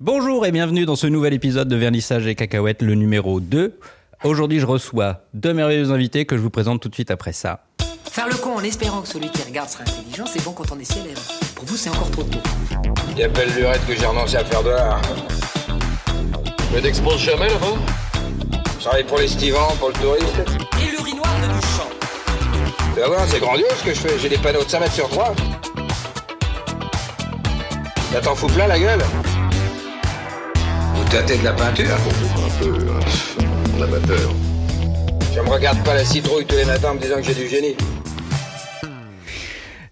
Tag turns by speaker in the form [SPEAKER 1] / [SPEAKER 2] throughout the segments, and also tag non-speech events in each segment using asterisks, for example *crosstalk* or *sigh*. [SPEAKER 1] Bonjour et bienvenue dans ce nouvel épisode de Vernissage et Cacahuètes, le numéro 2. Aujourd'hui, je reçois deux merveilleux invités que je vous présente tout de suite après ça.
[SPEAKER 2] Faire le con en espérant que celui qui regarde sera intelligent, c'est bon quand on est célèbre. Pour vous, c'est encore trop tôt.
[SPEAKER 3] Il y a belle lurette que j'ai renoncé à faire hein. dehors.
[SPEAKER 4] Mais t'exposes jamais là-bas
[SPEAKER 3] hein. Je travaille pour les Stivants, pour le touriste.
[SPEAKER 2] Et le riz noir de Duchamp.
[SPEAKER 3] Tu vas voir, c'est grandiose ce que je fais. J'ai des panneaux de 5 mètres sur 3. Là, t'en fous plein la gueule Vous tâtez de la peinture
[SPEAKER 4] Un peu euh, un amateur.
[SPEAKER 3] Je me regarde pas la citrouille tous les matins en me disant que j'ai du génie.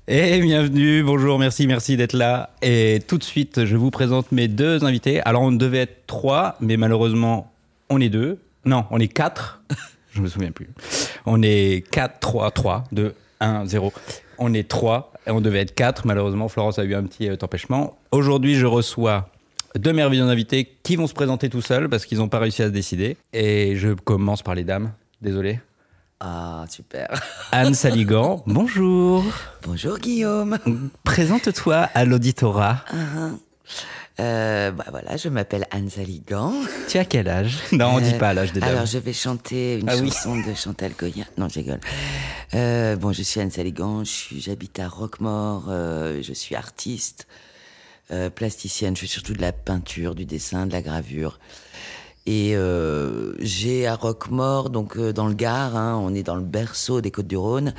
[SPEAKER 1] Et bienvenue, bonjour, merci, merci d'être là. Et tout de suite, je vous présente mes deux invités. Alors, on devait être trois, mais malheureusement, on est deux. Non, on est quatre. *laughs* Je me souviens plus. On est quatre, trois, trois, deux, un, zéro. On est trois. Et on devait être quatre. Malheureusement, Florence a eu un petit euh, empêchement. Aujourd'hui, je reçois deux merveilleux invités qui vont se présenter tout seuls parce qu'ils n'ont pas réussi à se décider. Et je commence par les dames. Désolé.
[SPEAKER 5] Ah, super. *laughs*
[SPEAKER 1] Anne Saligan, bonjour.
[SPEAKER 5] Bonjour Guillaume.
[SPEAKER 1] Présente-toi à l'auditorat.
[SPEAKER 5] Euh, bah voilà, je m'appelle Anne Zaligan.
[SPEAKER 1] Tu as quel âge *laughs* Non, on dit
[SPEAKER 5] Euh,
[SPEAKER 1] pas l'âge des dames.
[SPEAKER 5] Alors je vais chanter une
[SPEAKER 1] Ah oui.
[SPEAKER 5] chanson de Chantal Goya. Non, je rigole. Euh, bon, je suis Anne Saligan, je suis- j'habite à Roquemort, euh, je suis artiste, euh, plasticienne, je fais surtout de la peinture, du dessin, de la gravure. Et euh, j'ai à Roquemort, donc euh, dans le Gard, hein, on est dans le berceau
[SPEAKER 1] *laughs*
[SPEAKER 5] des Côtes-du-Rhône.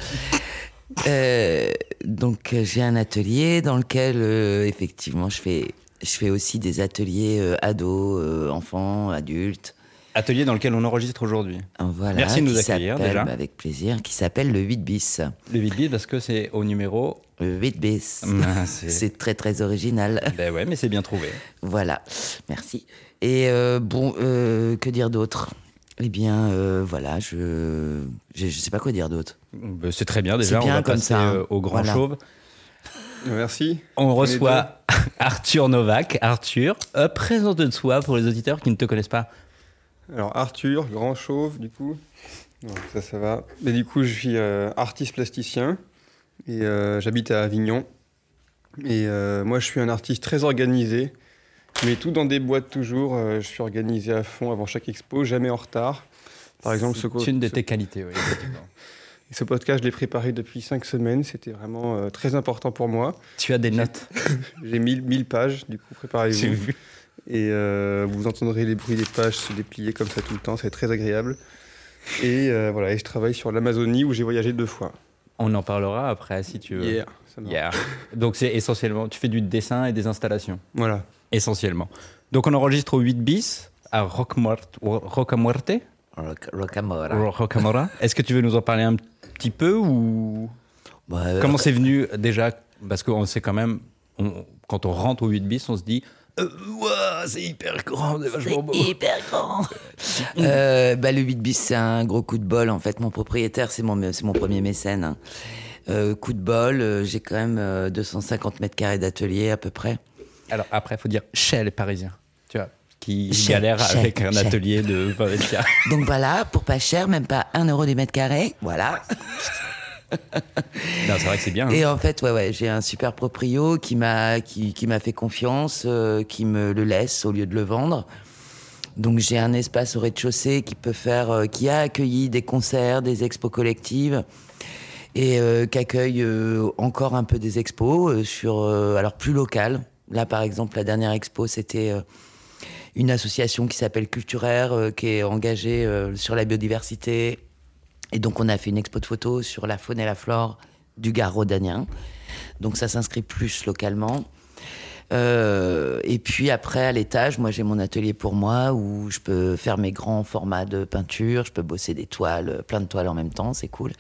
[SPEAKER 5] Euh, donc euh, j'ai un atelier dans lequel euh, effectivement je fais je fais aussi des ateliers euh, ados, euh, enfants, adultes.
[SPEAKER 1] Atelier dans lequel on enregistre aujourd'hui.
[SPEAKER 5] Euh, Voilà,
[SPEAKER 1] Merci de nous
[SPEAKER 5] qui
[SPEAKER 1] accueillir,
[SPEAKER 5] s'appelle,
[SPEAKER 1] déjà.
[SPEAKER 5] bah, Avec plaisir, qui s'appelle le 8 bis.
[SPEAKER 1] Le 8 bits parce que c'est au numéro.
[SPEAKER 5] Le 8 bis.
[SPEAKER 1] Mince.
[SPEAKER 5] C'est très très original. *laughs*
[SPEAKER 1] Ben ouais, mais c'est bien trouvé.
[SPEAKER 5] voilà, merci. Et euh, bon, euh, que dire d'autre Eh bien, euh, voilà, je, je je sais pas quoi dire d'autre.
[SPEAKER 1] Ben, C'est très bien déjà.
[SPEAKER 5] bien
[SPEAKER 1] on va
[SPEAKER 5] comme
[SPEAKER 1] passer
[SPEAKER 5] ça, hein.
[SPEAKER 1] euh, au grand
[SPEAKER 5] Voilà.
[SPEAKER 1] chauve.
[SPEAKER 6] Merci.
[SPEAKER 1] On reçoit *laughs* Arthur Novak. Arthur, euh, présente-toi pour les auditeurs qui ne te connaissent pas.
[SPEAKER 6] Alors Arthur, grand chauve du coup. Non, ça, ça va. Mais du coup, je suis euh, artiste plasticien et euh, j'habite à Avignon. Et euh, moi, je suis un artiste très organisé, mais tout dans des boîtes toujours. Euh, je suis organisé à fond avant chaque expo, jamais en retard. Par exemple, ce, co-
[SPEAKER 1] C'est une de
[SPEAKER 6] ce-
[SPEAKER 1] tes qualités, oui.
[SPEAKER 6] *laughs*
[SPEAKER 1] effectivement.
[SPEAKER 6] ce podcast, je l'ai préparé depuis cinq semaines. C'était vraiment euh, très important pour moi.
[SPEAKER 1] tu as des notes.
[SPEAKER 6] J'ai 1000 1000 pages, du coup,
[SPEAKER 1] J'ai
[SPEAKER 6] préparez-vous.
[SPEAKER 1] vu.
[SPEAKER 6] Et euh, vous entendrez les bruits des pages se déplier comme ça tout le temps, c'est très agréable. Et euh, voilà, et je travaille sur l'Amazonie où j'ai voyagé deux fois.
[SPEAKER 1] On en parlera après si tu veux.
[SPEAKER 6] Hier, ça marche.
[SPEAKER 1] Yeah. Donc c'est essentiellement, tu fais du dessin et des installations.
[SPEAKER 6] Voilà.
[SPEAKER 1] Essentiellement. Donc on enregistre au 8 bis à Roquemort- Rocamuerte.
[SPEAKER 5] Roc- Rocamora.
[SPEAKER 1] Rocamora. Est-ce que tu veux nous en parler un petit peu ou
[SPEAKER 5] Bah, euh,
[SPEAKER 1] comment c'est venu déjà Parce qu'on sait quand même, on- quand on rentre au 8 bis, on se dit Euh, ouah, c'est hyper grand, c'est vachement beau.
[SPEAKER 5] C'est hyper grand. *laughs* Euh, bah, le 8 bis, c'est un gros coup de bol. En fait, mon propriétaire, c'est mon, c'est mon premier mécène. hein. Euh, coup de bol, euh, j'ai quand même euh, 250 mètres carrés d'atelier à peu près.
[SPEAKER 1] Alors après, il faut dire chez les Parisiens, tu vois, qui
[SPEAKER 5] Chez,
[SPEAKER 1] galèrent
[SPEAKER 5] chez,
[SPEAKER 1] avec un
[SPEAKER 5] chez.
[SPEAKER 1] atelier de 20 mètres carrés.
[SPEAKER 5] Donc voilà, pour pas cher, même pas 1 euro du mètre carré. Voilà.
[SPEAKER 1] Non, c'est vrai que c'est bien. hein.
[SPEAKER 5] Et en fait, ouais, ouais, j'ai un super proprio qui m'a qui, qui m'a fait confiance, euh, qui me le laisse au lieu de le vendre. Donc j'ai un espace au rez-de-chaussée qui peut faire, euh, qui a accueilli des concerts, des expos collectives et euh, qui accueille euh, encore un peu des expos euh, sur, euh, alors plus local. Là par exemple, la dernière expo c'était euh, une association qui s'appelle Culturaire, euh, qui est engagée euh, sur la biodiversité. Et donc, on a fait une expo de photos sur la faune et la flore du Gard rhodanien. Donc, ça s'inscrit plus localement. Euh, et puis après, à l'étage, moi, j'ai mon atelier pour moi où je peux faire mes grands formats de peinture, je peux bosser des toiles, euh, plein de toiles en même temps, c'est cool.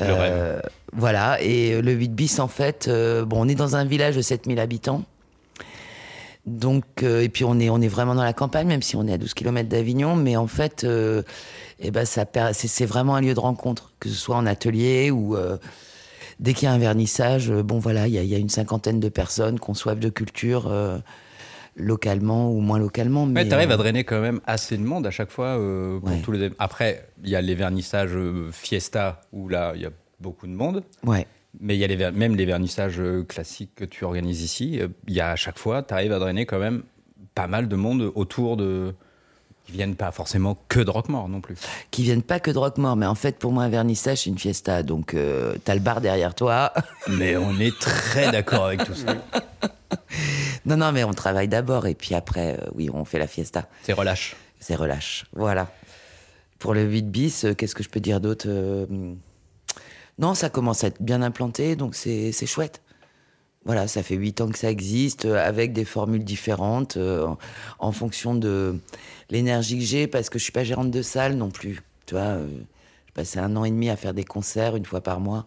[SPEAKER 5] Euh,
[SPEAKER 1] Le rêve.
[SPEAKER 5] Voilà, et le 8 bis, en fait, euh, bon, on est dans un village de 7000 habitants. Donc, euh, et puis on est, on est vraiment dans la campagne, même si on est à 12 km d'Avignon, mais en fait, euh, eh ben ça per- c'est c'est vraiment un lieu de rencontre, que ce soit en atelier ou euh, dès qu'il y a un vernissage, euh, bon voilà, il y, a- il y a une cinquantaine de personnes qu'on soif de culture euh, localement ou moins localement. Mais
[SPEAKER 1] Ouais, t'arrives
[SPEAKER 5] euh,
[SPEAKER 1] à drainer quand même assez de monde à chaque fois euh, pour
[SPEAKER 5] Ouais.
[SPEAKER 1] tous les. Après, il y a les vernissages euh, fiesta où là, il y a beaucoup de monde.
[SPEAKER 5] Ouais.
[SPEAKER 1] Mais il y a les ver- même les vernissages euh, classiques que tu organises ici, euh, il y a à chaque fois, tu arrives à drainer quand même pas mal de monde autour de. qui viennent pas forcément que de Roquemort non plus.
[SPEAKER 5] qui viennent pas que de Roquemort. Mais en fait, pour moi, un vernissage, c'est une fiesta. Donc, euh, t'as le bar derrière toi. *laughs*
[SPEAKER 1] Mais on est très d'accord avec tout ça.
[SPEAKER 5] non, non, mais on travaille d'abord et puis après, euh, oui, on fait la fiesta.
[SPEAKER 1] C'est relâche.
[SPEAKER 5] C'est relâche. Voilà. Pour le 8 bis, euh, qu'est-ce que je peux dire d'autre Euh, hum, Non, ça commence à être bien implanté, donc c'est c'est chouette. Voilà, ça fait 8 ans que ça existe, euh, avec des formules différentes, euh, en- en fonction de l'énergie que j'ai, parce que je suis pas gérante de salle non plus. Tu vois, euh, je passais un an et demi à faire des concerts une fois par mois.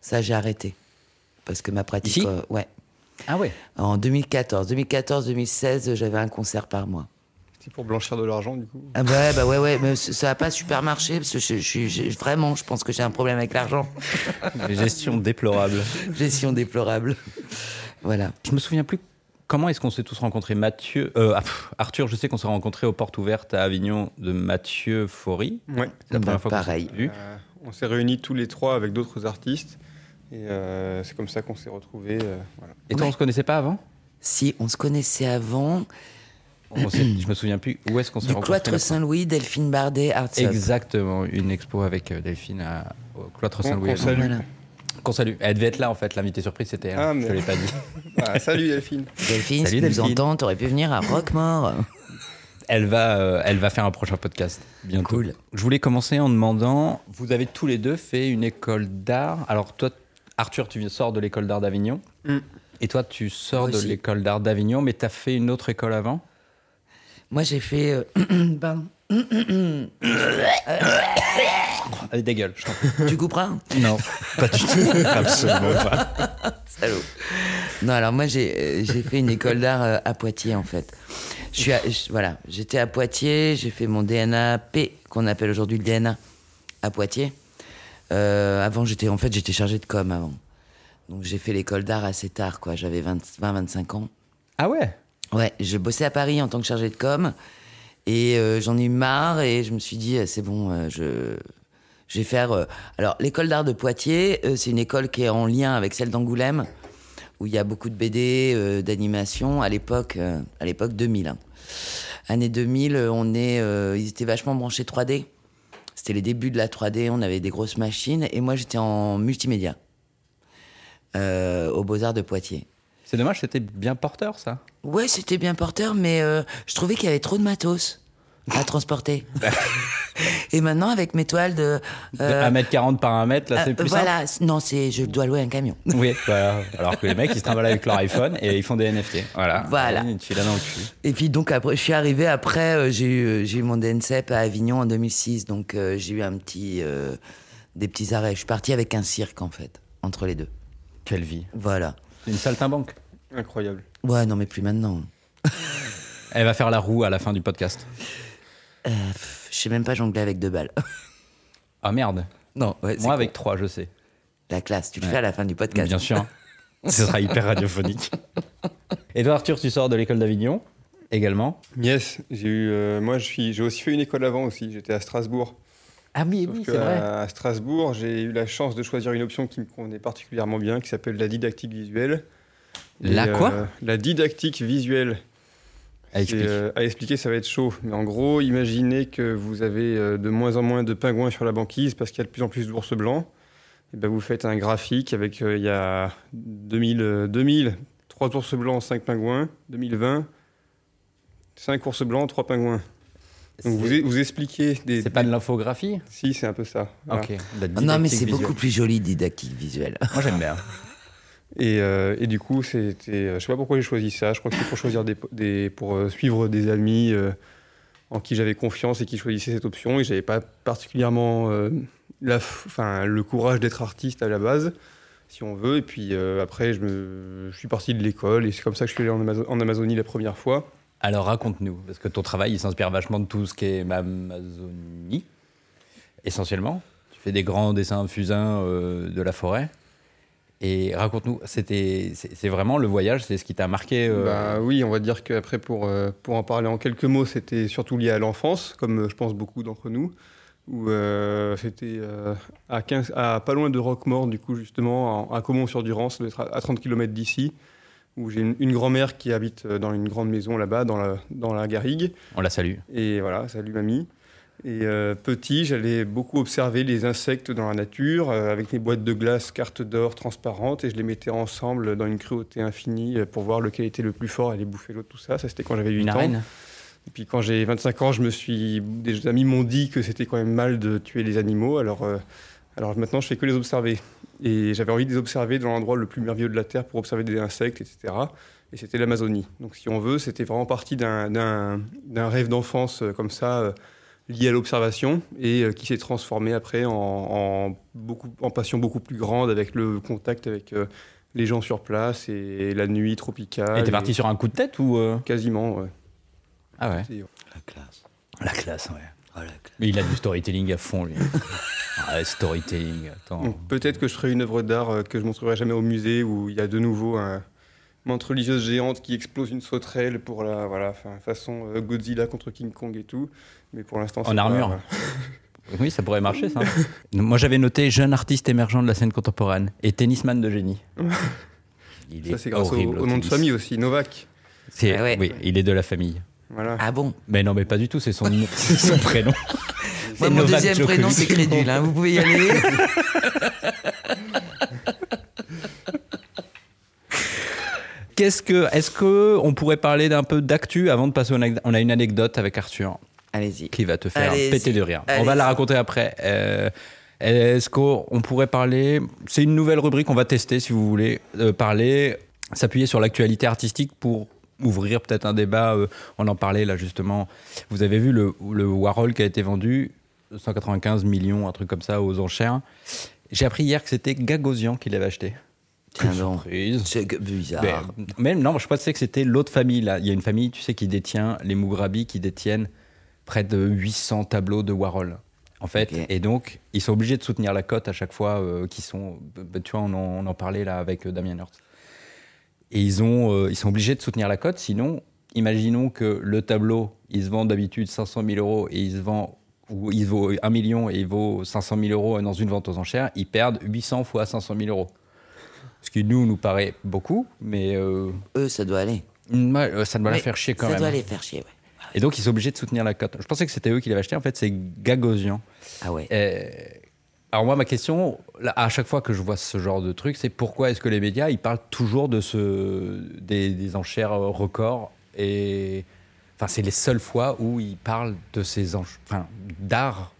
[SPEAKER 5] Ça, j'ai arrêté. Parce que ma pratique.
[SPEAKER 1] Ici
[SPEAKER 5] euh, ouais.
[SPEAKER 1] Ah ouais
[SPEAKER 5] En 2014, 2014-2016, j'avais un concert par mois.
[SPEAKER 6] C'est pour blanchir de l'argent, du coup.
[SPEAKER 5] Ah bah ouais, bah ouais, ouais, mais c- ça n'a pas super marché parce que je, je- je- vraiment, je pense que j'ai un problème avec l'argent.
[SPEAKER 1] Gestion déplorable.
[SPEAKER 5] Gestion déplorable. Voilà.
[SPEAKER 1] Je me souviens plus comment est-ce qu'on s'est tous rencontrés. Mathieu, euh, ah, pff, Arthur, je sais qu'on s'est rencontrés aux portes ouvertes à Avignon de Mathieu Faury.
[SPEAKER 6] Ouais.
[SPEAKER 1] C'est la première
[SPEAKER 5] Bah,
[SPEAKER 1] fois qu'on s'est
[SPEAKER 5] pareil.
[SPEAKER 1] vus.
[SPEAKER 6] Euh, on s'est réunis tous les trois avec d'autres artistes. Et euh, c'est comme ça qu'on s'est retrouvés. euh, voilà.
[SPEAKER 1] Et toi, on se connaissait pas avant
[SPEAKER 5] Si on se connaissait avant,
[SPEAKER 1] On s'est- Je me souviens plus où est-ce qu'on s'est
[SPEAKER 5] du
[SPEAKER 1] rencontrés.
[SPEAKER 5] cloître Saint-Louis, Delphine Bardet, Arts Up.
[SPEAKER 1] Exactement, une expo avec euh, Delphine à, au cloître
[SPEAKER 6] Qu'on-
[SPEAKER 1] Saint-Louis.
[SPEAKER 6] qu'on salue.
[SPEAKER 5] Voilà.
[SPEAKER 1] Qu'on salue. Elle devait être là en fait, l'invité surprise c'était elle.
[SPEAKER 6] Ah,
[SPEAKER 1] Je
[SPEAKER 6] mais-
[SPEAKER 1] te l'ai pas dit.
[SPEAKER 6] Ah, salut Delphine.
[SPEAKER 5] Delphine,
[SPEAKER 1] Salut,
[SPEAKER 5] si tu nous
[SPEAKER 1] Delphine.
[SPEAKER 5] entends, t'aurais pu venir à
[SPEAKER 1] *laughs*
[SPEAKER 5] Roquemort.
[SPEAKER 1] Elle va, euh, elle va faire un prochain podcast bientôt.
[SPEAKER 5] Cool.
[SPEAKER 1] Je voulais commencer en demandant, vous avez tous les deux fait une école d'art. Alors toi, Arthur, tu viens- sors de l'école d'art d'Avignon.
[SPEAKER 6] Mm.
[SPEAKER 1] Et toi, tu sors
[SPEAKER 5] Moi
[SPEAKER 1] de
[SPEAKER 5] aussi.
[SPEAKER 1] l'école d'art d'Avignon, mais tu as fait une autre école avant
[SPEAKER 5] Moi, j'ai fait. euh, *clears throat* pardon.
[SPEAKER 1] Avec Ah, des gueules, je t'en prie.
[SPEAKER 5] Tu couperas
[SPEAKER 1] Non, pas du tout. *laughs* Absolument pas.
[SPEAKER 5] Salaud. Non, alors moi, j'ai euh, j'ai fait une école d'art euh, à Poitiers, en fait. Je suis à- je- voilà, j'étais à Poitiers, j'ai fait mon DNA P, qu'on appelle aujourd'hui le DNA, à Poitiers. Euh, avant, j'étais en fait, j'étais chargé de com avant. Donc, j'ai fait l'école d'art assez tard, quoi. J'avais 20-25 ans.
[SPEAKER 1] Ah ouais
[SPEAKER 5] Ouais, je bossais à Paris en tant que chargé de com. Et euh, j'en ai eu marre et je me suis dit, euh, c'est bon, euh, je, je vais faire. euh, Alors, l'école d'art de Poitiers, euh, c'est une école qui est en lien avec celle d'Angoulême, où il y a beaucoup de BD, euh, d'animation, à l'époque euh, à l'époque 2000. hein. Année 2000, euh, on est, euh, ils étaient vachement branchés 3D. C'était les débuts de la 3D, on avait des grosses machines. Et moi, j'étais en multimédia, euh, aux Beaux-Arts de Poitiers.
[SPEAKER 1] C'est dommage, c'était bien porteur ça.
[SPEAKER 5] Ouais, c'était bien porteur, mais euh, je trouvais qu'il y avait trop de matos *laughs* à transporter. Et maintenant, avec mes toiles de.
[SPEAKER 1] De
[SPEAKER 5] euh,
[SPEAKER 1] 1m40 par 1m, là c'est
[SPEAKER 5] euh,
[SPEAKER 1] plus
[SPEAKER 5] voilà, c- non, c'est je dois louer un camion.
[SPEAKER 1] simple. Oui, voilà. alors que les mecs ils se trimballent avec leur iPhone et ils font des NFT. Voilà.
[SPEAKER 5] Voilà.
[SPEAKER 1] Vas-y, Tu l'as dans le cul.
[SPEAKER 5] Et puis donc après, je suis arrivée après, euh, j'ai eu, j'ai eu mon DNCEP à Avignon en 2006, donc euh, j'ai eu un petit, euh, des petits arrêts. Je suis partie avec un cirque en fait, entre les deux.
[SPEAKER 1] Quelle vie.
[SPEAKER 5] Voilà.
[SPEAKER 1] C'est Une saltimbanque.
[SPEAKER 6] Incroyable.
[SPEAKER 5] Ouais, non, mais plus maintenant.
[SPEAKER 1] Elle va faire la roue à la fin du podcast.
[SPEAKER 5] Euh, pff, je sais même pas jongler avec deux balles.
[SPEAKER 1] Ah merde.
[SPEAKER 5] non, *laughs* ouais, c'est
[SPEAKER 1] Moi avec trois, je sais.
[SPEAKER 5] la classe. Tu le fais à la fin du podcast.
[SPEAKER 1] Bien
[SPEAKER 5] *laughs*
[SPEAKER 1] sûr. Ce sera hyper radiophonique. Et toi, Arthur, tu sors de l'école d'Avignon également.
[SPEAKER 6] Yes, j'ai eu. euh, moi, je suis. J'ai aussi fait une école avant aussi. J'étais à Strasbourg.
[SPEAKER 1] Ah oui,
[SPEAKER 6] Sauf que à, à Strasbourg, j'ai eu la chance de choisir une option qui me convenait particulièrement bien, qui s'appelle la didactique visuelle.
[SPEAKER 1] La
[SPEAKER 6] euh,
[SPEAKER 1] quoi
[SPEAKER 6] La didactique visuelle.
[SPEAKER 1] À expliquer.
[SPEAKER 6] C'est, euh, à expliquer, ça va être chaud. Mais en gros, imaginez que vous avez euh, de moins en moins de pingouins sur la banquise parce qu'il y a de plus en plus d'ours blancs. Et ben, vous faites un graphique avec, euh, il y a 2000, euh, 2000, 3 ours blancs, 5 pingouins. 2020, 5 ours blancs, 3 pingouins. Donc vous, vous expliquez des...
[SPEAKER 1] C'est pas de l'infographie
[SPEAKER 6] Si, c'est un peu ça. Voilà.
[SPEAKER 1] Ok. La
[SPEAKER 5] Ah Non, mais
[SPEAKER 1] didactique
[SPEAKER 5] c'est
[SPEAKER 1] visuelle.
[SPEAKER 5] beaucoup plus joli didactique visuelle.
[SPEAKER 1] Moi, j'aime bien.
[SPEAKER 6] Et, euh, et du coup, c'était, euh, je sais pas pourquoi j'ai choisi ça. Je crois que c'est pour choisir des, des- pour euh, suivre des amis euh, en qui j'avais confiance et qui choisissaient cette option. Et j'avais pas particulièrement euh, la, f- enfin, le courage d'être artiste à la base, si on veut. Et puis euh, après, je, me, je suis parti de l'école et c'est comme ça que je suis allé en, Amazo- en Amazonie la première fois.
[SPEAKER 1] Alors, raconte-nous, parce que ton travail, il s'inspire vachement de tout ce qui est Amazonie, essentiellement. Tu fais des grands dessins fusains euh, de la forêt. Et raconte-nous, c'était, c'est c'est vraiment le voyage, c'est ce qui t'a marqué. euh,
[SPEAKER 6] Bah oui, on va dire qu'après, pour, euh, pour en parler en quelques mots, c'était surtout lié à l'enfance, comme euh, je pense beaucoup d'entre nous, où euh, c'était euh, à, 15 à pas loin de Roquemort, du coup, justement, en- à Comont-sur-Durance, ça doit être à à 30 km d'ici, où j'ai une, une grand-mère qui habite euh, dans une grande maison là-bas, dans la, dans la Garrigue.
[SPEAKER 1] On la salue.
[SPEAKER 6] Et voilà, salut mamie. Et euh, petit, j'allais beaucoup observer les insectes dans la nature euh, avec mes boîtes de glace, cartes d'or transparentes, et je les mettais ensemble dans une cruauté infinie euh, pour voir lequel était le plus fort et les bouffer l'autre, tout ça. Ça, c'était quand j'avais 8
[SPEAKER 1] Une
[SPEAKER 6] ans.
[SPEAKER 1] arène
[SPEAKER 6] Et puis quand j'ai 25 ans, je me suis, des amis m'ont dit que c'était quand même mal de tuer les animaux, alors, euh, alors maintenant je fais que les observer. Et j'avais envie de les observer dans l'endroit le plus merveilleux de la Terre pour observer des insectes, etc. Et c'était l'Amazonie. Donc si on veut, c'était vraiment partie d'un- d'un d'un rêve d'enfance euh, comme ça, euh, lié à l'observation, et euh, qui s'est transformé après en, en beaucoup, en passion beaucoup plus grande avec le contact avec euh, les gens sur place et, la nuit tropicale.
[SPEAKER 1] Et t'es parti sur un coup de tête ou. euh
[SPEAKER 6] Quasiment, ouais.
[SPEAKER 1] Ah ouais.
[SPEAKER 6] Et-
[SPEAKER 5] La classe.
[SPEAKER 1] La classe, ouais. Mais il a du storytelling à *laughs* fond, lui. ouais, storytelling, attends.
[SPEAKER 6] Donc, peut-être que je ferai une œuvre d'art euh, que je montrerai jamais au musée où il y a de nouveau un- une montre religieuse géante qui explose une sauterelle pour la voilà enfin, façon euh, Godzilla contre King Kong et tout. Mais pour l'instant c'est
[SPEAKER 1] En
[SPEAKER 6] pas-
[SPEAKER 1] armure.
[SPEAKER 6] voilà.
[SPEAKER 1] Oui, ça pourrait marcher, ça. *laughs* Moi, j'avais noté jeune artiste émergent de la scène contemporaine et tennisman de génie. *laughs* Il
[SPEAKER 6] Ça c'est grâce au,
[SPEAKER 1] horrible
[SPEAKER 6] au nom de
[SPEAKER 1] tennis.
[SPEAKER 6] famille aussi Novak.
[SPEAKER 1] C'est-
[SPEAKER 5] Ah ouais.
[SPEAKER 1] Oui, il est de la famille.
[SPEAKER 6] Voilà.
[SPEAKER 5] Ah bon
[SPEAKER 1] Mais non, mais pas du tout, c'est
[SPEAKER 5] *laughs*
[SPEAKER 1] son, c'est son prénom.
[SPEAKER 5] Moi, mon
[SPEAKER 1] Novak
[SPEAKER 5] deuxième
[SPEAKER 1] Djokovic.
[SPEAKER 5] prénom, c'est crédule. hein. Vous pouvez y aller. *laughs*
[SPEAKER 1] Qu'est-ce que, est-ce que on pourrait parler d'un peu d'actu avant de passer au anec- On a une anecdote avec Arthur
[SPEAKER 5] Allez-y.
[SPEAKER 1] qui va te faire
[SPEAKER 5] Allez-y.
[SPEAKER 1] péter de rire. On va
[SPEAKER 5] Allez-y.
[SPEAKER 1] la raconter après. Euh, est-ce qu'on on pourrait parler C'est une nouvelle rubrique. On va tester si vous voulez euh, parler, s'appuyer sur l'actualité artistique pour ouvrir peut-être un débat. euh, on en parlait là justement. Vous avez vu le, le Warhol qui a été vendu 195 millions, un truc comme ça, aux enchères. J'ai appris hier que c'était Gagosian qui l'avait acheté.
[SPEAKER 5] Tiens
[SPEAKER 1] Quelle
[SPEAKER 5] donc.
[SPEAKER 1] surprise.
[SPEAKER 5] C'est que- bizarre.
[SPEAKER 1] Ben, même non, je pensais que c'était l'autre famille là. Il y a une famille, tu sais, qui détient les Mugrabi, qui détiennent près de 800 tableaux de Warhol. En fait,
[SPEAKER 5] Ok.
[SPEAKER 1] et donc ils sont obligés de soutenir la cote à chaque fois euh, qu'ils sont. ben, tu vois, on en, on en parlait là avec euh, Damien Hirst. Et ils ont, euh, ils sont obligés de soutenir la cote, sinon, imaginons que le tableau, il se vend d'habitude 500 000 euros et il se vend ou il vaut 1 million et il vaut 500 000 euros dans une vente aux enchères, ils perdent 800 fois 500 000 euros. Ce qui nous nous paraît beaucoup, mais euh,
[SPEAKER 5] Eux, ça doit aller.
[SPEAKER 1] ouais, euh, ça doit la
[SPEAKER 5] Mais
[SPEAKER 1] faire chier quand
[SPEAKER 5] ça
[SPEAKER 1] même.
[SPEAKER 5] doit les faire chier, ouais.
[SPEAKER 1] Et donc ils sont obligés de soutenir la cote. Je pensais que c'était eux qui l'avaient acheté, en fait c'est Gagosian.
[SPEAKER 5] Ah ouais.
[SPEAKER 1] Euh, alors moi, ma question, là, à chaque fois que je vois ce genre de truc, c'est pourquoi est-ce que les médias, ils parlent toujours de ce, des, des enchères euh, records et enfin, c'est les seules fois où ils parlent de ces enchères, enfin, d'art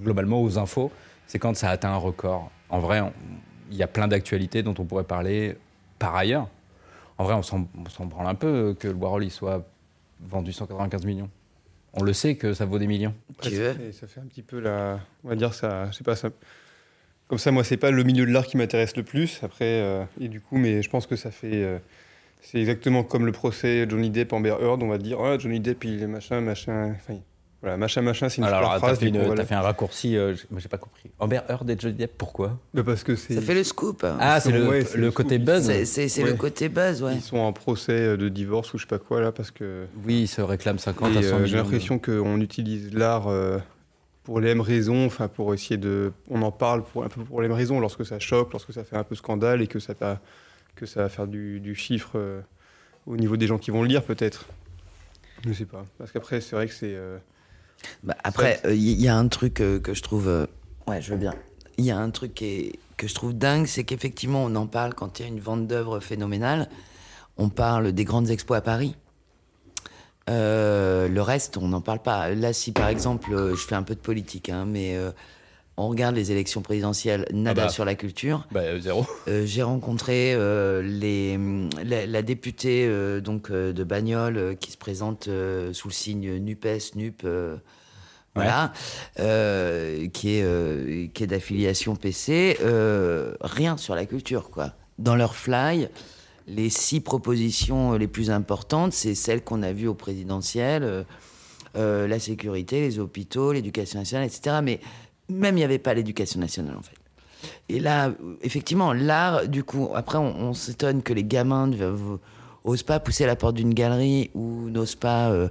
[SPEAKER 1] globalement aux infos, c'est quand ça atteint un record. En vrai, on- il y a plein d'actualités dont on pourrait parler par ailleurs. En vrai, on s'en on s'en branle un peu que le Warhol il soit vendu 195 millions. On le sait que ça vaut des millions.
[SPEAKER 5] Tu
[SPEAKER 6] Ouais,
[SPEAKER 5] veux
[SPEAKER 6] ça, fait, ça fait un petit peu la. On va dire ça. Je sais pas ça. Comme ça, moi, c'est pas le milieu de l'art qui m'intéresse le plus. Après, euh, et du coup, mais je pense que ça fait. euh, c'est exactement comme le procès Johnny Depp Amber Heard. On va dire, ah, Johnny Depp, il est machin, machin. Enfin, voilà, machin, machin, c'est une
[SPEAKER 1] Alors,
[SPEAKER 6] super
[SPEAKER 1] alors, t'as
[SPEAKER 6] phrase.
[SPEAKER 1] fait,
[SPEAKER 6] du
[SPEAKER 1] une-
[SPEAKER 6] coup, voilà.
[SPEAKER 1] t'as fait un raccourci, euh, j'ai- moi, j'ai pas compris. Amber Heard et Johnny Depp, pourquoi
[SPEAKER 6] Bah, parce que c'est.
[SPEAKER 5] Ça fait le scoop. hein.
[SPEAKER 1] Ah,
[SPEAKER 6] sont-
[SPEAKER 1] c'est le,
[SPEAKER 6] ouais,
[SPEAKER 1] le
[SPEAKER 6] c'est le
[SPEAKER 1] côté
[SPEAKER 6] scoop.
[SPEAKER 1] buzz
[SPEAKER 5] c'est c'est- c'est le
[SPEAKER 6] Ouais.
[SPEAKER 5] côté buzz, ouais.
[SPEAKER 6] Ils sont en procès euh, de divorce ou je sais pas quoi là, parce que.
[SPEAKER 1] Oui, il se réclame 50
[SPEAKER 6] Et,
[SPEAKER 1] à 100
[SPEAKER 6] euh,
[SPEAKER 1] millions.
[SPEAKER 6] J'ai l'impression qu'on utilise l'art euh, pour les mêmes raisons, enfin pour essayer de, on en parle pour un peu pour les mêmes raisons lorsque ça choque, lorsque ça fait un peu scandale et que ça va, que ça va faire du, du chiffre euh, au niveau des gens qui vont le lire peut-être. Je sais pas, parce qu'après c'est vrai que c'est euh,
[SPEAKER 5] Bah, après, il y y a un truc euh, que je trouve. euh, ouais, je veux bien. Il y a un truc qui est- que je trouve dingue, c'est qu'effectivement, on en parle quand il y a une vente d'œuvres phénoménale. On parle des grandes expos à Paris. Euh, le reste, on n'en parle pas. Là, si par exemple, euh, je fais un peu de politique, hein, mais euh, on regarde les élections présidentielles, nada
[SPEAKER 1] bah.
[SPEAKER 5] sur la culture.
[SPEAKER 1] Bah, euh, zéro.
[SPEAKER 5] Euh, j'ai rencontré euh, les, la, la députée euh, donc, euh, de Bagnoles euh, qui se présente euh, sous le signe NUPES, NUP, euh, voilà, euh, qui est, euh, qui est d'affiliation PC. euh, rien sur la culture, quoi. Dans leur fly, les six propositions euh, les plus importantes, c'est celles qu'on a vues au présidentiel. euh, euh, la sécurité, les hôpitaux, l'éducation nationale, etc. Mais même il n'y avait pas l'éducation nationale, en fait. Et là, euh, effectivement, l'art, du coup, après, on, on s'étonne que les gamins ne v- osent pas pousser la porte d'une galerie ou n'osent pas euh,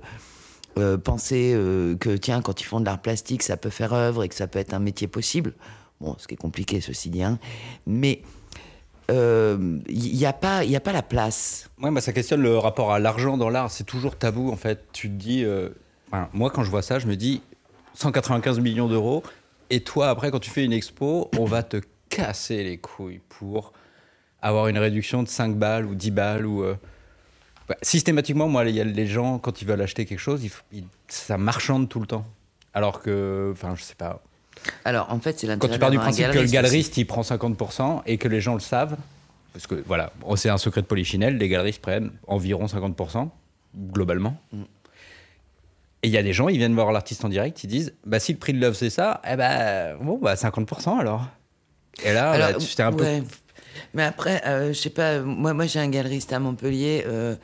[SPEAKER 5] euh, penser euh, que, tiens, quand ils font de l'art plastique, ça peut faire œuvre et que ça peut être un métier possible. Bon, ce qui est compliqué, ceci dit. hein. Mais euh, il n'y a, pas- il y a pas la place.
[SPEAKER 1] Ouais, bah, ça questionne le rapport à l'argent dans l'art. C'est toujours tabou, en fait. Tu te dis. euh, enfin, moi, quand je vois ça, je me dis 195 millions d'euros. Et toi, après, quand tu fais une expo, on va te casser les couilles pour avoir une réduction de 5 balles ou 10 balles. Ou, euh, ouais, Systématiquement, moi, il y a les gens, quand ils veulent acheter quelque chose, ils f- ils- ça marchande tout le temps. Alors que, enfin, je sais pas.
[SPEAKER 5] Alors, en fait, c'est
[SPEAKER 1] Quand
[SPEAKER 5] l'intérêt
[SPEAKER 1] tu pars du
[SPEAKER 5] d'avoir un
[SPEAKER 1] principe que le
[SPEAKER 5] galeriste
[SPEAKER 1] galeriste, il prend 50% et que les gens le savent, parce que voilà, bon, c'est un secret de polichinelle, les galeristes prennent environ 50%, globalement.
[SPEAKER 5] Mm.
[SPEAKER 1] Et il y a des gens, ils viennent voir l'artiste en direct, ils disent bah, si le prix de l'œuvre c'est ça, eh ben bon, bah 50% alors. Et là,
[SPEAKER 5] Alors,
[SPEAKER 1] bah, tu t'es un
[SPEAKER 5] ouais.
[SPEAKER 1] peu.
[SPEAKER 5] Mais après, euh, je sais pas, moi, moi j'ai un galeriste à Montpellier. euh,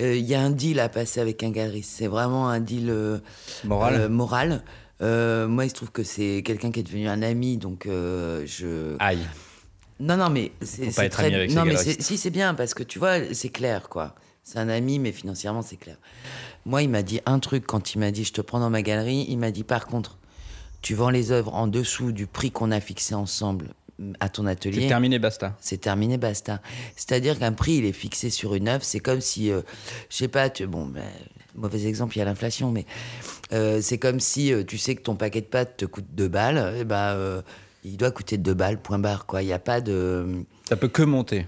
[SPEAKER 5] euh, Il y a un deal à passer avec un galeriste. C'est vraiment un deal euh,
[SPEAKER 1] Moral.
[SPEAKER 5] euh, moral. Euh, moi, il se trouve que c'est quelqu'un qui est devenu un ami, donc euh, je.
[SPEAKER 1] Aïe.
[SPEAKER 5] Non, non, mais c'est
[SPEAKER 1] Ah. pas
[SPEAKER 5] c'est
[SPEAKER 1] être ami avec ces
[SPEAKER 5] non, mais
[SPEAKER 1] galeristes.
[SPEAKER 5] c'est- si c'est bien parce que tu vois, c'est clair quoi. C'est un ami, mais financièrement c'est clair. Moi, il m'a dit un truc quand il m'a dit je te prends dans ma galerie. Il m'a dit par contre, tu vends les œuvres en dessous du prix qu'on a fixé ensemble mm, à ton
[SPEAKER 1] C'est
[SPEAKER 5] atelier.
[SPEAKER 1] terminé, basta.
[SPEAKER 5] C'est terminé, basta. C'est-à-dire qu'un prix, il est fixé sur une œuvre. C'est comme si, euh, je sais pas, tu, bon, ben, mauvais exemple, il y a l'inflation, mais euh, c'est comme si euh, tu sais que ton paquet de pâtes te coûte 2 balles, eh ben, euh, il doit coûter 2 balles, point barre, quoi. Il n'y a pas de.
[SPEAKER 1] Ça peut que monter.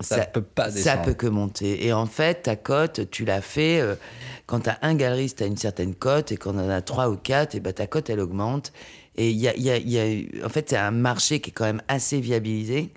[SPEAKER 1] Ça peut pas
[SPEAKER 5] Ça
[SPEAKER 1] descendre.
[SPEAKER 5] peut que monter. Et en fait, ta cote, tu l'as fait. euh, quand tu as un galeriste, tu as une certaine cote. Et quand on en a trois ou quatre, et ben, ta cote, elle augmente. Et il y a, il y a- il y a- en fait, c'est un marché qui est quand même assez viabilisé.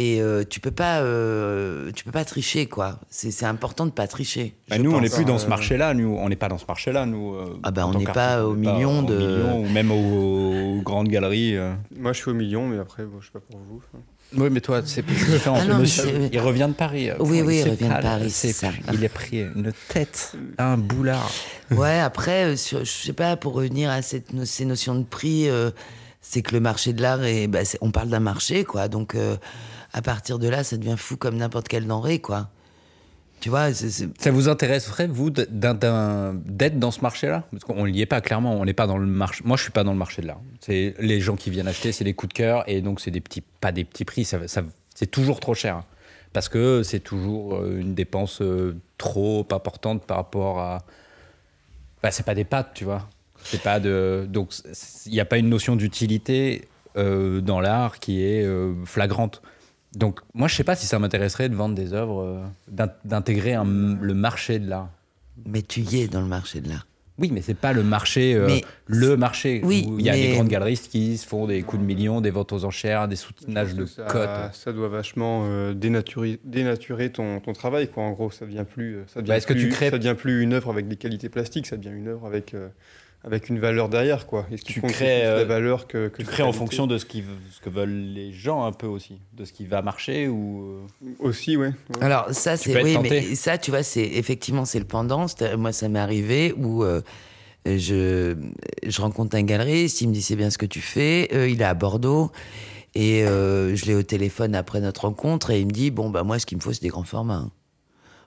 [SPEAKER 5] Et euh, tu peux pas, euh, tu peux pas tricher quoi. C'est c'est important de pas tricher.
[SPEAKER 1] Bah,
[SPEAKER 6] Je
[SPEAKER 1] nous, on
[SPEAKER 6] pense,
[SPEAKER 1] n'est plus
[SPEAKER 6] hein,
[SPEAKER 1] dans ce
[SPEAKER 6] euh,
[SPEAKER 1] marché-là. Nous, on n'est pas dans ce marché-là. Nous. euh,
[SPEAKER 5] Ah bah,
[SPEAKER 1] en
[SPEAKER 5] on
[SPEAKER 1] tant
[SPEAKER 5] n'est pas
[SPEAKER 1] qu'artiste,
[SPEAKER 5] au
[SPEAKER 1] n'est pas
[SPEAKER 5] million
[SPEAKER 1] au
[SPEAKER 5] de-
[SPEAKER 1] million, ou même aux, aux grandes galeries. euh.
[SPEAKER 6] Moi, je suis au million, mais après, bon, je sais pas pour vous. hein.
[SPEAKER 1] Oui, mais toi, c'est plus différent.
[SPEAKER 5] Ah non, mais
[SPEAKER 1] Monsieur,
[SPEAKER 5] c'est-
[SPEAKER 1] il revient de Paris.
[SPEAKER 5] Oui,
[SPEAKER 1] Enfin,
[SPEAKER 5] oui, il
[SPEAKER 1] sait
[SPEAKER 5] revient de
[SPEAKER 1] pas, là,
[SPEAKER 5] Paris,
[SPEAKER 1] c'est
[SPEAKER 5] c'est ça.
[SPEAKER 1] Il est pris une tête, un boulard.
[SPEAKER 5] Ouais, après, euh, sur- je sais pas, pour revenir à cette no- ces notions de prix, euh, c'est que le marché de l'art, est, bah, c'est- on parle d'un marché, quoi. Donc, euh, à partir de là, ça devient fou comme n'importe quelle denrée, quoi. Tu vois, c'est- c'est-
[SPEAKER 1] Ça vous intéresserait, vous, d- d'un- d'un- d'être dans ce marché-là Parce qu'on n'y est pas, clairement. On n'est pas dans le marché. Moi, je suis pas dans le marché de l'art. C'est les gens qui viennent acheter, c'est des coups de cœur. Et donc, c'est des petits, pas des petits prix. Ça, ça- c'est toujours trop cher. Parce que c'est toujours euh, une dépense euh, trop importante par rapport à. Bah, c'est pas des pâtes, tu vois. C'est pas de. Donc, c- c- il n'y a pas une notion d'utilité euh, dans l'art qui est euh, flagrante. Donc, moi, je sais pas si ça m'intéresserait de vendre des œuvres, euh, d'in- d'intégrer un m- le marché de l'art.
[SPEAKER 5] mais tu y es dans le marché de l'art.
[SPEAKER 1] Oui, mais c'est pas le marché, euh,
[SPEAKER 5] Mais-
[SPEAKER 1] le marché.
[SPEAKER 5] Oui,
[SPEAKER 1] où il y a des
[SPEAKER 5] mais-
[SPEAKER 1] grandes galeristes qui se font des coups de millions, des ventes aux enchères, des soutinages de
[SPEAKER 6] ça,
[SPEAKER 1] cotes.
[SPEAKER 6] ça doit vachement euh, dénaturer, dénaturer ton, ton travail, quoi. En gros, ça devient plus, euh, ça devient
[SPEAKER 1] Bah, est-ce que
[SPEAKER 6] plus-
[SPEAKER 1] tu crées-
[SPEAKER 6] ça devient plus une œuvre avec des qualités plastiques, ça devient une œuvre avec euh, avec une valeur derrière, quoi. Est-ce
[SPEAKER 1] Tu
[SPEAKER 6] qu'il compte
[SPEAKER 1] crées,
[SPEAKER 6] plus la
[SPEAKER 1] euh,
[SPEAKER 6] valeur que, que
[SPEAKER 1] Tu
[SPEAKER 6] la
[SPEAKER 1] crées en
[SPEAKER 6] qualité
[SPEAKER 1] fonction de ce, qui, ce que veulent les gens un peu aussi, de ce qui va marcher ou. euh.
[SPEAKER 6] aussi, ouais. ouais.
[SPEAKER 5] Alors ça,
[SPEAKER 1] Hein. Tu
[SPEAKER 5] c'est
[SPEAKER 1] peux être
[SPEAKER 5] oui,
[SPEAKER 1] tenté.
[SPEAKER 5] mais ça, tu vois, c'est effectivement c'est le pendant. C'est- Moi, ça m'est arrivé où euh, je je rencontre un galeriste, il me dit c'est bien ce que tu fais. Euh, il est à Bordeaux et euh, je l'ai au téléphone après notre rencontre et il me dit bon bah moi ce qu'il me faut c'est des grands formats. hein.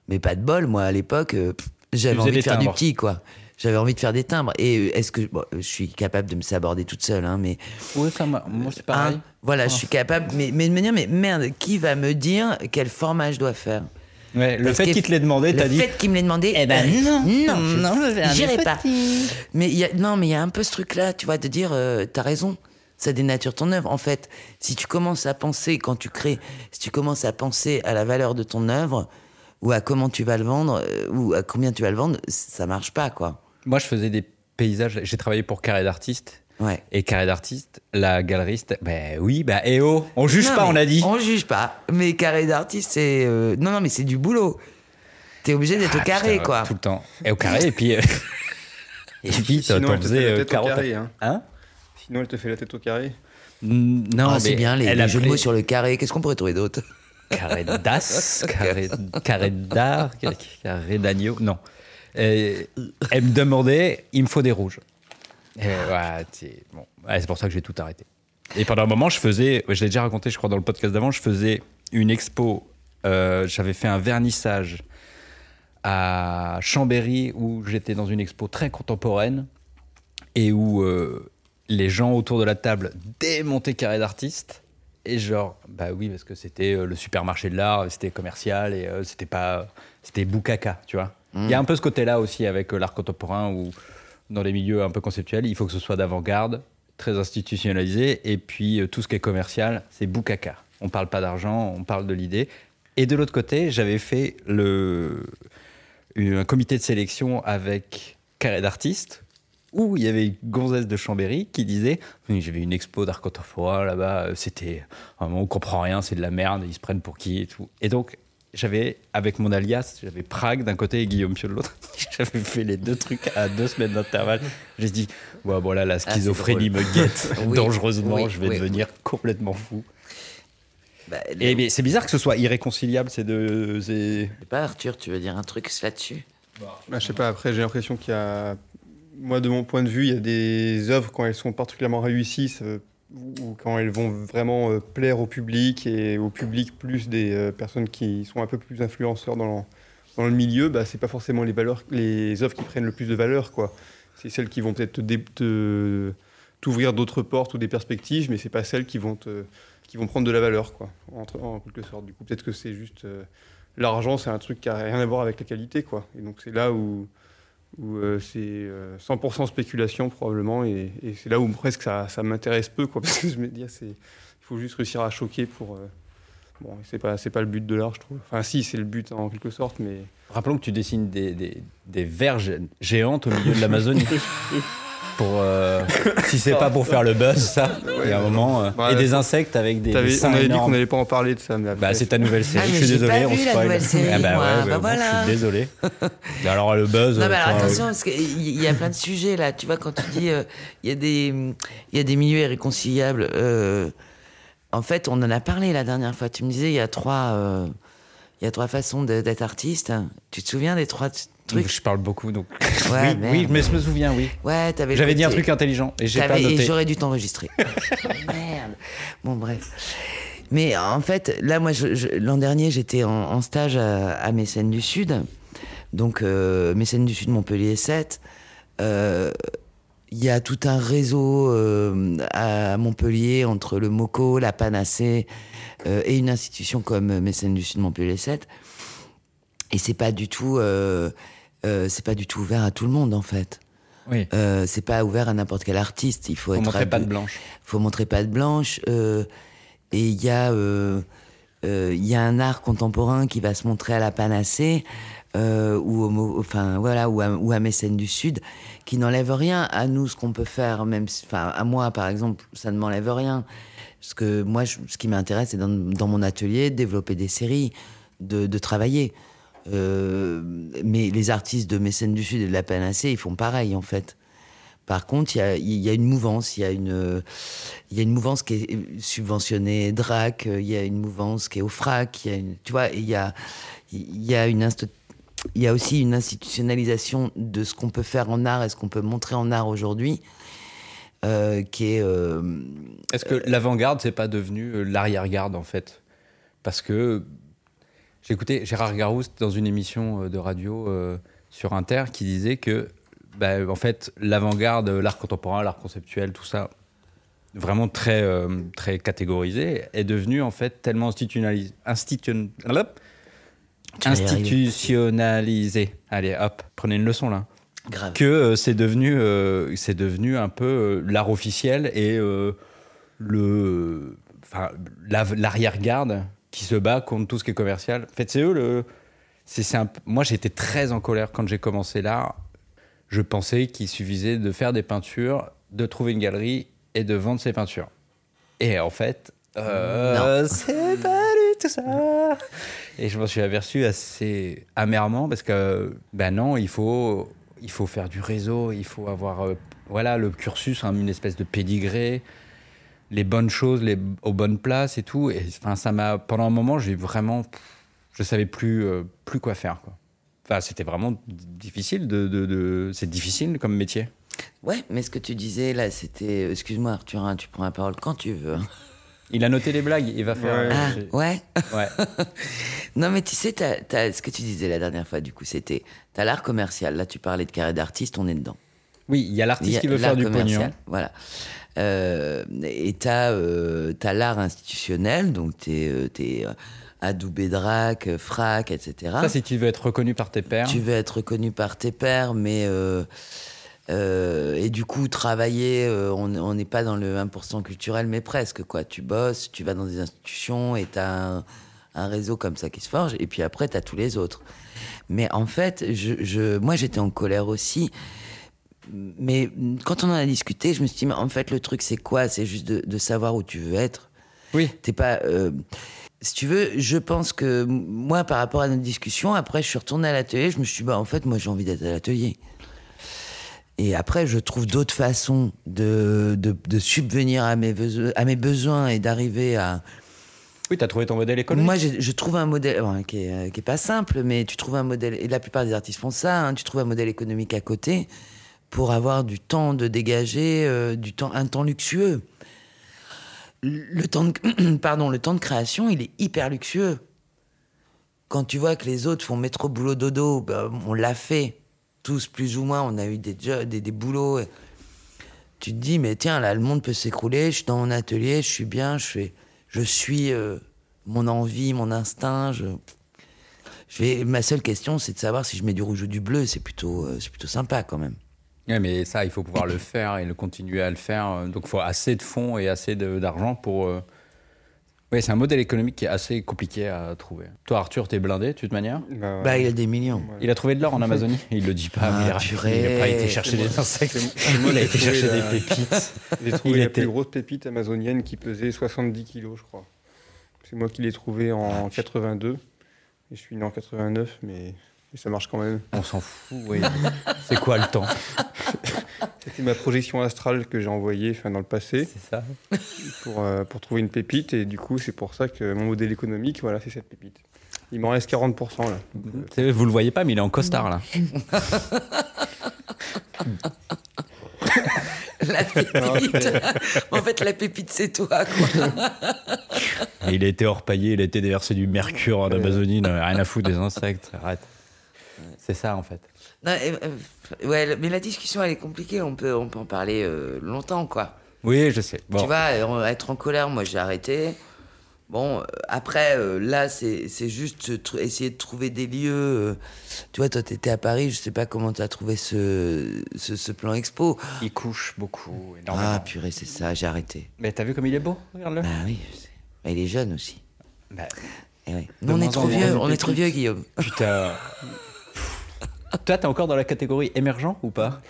[SPEAKER 5] Mais pas de bol, moi à l'époque euh, pff, j'avais
[SPEAKER 1] faisais
[SPEAKER 5] envie
[SPEAKER 1] des
[SPEAKER 5] de faire
[SPEAKER 1] timbres.
[SPEAKER 5] du petit quoi. J'avais envie de faire des timbres. Et euh, est-ce que bon, je suis capable de me saborder toute seule, hein, mais
[SPEAKER 1] Oui, ça, moi, c'est
[SPEAKER 5] Hein, voilà,
[SPEAKER 1] Oh.
[SPEAKER 5] je suis capable. Mais, mais de me dire, mais merde, qui va me dire quel format je dois faire
[SPEAKER 1] le
[SPEAKER 5] Parce
[SPEAKER 1] fait
[SPEAKER 5] qu'eff-
[SPEAKER 1] qu'il te l'ait demandé, t'as
[SPEAKER 5] Le
[SPEAKER 1] dit.
[SPEAKER 5] fait qu'il me l'ait demandé.
[SPEAKER 1] Eh ben
[SPEAKER 5] euh,
[SPEAKER 1] non,
[SPEAKER 5] non,
[SPEAKER 1] je-
[SPEAKER 5] non,
[SPEAKER 1] je vais faire
[SPEAKER 5] j'irai
[SPEAKER 1] des
[SPEAKER 5] pas. Mais il y a, non, mais il y a un peu ce truc-là, tu vois, de dire, euh, t'as raison, ça dénature ton œuvre. En fait, si tu commences à penser quand tu crées, si tu commences à penser à la valeur de ton œuvre ou à comment tu vas le vendre euh, ou à combien tu vas le vendre, ça marche pas, quoi.
[SPEAKER 1] Moi, je faisais des paysages. J'ai travaillé pour Carré d'artistes.
[SPEAKER 5] Ouais.
[SPEAKER 1] Et Carré d'artistes, la galeriste, ben oui, bah eh oh, on juge
[SPEAKER 5] Non,
[SPEAKER 1] pas,
[SPEAKER 5] mais
[SPEAKER 1] on a dit.
[SPEAKER 5] On juge pas. Mais carré d'artiste, c'est euh, non, non, mais c'est du boulot. T'es obligé d'être
[SPEAKER 1] Ah,
[SPEAKER 5] au carré,
[SPEAKER 1] putain,
[SPEAKER 5] quoi.
[SPEAKER 1] Tout le temps. Et au carré, et puis. euh, et *laughs* puis, t'en
[SPEAKER 6] Sinon, elle te fait
[SPEAKER 1] faisais
[SPEAKER 6] la
[SPEAKER 1] euh,
[SPEAKER 6] tête au
[SPEAKER 1] 40.
[SPEAKER 6] carré, hein.
[SPEAKER 1] Hein
[SPEAKER 6] Sinon, elle te fait la tête au carré.
[SPEAKER 1] Mm, Non,
[SPEAKER 5] Ah,
[SPEAKER 1] mais
[SPEAKER 5] c'est bien les,
[SPEAKER 1] elle
[SPEAKER 5] les jeux de
[SPEAKER 1] appelait
[SPEAKER 5] mots sur le carré. Qu'est-ce qu'on pourrait trouver d'autre
[SPEAKER 1] Carré d'as, carré, carré d'art, carré d'agneau. Non. Et elle me demandait, il me faut des rouges. Et ouais, t'es- bon. Ouais, c'est pour ça que j'ai tout arrêté. Et pendant un moment, je faisais, je l'ai déjà raconté, je crois, dans le podcast d'avant, je faisais une expo. euh, J'avais fait un vernissage à Chambéry où j'étais dans une expo très contemporaine et où euh, les gens autour de la table démontaient Carré d'artiste Et genre, bah oui, parce que c'était euh, le supermarché de l'art, c'était commercial et euh, c'était pas. C'était boukaka, tu vois. Il y a un peu ce côté-là aussi avec euh, l'art contemporain où, dans les milieux un peu conceptuels, il faut que ce soit d'avant-garde, très institutionnalisé. Et puis, euh, tout ce qui est commercial, c'est boukaka. On parle pas d'argent, on parle de l'idée. Et de l'autre côté, j'avais fait le, eu un comité de sélection avec carré d'artistes où il y avait Gonzès de Chambéry qui disait Oui, j'avais une expo d'art contemporain là-bas euh, c'était vraiment, on comprend rien c'est de la merde ils se prennent pour qui et tout et donc j'avais avec mon alias j'avais Prague d'un côté et Guillaume Pio de l'autre *laughs* j'avais fait les deux trucs à deux semaines d'intervalle j'ai dit ouais bon là la
[SPEAKER 5] Ah, c'est
[SPEAKER 1] schizophrénie
[SPEAKER 5] drôle.
[SPEAKER 1] me guette
[SPEAKER 5] *laughs* Oui,
[SPEAKER 1] dangereusement
[SPEAKER 5] oui,
[SPEAKER 1] je vais
[SPEAKER 5] oui.
[SPEAKER 1] devenir complètement fou
[SPEAKER 5] Bah,
[SPEAKER 1] et mais c'est bizarre que ce soit irréconciliable ces deux euh, ces-
[SPEAKER 5] je sais pas, Arthur, tu veux dire un truc là-dessus
[SPEAKER 6] Bah, je sais pas, après, j'ai l'impression qu'il y a. Moi, de mon point de vue, il y a des œuvres, quand elles sont particulièrement réussies, ça- ou quand elles vont vraiment euh, plaire au public, et au public plus des euh, personnes qui sont un peu plus influenceurs dans le, dans le milieu, bah, c'est pas forcément les, valeurs, les œuvres qui prennent le plus de valeur, quoi. C'est celles qui vont peut-être te dé- te- t'ouvrir d'autres portes ou des perspectives, mais c'est pas celles qui vont, te- qui vont prendre de la valeur, quoi, entre- en quelque sorte. Du coup, peut-être que c'est juste. euh, l'argent, c'est un truc qui n'a rien à voir avec la qualité, quoi. Et donc, c'est là où, où, euh, c'est euh, 100% spéculation, probablement, et, et c'est là où presque ça, ça m'intéresse peu, quoi, *laughs* parce que je me dis, ah, c'est- il faut juste réussir à choquer pour... euh, Bon, c'est pas, c'est pas le but de l'art, je trouve. Enfin, si, c'est le but, hein, en quelque sorte, mais...
[SPEAKER 1] Rappelons que tu dessines des, des, des verges géantes au milieu de
[SPEAKER 6] *laughs*
[SPEAKER 1] l'Amazonie. pour, euh, si c'est pas pour faire le buzz, ça, il y a un moment. euh,
[SPEAKER 6] Ouais, Bah,
[SPEAKER 1] et des
[SPEAKER 6] ouais.
[SPEAKER 1] insectes avec des, des
[SPEAKER 6] T'avais-
[SPEAKER 1] seins
[SPEAKER 6] on avait dit qu'on
[SPEAKER 1] énormes.
[SPEAKER 6] n'allait pas en parler de ça, mais après,
[SPEAKER 1] Bah, c'est ta nouvelle série,
[SPEAKER 5] Ah, mais
[SPEAKER 1] je suis
[SPEAKER 5] j'ai
[SPEAKER 1] désolé,
[SPEAKER 5] pas
[SPEAKER 1] on
[SPEAKER 5] vu la
[SPEAKER 1] spoil.
[SPEAKER 5] nouvelle série,
[SPEAKER 1] ah bah
[SPEAKER 5] moi.
[SPEAKER 1] ouais,
[SPEAKER 5] Bah
[SPEAKER 1] bah bon,
[SPEAKER 5] voilà.
[SPEAKER 1] je suis désolé. Mais Alors le buzz.
[SPEAKER 5] Non, mais alors
[SPEAKER 1] enfin,
[SPEAKER 5] attention, parce qu'il y y a plein de sujets là. Tu vois, quand tu dis euh, il y, a des- il y a des milieux irréconciliables, euh, en fait, on en a parlé la dernière fois. Tu me disais, il y a trois, euh, il y a trois façons de- d'être artiste. Tu te souviens des trois t- trucs
[SPEAKER 1] Je parle beaucoup donc.
[SPEAKER 5] Ouais,
[SPEAKER 1] oui,
[SPEAKER 5] merde.
[SPEAKER 1] oui, mais je me souviens, oui.
[SPEAKER 5] Ouais, t'avais. le
[SPEAKER 1] J'avais dit un
[SPEAKER 5] côté-
[SPEAKER 1] truc intelligent et j'ai pas
[SPEAKER 5] T'avais- et
[SPEAKER 1] noté.
[SPEAKER 5] J'aurais
[SPEAKER 1] *laughs*
[SPEAKER 5] dû t'enregistrer. Merde. Bon, bref. Mais en fait, là, moi, je- je- l'an dernier, j'étais en, en stage à, à Mécènes du Sud. Donc, euh, Mécènes du Sud, Montpellier 7. Euh, Il y a tout un réseau euh, à Montpellier entre le MOCO, la Panacée euh, et une institution comme Mécènes du Sud, Montpellier 7. Et c'est pas du tout. euh, euh, c'est pas du tout ouvert à tout le monde en fait.
[SPEAKER 1] Oui.
[SPEAKER 5] Euh, c'est pas ouvert à n'importe quel artiste. Il faut
[SPEAKER 1] On
[SPEAKER 5] être
[SPEAKER 1] montrait pas de
[SPEAKER 5] habi-
[SPEAKER 1] blanche.
[SPEAKER 5] faut montrer patte blanche. euh, et il y a euh, euh, il y a un art contemporain qui va se montrer à la Panacée euh, ou au Mo- enfin voilà ou à, ou à Mécène du Sud qui n'enlève rien à nous ce qu'on peut faire même si- enfin à moi par exemple ça ne m'enlève rien ce que moi je- ce qui m'intéresse c'est dans, dans mon atelier de développer des séries de, de travailler Euh, mais les artistes de Mécène du Sud et de la Panacée ils font pareil en fait par contre, il y a, il y a une mouvance, il y a une, il y a une mouvance qui est subventionnée DRAC, euh, il y a une mouvance qui est au FRAC, il y a une, tu vois, et il y a, il y a une insto- il y a aussi une institutionnalisation de ce qu'on peut faire en art et ce qu'on peut montrer en art aujourd'hui, euh, qui est euh,
[SPEAKER 1] Est-ce que l'avant-garde, c'est pas devenu euh, l'arrière-garde, en fait Parce que j'ai écouté Gérard Garouste dans une émission euh, de radio euh, sur Inter qui disait que, bah, en fait, l'avant-garde, euh, l'art contemporain, l'art conceptuel, tout ça, vraiment très, euh, très catégorisé, est devenu, en fait, tellement institutionnalisé.
[SPEAKER 5] Tu vas y arriver.
[SPEAKER 1] institutionnalisé. Allez, hop, prenez une leçon là
[SPEAKER 5] grave.
[SPEAKER 1] que euh, c'est devenu, euh, c'est devenu un peu euh, l'art officiel et euh, le, enfin, l'av- l'arrière-garde qui se bat contre tout ce qui est commercial. En fait, c'est eux le. c'est- c'est un p- moi, j'étais très en colère quand j'ai commencé l'art. Je pensais qu'il suffisait de faire des peintures, de trouver une galerie et de vendre ses peintures. Et en fait, euh, c'est pas du tout ça. Et je m'en suis aperçu assez amèrement parce que, ben non, il faut, il faut faire du réseau, il faut avoir, euh, voilà, le cursus, hein, une espèce de pédigré, les bonnes choses, les aux bonnes places et tout. Et enfin, ça m'a, pendant un moment, j'ai vraiment, pff, je savais plus, euh, plus quoi faire. Quoi. Enfin, c'était vraiment d- difficile de, de- de- c'est difficile comme métier.
[SPEAKER 5] Ouais, mais ce que tu disais là, c'était, excuse-moi Arthur, hein, tu prends la parole quand tu veux. hein.
[SPEAKER 1] Il a noté les blagues, il va faire.
[SPEAKER 6] Ouais.
[SPEAKER 5] Ah, ouais.
[SPEAKER 1] Euh, ouais.
[SPEAKER 5] *laughs* Non, mais tu sais, t'as- t'as- ce que tu disais la dernière fois, du coup, c'était, t'as l'art commercial. Là, tu parlais de carré d'artiste, on est dedans.
[SPEAKER 1] Oui, il y a
[SPEAKER 5] Il y
[SPEAKER 1] l'artiste
[SPEAKER 5] a
[SPEAKER 1] qui veut
[SPEAKER 5] l'art
[SPEAKER 1] faire du
[SPEAKER 5] commercial,
[SPEAKER 1] pognon.
[SPEAKER 5] Voilà. Euh, et t'as euh, t'as l'art institutionnel, donc t'es euh, t'es, euh, adoubé drac, euh, frac, etc.
[SPEAKER 1] Ça, si tu veux être reconnu par tes pairs.
[SPEAKER 5] tu veux être reconnu par tes pairs, mais euh, euh, et du coup travailler, euh, on on n'est pas dans le 1% culturel, mais presque quoi. Tu bosses, tu vas dans des institutions et t'as un, un réseau comme ça qui se forge. Et puis après t'as tous les autres. Mais en fait, je, je- moi j'étais en colère aussi. Mais quand on en a discuté, je me suis dit, mais en fait, le truc, c'est quoi C'est juste de, de savoir où tu veux être.
[SPEAKER 1] Oui.
[SPEAKER 5] T'es pas. euh, si tu veux, je pense que moi, par rapport à notre discussion, après, je suis retourné à l'atelier, je me suis dit, bah, en fait, moi, j'ai envie d'être à l'atelier. Et après, je trouve d'autres façons de, de, de subvenir à mes, beso- à mes besoins et d'arriver à.
[SPEAKER 1] Oui, t'as trouvé ton modèle économique.
[SPEAKER 5] Moi, je, je trouve un modèle bon, qui, est, euh, qui est pas simple, mais tu trouves un modèle, et la plupart des artistes font ça, hein, tu trouves un modèle économique à côté pour avoir du temps de dégager, euh, du temps, un temps luxueux. Le le temps de, *coughs* pardon, le temps de création, il est hyper luxueux. Quand tu vois que les autres font métro boulot dodo, ben, on l'a fait tous plus ou moins, on a eu des jobs, des, des boulots. Tu te dis mais tiens là le monde peut s'écrouler, je suis dans mon atelier, je suis bien, je fais, je suis euh, mon envie, mon instinct. Je, je vais, ma seule question c'est de savoir si je mets du rouge ou du bleu, c'est plutôt, euh, c'est plutôt sympa quand même.
[SPEAKER 1] Ouais, mais ça, il faut pouvoir le faire et le continuer à le faire. Donc, il faut assez de fonds et assez de- d'argent pour. euh, Oui, c'est un modèle économique qui est assez compliqué à trouver. Toi, Arthur, t'es blindé, de toute manière
[SPEAKER 6] Bah, ouais.
[SPEAKER 5] Bah il y a des millions.
[SPEAKER 1] Il a trouvé de *laughs* l'or en Amazonie. Il le dit pas,
[SPEAKER 5] Ah,
[SPEAKER 1] mais il a-
[SPEAKER 5] purée.
[SPEAKER 1] il a pas été chercher des insectes. Ah, Il a été
[SPEAKER 6] trouvé
[SPEAKER 1] chercher
[SPEAKER 6] la-
[SPEAKER 1] des
[SPEAKER 6] *laughs*
[SPEAKER 1] pépites.
[SPEAKER 6] J'ai trouvé
[SPEAKER 1] Il
[SPEAKER 6] la
[SPEAKER 1] était-
[SPEAKER 6] plus grosse pépite amazonienne qui pesait 70 kilos, je crois. C'est moi qui l'ai trouvée
[SPEAKER 1] Ah,
[SPEAKER 6] en 82. Et je suis né en 89, mais, mais ça marche quand même.
[SPEAKER 1] On s'en fout. oui. *laughs* C'est quoi le temps
[SPEAKER 6] C'était ma projection astrale que j'ai envoyée enfin, dans le passé
[SPEAKER 1] C'est ça.
[SPEAKER 6] pour, euh, pour trouver une pépite. Et du coup, c'est pour ça que mon modèle économique, voilà, c'est cette pépite. Il m'en reste 40% là. Donc, euh,
[SPEAKER 1] C'est- Vous le voyez pas, mais il est en costard là.
[SPEAKER 5] *laughs* La pépite. *laughs* en fait la pépite c'est toi. Quoi.
[SPEAKER 1] Et il a été orpaillé, il a été déversé du mercure en Amazonie. il en a Rien à foutre des insectes. Arrête. C'est ça en fait.
[SPEAKER 5] Non, et, euh, ouais le- mais la discussion elle est compliquée, on peut, on peut en parler euh, longtemps quoi.
[SPEAKER 1] Oui, je sais.
[SPEAKER 5] Tu
[SPEAKER 1] Bon.
[SPEAKER 5] vois, euh, être en colère, moi j'ai arrêté. Bon, euh, après, euh, là, c'est c'est juste euh, tr- essayer de trouver des lieux. euh, tu vois, toi, t'étais à Paris, je sais pas comment t'as trouvé ce, ce, ce plan expo.
[SPEAKER 1] Il couche beaucoup, énormément.
[SPEAKER 5] Ah, purée, c'est ça, j'ai arrêté.
[SPEAKER 1] Mais t'as vu comme il est beau Regarde-le.
[SPEAKER 5] Bah oui, je sais. Mais il est jeune aussi.
[SPEAKER 1] Hein Bah,
[SPEAKER 5] Eh ouais.
[SPEAKER 1] De
[SPEAKER 5] Nous, on
[SPEAKER 1] moins
[SPEAKER 5] est
[SPEAKER 1] en
[SPEAKER 5] trop
[SPEAKER 1] moins,
[SPEAKER 5] vieux,
[SPEAKER 1] une
[SPEAKER 5] on est trop
[SPEAKER 1] pépite.
[SPEAKER 5] vieux, Guillaume.
[SPEAKER 1] Ah, putain. Toi, t'es encore dans la catégorie émergent ou pas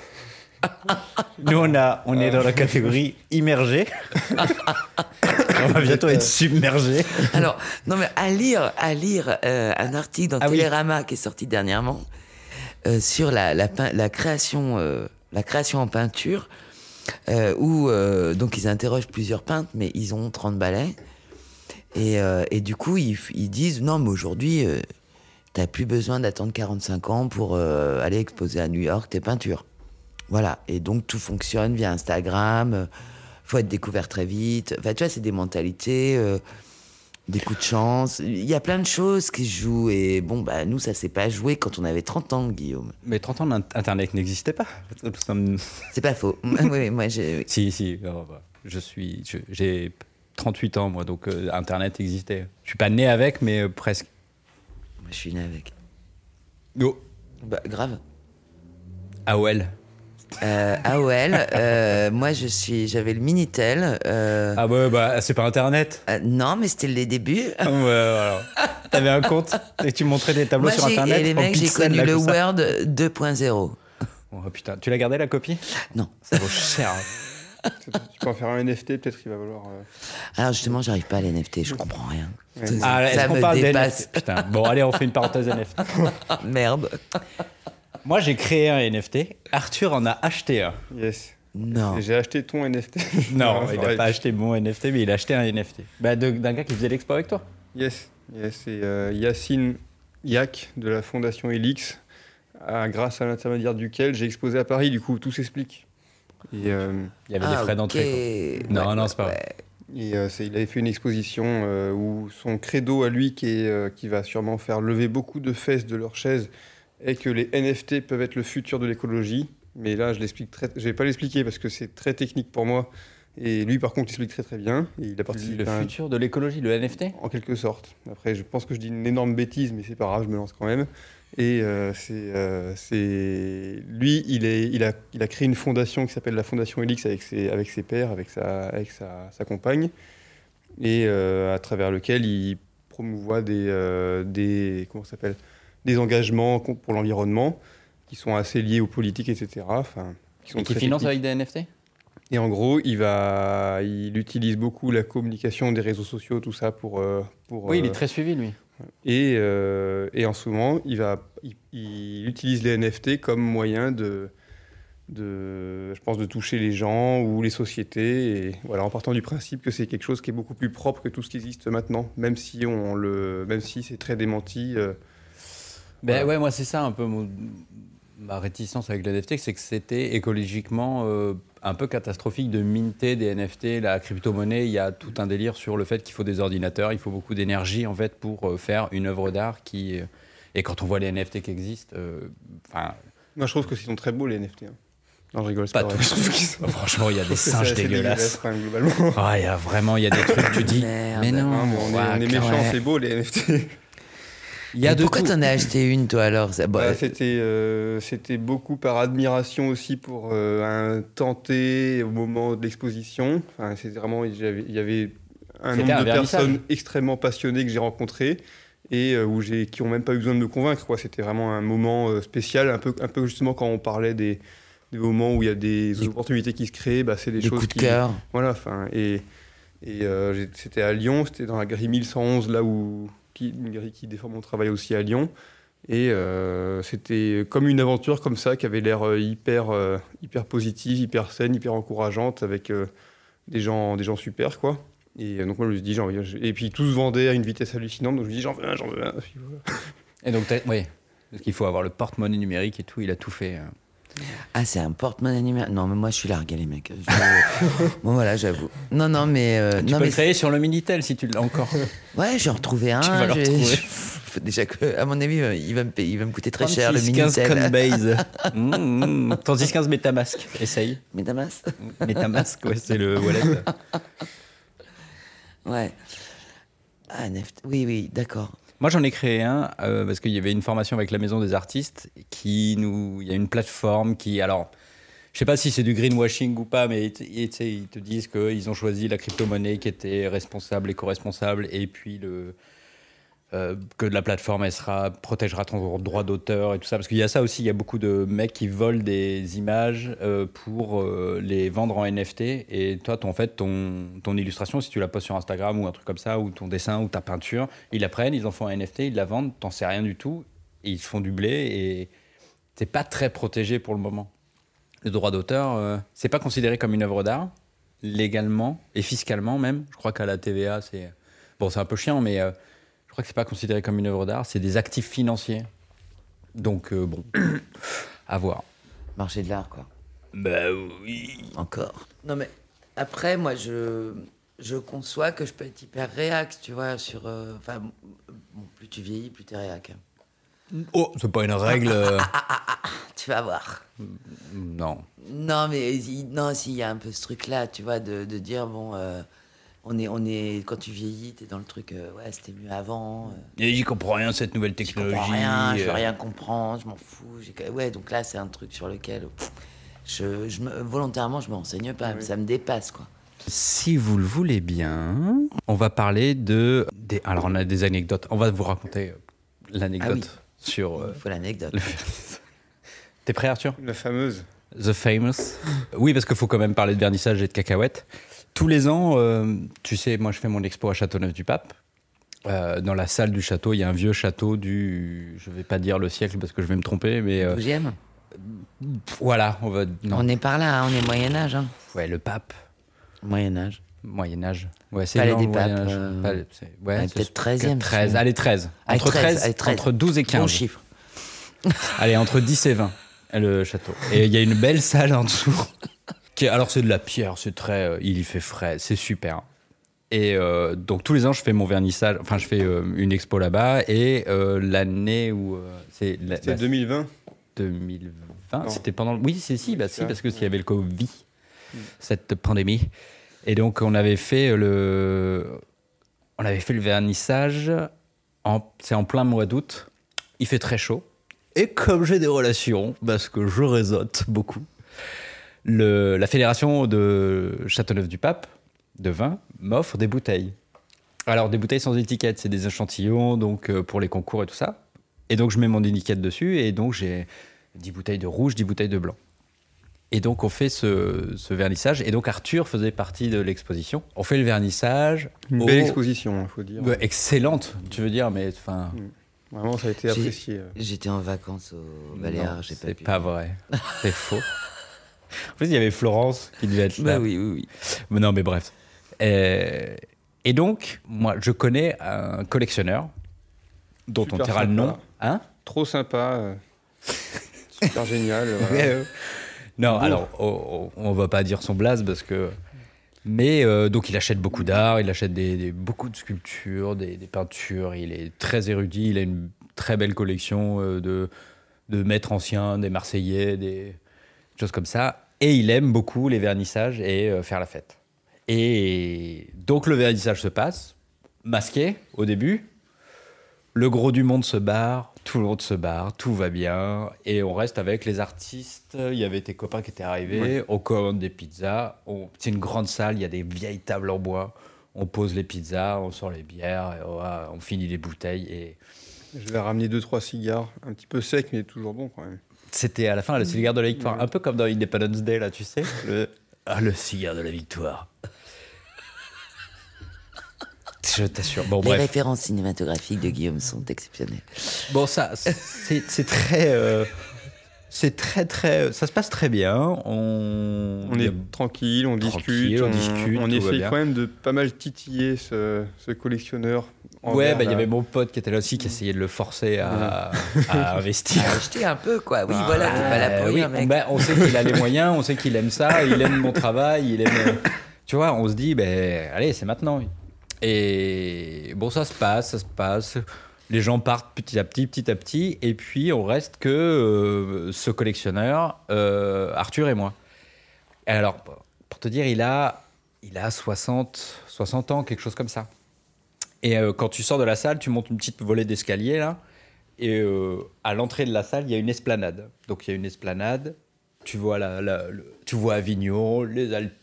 [SPEAKER 1] *laughs* Nous, on, a, on est dans la catégorie *laughs* immergé. on va bientôt être submergé.
[SPEAKER 5] *laughs* Alors, non, mais à lire, à lire euh, un article dans
[SPEAKER 1] Ah oui.
[SPEAKER 5] Télérama qui est sorti dernièrement euh, sur la, la, pein- la création, euh, la création en peinture, euh, où euh, donc ils interrogent plusieurs peintres, mais ils ont 30 balais. Et, euh, et du coup, ils, f- ils disent non, mais aujourd'hui, euh, t'as plus besoin d'attendre 45 ans pour euh, aller exposer à New York tes peintures. Voilà. Et donc, tout fonctionne via Instagram. euh, Faut être découvert très vite. Enfin, tu vois, c'est des mentalités. euh, des coups de chance. Il y a plein de choses qui se jouent. Et bon, bah, nous, ça s'est pas joué quand on avait 30 ans, Guillaume.
[SPEAKER 1] Mais 30 ans, l'in- Internet n'existait pas. Nous sommes-
[SPEAKER 5] C'est pas faux. oui, oui, moi, j'ai. oui.
[SPEAKER 1] Si, si. oh, bah, je suis. je- J'ai 38 ans, moi, donc euh, Internet existait. Je suis pas né avec, mais euh, presque.
[SPEAKER 5] Moi, Je suis né avec.
[SPEAKER 1] Yo.
[SPEAKER 5] Bah, grave.
[SPEAKER 1] AOL.
[SPEAKER 5] Euh, AOL, euh, moi, je suis. J'avais le Minitel. euh,
[SPEAKER 1] Ah ouais, bah, c'est pas Internet.
[SPEAKER 5] euh, non, mais c'était les débuts.
[SPEAKER 1] Ah ouais, voilà. T'avais un compte et tu montrais des tableaux
[SPEAKER 5] Moi,
[SPEAKER 1] sur
[SPEAKER 5] j'ai-
[SPEAKER 1] Internet.
[SPEAKER 5] et les
[SPEAKER 1] en
[SPEAKER 5] mecs, j'ai
[SPEAKER 1] pixels,
[SPEAKER 5] connu
[SPEAKER 1] là,
[SPEAKER 5] le
[SPEAKER 1] comme ça.
[SPEAKER 5] Word 2.0.
[SPEAKER 1] Oh putain, tu l'as gardé la copie
[SPEAKER 5] Non.
[SPEAKER 1] Ça vaut cher.
[SPEAKER 6] tu peux en faire un NFT, peut-être qu'il va valoir. euh,
[SPEAKER 5] Alors, justement, j'arrive pas à l'NFT, je comprends rien.
[SPEAKER 1] Ah, est-ce
[SPEAKER 5] ça
[SPEAKER 1] qu'on
[SPEAKER 5] me
[SPEAKER 1] parle
[SPEAKER 5] dépasse.
[SPEAKER 1] d'NFT
[SPEAKER 5] Ah,
[SPEAKER 1] Putain, bon, allez, on fait une parenthèse NFT.
[SPEAKER 5] Merde.
[SPEAKER 1] Moi, j'ai créé un NFT. Arthur en a acheté un.
[SPEAKER 6] Yes.
[SPEAKER 5] Non.
[SPEAKER 6] Et J'ai acheté ton NFT. *laughs*
[SPEAKER 1] Non,
[SPEAKER 6] c'est
[SPEAKER 1] il n'a
[SPEAKER 6] vrai.
[SPEAKER 1] pas acheté mon NFT, mais il a acheté un NFT. Bah, de- d'un gars qui faisait l'expo avec toi.
[SPEAKER 6] Yes, yes. c'est euh, Yacine Yak de la Fondation Elix, à- grâce à l'intermédiaire duquel j'ai exposé à Paris, du coup, tout s'explique. Et, euh,
[SPEAKER 1] Il y avait
[SPEAKER 5] Ah,
[SPEAKER 1] des frais d'entrée. quoi. Non, non, c'est pas vrai.
[SPEAKER 6] et, euh, c'est- il avait fait une exposition euh, où son credo à lui, qui, est, euh, qui va sûrement faire lever beaucoup de fesses de leur chaise, est que les NFT peuvent être le futur de l'écologie. Mais là, je l'explique très. Je vais pas l'expliquer parce que c'est très technique pour moi. Et lui, par contre, il explique très très bien. Et il a participé
[SPEAKER 1] Le
[SPEAKER 6] à un-
[SPEAKER 1] futur de l'écologie, le NFT
[SPEAKER 6] en quelque sorte. Après, je pense que je dis une énorme bêtise, mais c'est pas grave, je me lance quand même. Et euh, c'est, euh, c'est- lui, il, est, il, a, il a créé une fondation qui s'appelle la Fondation Elix avec ses, avec ses pairs, avec sa, avec sa, sa compagne, et euh, à travers lequel il promouvoit des, euh, des, comment ça s'appelle des engagements con- pour l'environnement qui sont assez liés aux politiques, etc. Enfin, qui sont
[SPEAKER 1] Et qui
[SPEAKER 6] très
[SPEAKER 1] finance
[SPEAKER 6] techniques.
[SPEAKER 1] avec des NFT
[SPEAKER 6] Et en gros, il, va, il utilise beaucoup la communication des réseaux sociaux, tout ça, pour... euh, pour
[SPEAKER 1] Oui, il est
[SPEAKER 6] euh,
[SPEAKER 1] très suivi, lui.
[SPEAKER 6] et, euh, et en ce moment, il, va, il, il utilise les NFT comme moyen de, de, je pense, de toucher les gens ou les sociétés. Et voilà, en partant du principe que c'est quelque chose qui est beaucoup plus propre que tout ce qui existe maintenant, même si on le, même si c'est très démenti. euh,
[SPEAKER 1] Ben
[SPEAKER 6] Voilà.
[SPEAKER 1] ouais, moi c'est ça un peu mon- ma réticence avec les NFT, c'est que c'était écologiquement euh, un peu catastrophique de minter des NFT, la crypto-monnaie. Il y a tout un délire sur le fait qu'il faut des ordinateurs, il faut beaucoup d'énergie en fait pour euh, faire une œuvre d'art qui. euh, et quand on voit les NFT qui existent, euh, enfin,
[SPEAKER 6] Moi, je trouve que ils sont très beaux les NFT. hein. Non, je rigole. c'est
[SPEAKER 1] pas
[SPEAKER 6] vrai.
[SPEAKER 1] tous.
[SPEAKER 6] Je trouve qu'ils sont-
[SPEAKER 1] franchement, il y a des
[SPEAKER 6] je trouve que *laughs* c'est
[SPEAKER 1] singes
[SPEAKER 6] assez
[SPEAKER 1] dégueulasses.
[SPEAKER 6] quand même, globalement.
[SPEAKER 1] Ah, il y a vraiment, il y a des trucs, tu dis.
[SPEAKER 5] Merde.
[SPEAKER 1] Mais non,
[SPEAKER 6] Hein, mais on est,
[SPEAKER 1] ouah,
[SPEAKER 6] on est
[SPEAKER 1] clairement.
[SPEAKER 6] méchants, c'est beau les NFT.
[SPEAKER 1] Il y a
[SPEAKER 5] Mais
[SPEAKER 1] de
[SPEAKER 5] Pourquoi
[SPEAKER 1] tout.
[SPEAKER 5] t'en as acheté une, toi, alors Ça- bon,
[SPEAKER 6] Bah, c'était euh, c'était beaucoup par admiration aussi pour euh, un tenté au moment de l'exposition. Enfin, c'était vraiment j'avais- il y avait un
[SPEAKER 1] C'était
[SPEAKER 6] nombre
[SPEAKER 1] un
[SPEAKER 6] de
[SPEAKER 1] vernissage.
[SPEAKER 6] personnes extrêmement passionnées que j'ai rencontrées et euh, où j'ai qui ont même pas eu besoin de me convaincre quoi. C'était vraiment un moment euh, spécial, un peu un peu justement quand on parlait des des moments où il y a des,
[SPEAKER 5] Des-
[SPEAKER 6] opportunités qui se créent, bah, c'est des,
[SPEAKER 5] des
[SPEAKER 6] choses
[SPEAKER 5] coups de
[SPEAKER 6] qui,
[SPEAKER 5] cœur.
[SPEAKER 6] voilà, enfin, et, et euh, j'ai- c'était à Lyon, c'était dans la grille 1111, là où qui, une grille qui défend mon travail aussi à Lyon. Et euh, c'était comme une aventure comme ça, qui avait l'air euh, hyper, euh, hyper positive, hyper saine, hyper encourageante, avec euh, des, gens, des gens super, quoi. Et euh, donc moi je me suis dit, j'en veux- et puis tous vendaient à une vitesse hallucinante, donc je me dis, j'en veux un, j'en veux un. Puis voilà.
[SPEAKER 1] Et donc, t'as- oui, parce qu'il faut avoir le porte-monnaie numérique et tout. Il a tout fait. euh.
[SPEAKER 5] Ah, c'est un porte-monnaie numérique. Non, mais moi, je suis largué, les mecs.
[SPEAKER 6] *laughs*
[SPEAKER 5] Je- bon, voilà, j'avoue. Non, non, mais. euh,
[SPEAKER 1] Tu peux
[SPEAKER 5] non, mais
[SPEAKER 1] le créer sur le minitel si tu l'as encore.
[SPEAKER 5] Ouais, j'en retrouvais un.
[SPEAKER 1] Tu vas le
[SPEAKER 5] j'ai-
[SPEAKER 1] retrouver.
[SPEAKER 5] *laughs* Faut Déjà que, à mon avis, euh, il va me, payer- il va me coûter très cher, le
[SPEAKER 1] 36, 15
[SPEAKER 5] Minitel. *laughs* Mm,
[SPEAKER 1] Coinbase. Mmh, mmh. 3615 Metamask, essaye.
[SPEAKER 5] Mais Damas
[SPEAKER 1] Metamask, ouais, c'est le wallet.
[SPEAKER 5] Ouais. Ah, NFT. Oui, oui, d'accord.
[SPEAKER 1] Moi, j'en ai créé un euh, parce qu'il y avait une formation avec la Maison des Artistes qui nous. Il y a une plateforme qui. Alors, je sais pas si c'est du greenwashing ou pas, mais ils te- ils, tu sais, ils te disent qu'ils ont choisi la crypto-monnaie qui était responsable, éco-responsable, et puis le. euh, que la plateforme elle sera, protégera ton droit d'auteur et tout ça. Parce qu'il y a ça aussi, il y a beaucoup de mecs qui volent des images euh, pour euh, les vendre en NFT. Et toi, ton, en fait, ton, ton illustration, si tu la postes sur Instagram ou un truc comme ça, ou ton dessin ou ta peinture, ils la prennent, ils en font un NFT, ils la vendent, t'en sais rien du tout, et ils se font du blé et t'es pas très protégé pour le moment. Le droit d'auteur, euh, c'est pas considéré comme une œuvre d'art, légalement et fiscalement même. Je crois qu'à la TVA, c'est. Bon, c'est un peu chiant, mais. euh, je crois que c'est pas considéré comme une œuvre d'art, c'est des actifs financiers. Donc euh, bon, à voir.
[SPEAKER 5] Marché de l'art, quoi.
[SPEAKER 1] Bah oui.
[SPEAKER 5] Encore. Non, mais après, moi, je, je conçois que je peux être hyper réac, tu vois, sur. euh, Enfin, bon, plus tu vieillis, plus t'es réac. hein.
[SPEAKER 1] Oh, c'est pas une règle. euh,
[SPEAKER 5] Tu vas voir.
[SPEAKER 1] *laughs* non.
[SPEAKER 5] Non, mais il- non, s'il y a un peu ce truc-là, tu vois, de, de dire, bon, euh, on est, on est, quand tu vieillis, t'es dans le truc, euh, ouais, c'était mieux avant, euh,
[SPEAKER 1] Et j'y comprends rien cette nouvelle euh.
[SPEAKER 5] je comprends rien, je veux rien comprendre, je m'en fous. j'ai que- Ouais, donc là, c'est un truc sur lequel pff, je, je me- volontairement, je me renseigne pas, ça me dépasse, quoi.
[SPEAKER 1] Si vous le voulez bien, on va parler de. Des, alors on a des anecdotes. On va vous raconter euh, l'anecdote
[SPEAKER 5] Ah oui.
[SPEAKER 1] sur. euh,
[SPEAKER 5] Il faut l'anecdote.
[SPEAKER 1] le- T'es prêt Arthur
[SPEAKER 6] La fameuse.
[SPEAKER 1] The Famous. Oui, parce qu'il faut quand même parler de vernissage et de cacahuètes. Tous les ans, euh, tu sais, moi je fais mon expo à Châteauneuf-du-Pape. Euh, dans la salle du château, il y a un vieux château du. Je vais pas dire le siècle parce que je vais me tromper, mais euh,
[SPEAKER 5] Douzième
[SPEAKER 1] voilà, on va. Non,
[SPEAKER 5] On est par là, hein, on est Moyen-Âge.
[SPEAKER 1] ouais, le pape,
[SPEAKER 5] Moyen-Âge.
[SPEAKER 1] Moyen-Âge. Ouais, c'est
[SPEAKER 5] Palais
[SPEAKER 1] dans
[SPEAKER 5] des
[SPEAKER 1] le
[SPEAKER 5] papes,
[SPEAKER 1] Moyen-Âge.
[SPEAKER 5] euh,
[SPEAKER 1] Palais- c'est- ouais,
[SPEAKER 5] ouais,
[SPEAKER 1] c'est
[SPEAKER 5] peut-être
[SPEAKER 1] sur-
[SPEAKER 5] 13e,
[SPEAKER 1] 13,
[SPEAKER 5] c'est-
[SPEAKER 1] allez, 13.
[SPEAKER 5] Ah,
[SPEAKER 1] Entre 13, entre 12 et 15.
[SPEAKER 5] Bon chiffre.
[SPEAKER 1] Allez, entre 10 et 20, le château. Et il y a une belle salle en dessous. qui est- alors, c'est de la pierre, c'est très. euh, il y fait frais, c'est super. Et euh, donc, tous les ans, je fais mon vernissage. Enfin, je fais euh, une expo là-bas. Et euh, l'année où. euh, c'est la-
[SPEAKER 6] C'était
[SPEAKER 1] la-
[SPEAKER 6] 2020.
[SPEAKER 1] 2020.
[SPEAKER 6] Non.
[SPEAKER 1] C'était pendant. le- Oui, c'est si,
[SPEAKER 6] Oui,
[SPEAKER 1] bah,
[SPEAKER 6] c'est
[SPEAKER 1] si,
[SPEAKER 6] ça.
[SPEAKER 1] parce que s'il y
[SPEAKER 6] Ouais. Mm.
[SPEAKER 1] avait le Covid, cette pandémie. Et donc, on avait fait euh, le, on avait fait le vernissage. en- C'est en plein mois d'août. Il fait très chaud. Et comme j'ai des relations, parce que je réseaute beaucoup, le- la fédération de Châteauneuf-du-Pape de vin m'offre des bouteilles. Alors, des bouteilles sans étiquette, c'est des échantillons, donc euh, pour les concours et tout ça. Et donc, je mets mon étiquette dessus, et donc j'ai 10 bouteilles de rouge, 10 bouteilles de blanc. Et donc, on fait ce, ce vernissage. Et donc, Arthur faisait partie de l'exposition. On fait le vernissage.
[SPEAKER 6] Une
[SPEAKER 1] au-
[SPEAKER 6] belle exposition, il faut dire.
[SPEAKER 1] Ouais, Bah, excellente, Hmm. tu veux dire, mais enfin.
[SPEAKER 6] Vraiment, ça a été
[SPEAKER 5] J'ai-
[SPEAKER 6] apprécié. euh.
[SPEAKER 5] J'étais en vacances au
[SPEAKER 1] Euh. non,
[SPEAKER 5] Baléares, j'ai pas
[SPEAKER 1] C'est
[SPEAKER 5] pu.
[SPEAKER 1] pas vrai. C'est faux. *laughs* En plus, il y avait Florence qui devait être là.
[SPEAKER 5] Bah oui, oui, oui.
[SPEAKER 1] Mais non, mais bref. Euh, et donc, moi, je connais un collectionneur dont on
[SPEAKER 6] Super
[SPEAKER 1] taira le
[SPEAKER 6] sympa.
[SPEAKER 1] nom. Hein
[SPEAKER 6] Trop sympa. euh, super *laughs* génial. euh, voilà.
[SPEAKER 1] Non, alors, oh, oh, on va pas dire son blaze parce que. Mais euh, donc, il achète beaucoup d'art, il achète des, des- beaucoup de sculptures, des, des peintures, il est très érudit, il a une très belle collection euh, de, de maîtres anciens, des Marseillais, des choses comme ça. Et il aime beaucoup les vernissages et euh, faire la fête. Et donc, le vernissage se passe, masqué au début. Le gros du monde se barre, tout le monde se barre, tout va bien, et on reste avec les artistes. Il y avait tes copains qui étaient arrivés, on commande des pizzas. on- C'est une grande salle, il y a des vieilles tables en bois. On pose les pizzas, on sort les bières, et on, va- on finit les bouteilles. Et
[SPEAKER 6] Je vais ramener deux trois cigares, un petit peu sec mais toujours bon quand même.
[SPEAKER 1] c'était à la fin le cigare de la victoire, un peu comme dans Independence Day, là, tu sais. Le... Mm. *laughs* Ah, le cigare de la victoire. Je t'assure. Bon,
[SPEAKER 5] Les
[SPEAKER 1] bref.
[SPEAKER 5] références cinématographiques de Guillaume sont exceptionnelles.
[SPEAKER 1] Bon, ça, c'est c'est très. euh, c'est très, très. Ça se passe très bien. On,
[SPEAKER 6] On est tranquille, on discute,
[SPEAKER 1] Tranquille, on discute,
[SPEAKER 6] on
[SPEAKER 1] tout va
[SPEAKER 6] essaye
[SPEAKER 1] bien.
[SPEAKER 6] quand même de pas mal titiller ce, ce collectionneur. euh,
[SPEAKER 1] Ouais,
[SPEAKER 6] envers
[SPEAKER 1] bah, il y
[SPEAKER 6] la-
[SPEAKER 5] euh.
[SPEAKER 1] avait mon pote qui était là aussi qui essayait de le forcer à, à investir.
[SPEAKER 5] Acheter un peu, quoi. *laughs* Oui, voilà, t'es pas là pour
[SPEAKER 1] Euh, oui,
[SPEAKER 5] rien, mec.
[SPEAKER 1] bah, on sait qu'il a les moyens, on sait qu'il aime ça, il aime mon travail, il aime. euh, Tu vois, on se dit, ben allez, c'est maintenant. Et bon, ça se passe, ça se passe. Les gens partent petit à petit, petit à petit, et puis on reste que euh, ce collectionneur, euh, Arthur et moi. Et alors, pour te dire, il a, il a 60, 60 ans, quelque chose comme ça. Et euh, quand tu sors de la salle, tu montes une petite volée d'escalier, là. Et euh, à l'entrée de la salle, il y a une esplanade. Donc il y a une esplanade. Tu vois, la, la- le- tu vois Avignon, les Alpilles,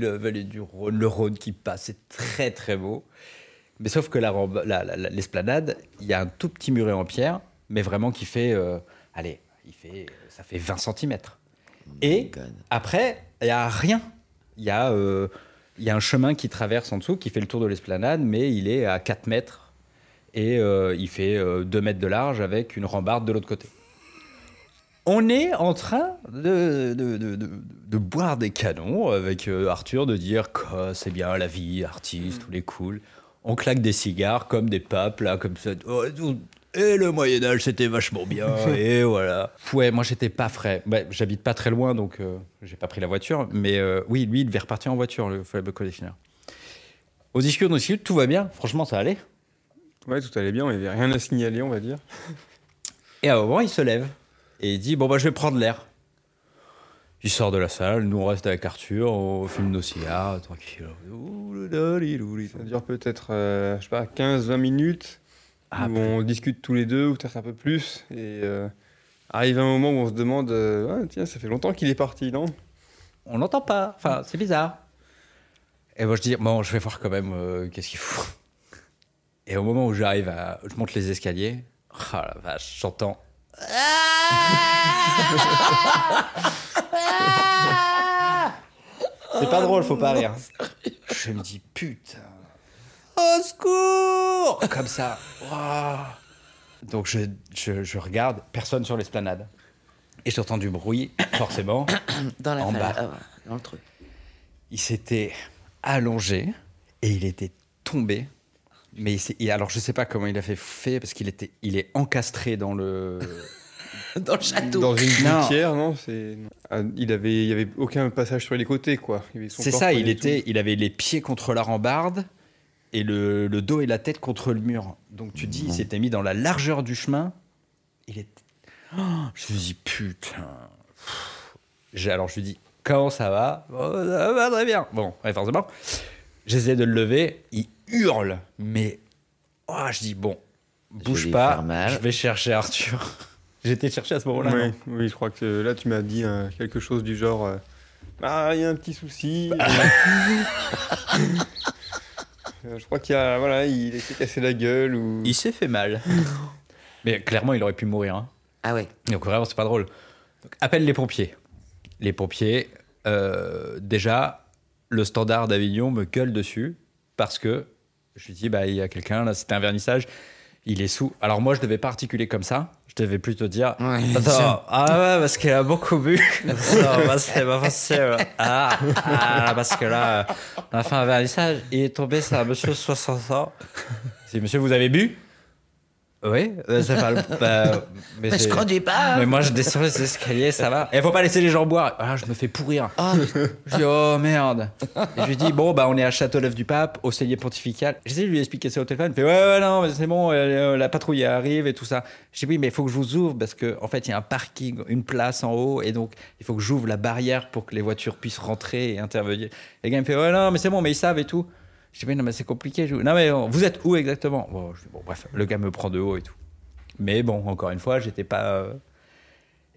[SPEAKER 1] la vallée du Rhône, le Rhône qui passe. C'est très, très beau. Mais sauf que la ramb- la- la- la- l'esplanade, il y a un tout petit muret en pierre, mais vraiment qui fait. euh, allez, il fait, ça fait 20 cm. Et
[SPEAKER 5] Oh God.
[SPEAKER 1] après, il n'y a rien. Il y, a, euh, il y a un chemin qui traverse en dessous, qui fait le tour de l'esplanade, mais il est à 4 mètres. Et euh, il fait euh, 2 mètres de large avec une rambarde de l'autre côté. On est en train de, de, de- de- de boire des canons avec euh, Arthur, de dire que oh, c'est bien la vie, artiste, tous les cool. On claque des cigares comme des papes, là, comme ça. Oh, et tout. Et le Moyen-Âge, c'était vachement *laughs* bien, et voilà. Ouais, moi, j'étais pas frais. Ouais, J'habite pas très loin, donc euh, j'ai pas pris la voiture. Mais euh, oui, lui, il devait repartir en voiture, le fameux collectionneur. On discute, on discute, tout va bien. Franchement, ça allait.
[SPEAKER 6] Ouais, tout allait bien, il n'y avait rien à signaler, on va dire.
[SPEAKER 1] Et à un moment, il se lève et il dit Bon, bah, je vais prendre l'air. Il sort de la salle, nous on reste avec Arthur, on fume nos cigares, tranquille.
[SPEAKER 6] Ça dure peut-être, euh, je sais pas, 15-20 minutes,
[SPEAKER 1] Ah,
[SPEAKER 6] où on discute tous les deux, ou peut-être un peu plus. Et euh, arrive un moment où on se demande, euh, Ah, tiens, ça fait longtemps qu'il est parti, non
[SPEAKER 1] On l'entend pas, enfin, c'est bizarre. Et moi, je dis Bon, je vais voir quand même euh, qu'est-ce qu'il fout. Et au moment où j'arrive à. Je monte les escaliers, ah la vache, j'entends. *laughs* C'est pas drôle, faut pas rire. Je me dis putain. Au secours Comme ça. Ouah. Donc je, je- je regarde, personne sur l'esplanade. Et j'entends du bruit, forcément.
[SPEAKER 5] Dans la
[SPEAKER 1] en
[SPEAKER 5] falle-
[SPEAKER 1] bas.
[SPEAKER 5] ah ouais, dans le truc.
[SPEAKER 1] Il s'était allongé et il était tombé. Mais il s'est- et alors je sais pas comment il a fait fait parce qu'il était il est encastré dans le
[SPEAKER 5] *laughs* Dans le château.
[SPEAKER 6] Dans une
[SPEAKER 1] Non.
[SPEAKER 6] gouttière, non, C'est- Ah, Il avait, il y avait aucun passage sur les côtés, quoi. Il y avait son
[SPEAKER 1] c'est
[SPEAKER 6] corps
[SPEAKER 1] ça
[SPEAKER 6] collé
[SPEAKER 1] il
[SPEAKER 6] et
[SPEAKER 1] était il avait les pieds contre la rambarde et le, le dos et la tête contre le mur donc tu te dis il s'était mis dans la largeur du chemin il est oh, Je me dis, putain. Pff. J'ai- Alors, je lui dis, comment ça va Oh, Ça va très bien. Bon, ouais, forcément. J'essaie de le lever. Il hurle. Mais, oh, je dis, bon, bouge
[SPEAKER 5] lui
[SPEAKER 1] pas.
[SPEAKER 5] faire mal.
[SPEAKER 1] Je vais chercher Arthur. *laughs* J'étais cherché à ce moment-là.
[SPEAKER 6] oui,
[SPEAKER 1] non
[SPEAKER 6] oui, je crois que euh, là, tu m'as dit euh, quelque chose du genre euh, Ah, il y a un petit souci. Euh, je crois qu'il y a. Voilà, il s'est cassé la gueule ou.
[SPEAKER 1] Il s'est fait
[SPEAKER 5] *laughs*
[SPEAKER 1] mal. mais clairement, il aurait pu mourir. hein.
[SPEAKER 5] Ah ouais.
[SPEAKER 1] Donc vraiment, c'est pas drôle. Donc, appelle les pompiers. Les pompiers, euh, déjà, le standard d'Avignon me gueule dessus parce que je lui dis, bah, il y a quelqu'un, là, c'était un vernissage, il est sous. Alors moi, je devais pas articuler comme ça. Je devais plutôt dire,
[SPEAKER 5] Ouais.
[SPEAKER 1] *laughs* attends, ah ouais, parce qu'elle a beaucoup
[SPEAKER 5] *laughs*
[SPEAKER 1] bu. Attends, bah, parce qu'elle m'a passé, euh, ah, ah, parce que là, euh, on a fait un vernissage, il est tombé, c'est un monsieur de 60
[SPEAKER 5] *laughs*
[SPEAKER 1] ans. Je dis, monsieur, vous avez bu Oui, euh, ça parle. bah, mais
[SPEAKER 5] Mais je
[SPEAKER 1] c'est-
[SPEAKER 5] conduis pas.
[SPEAKER 1] mais moi, je descends les escaliers, ça va. Et faut pas laisser les gens boire. Ah, je me fais pourrir. *laughs* Je dis, oh merde. Et je lui dis, bon, bah, on est à Châteauneuf-du-Pape, au cellier pontifical. J'essaie de lui expliquer ça au téléphone. Il fait, ouais, ouais, non, mais c'est bon, euh, euh, la patrouille arrive et tout ça. Je dis, oui, mais il faut que je vous ouvre parce que, en fait, il y a un parking, une place en haut, et donc, il faut que j'ouvre la barrière pour que les voitures puissent rentrer et intervenir. Les gars, il me fait, ouais, non, mais c'est bon, mais ils savent et tout. Je dis, mais non, mais c'est compliqué. je- Non, mais euh, vous êtes où exactement bon, je dis, bon, bref, le gars me prend de haut et tout. Mais bon, encore une fois, j'étais pas. euh,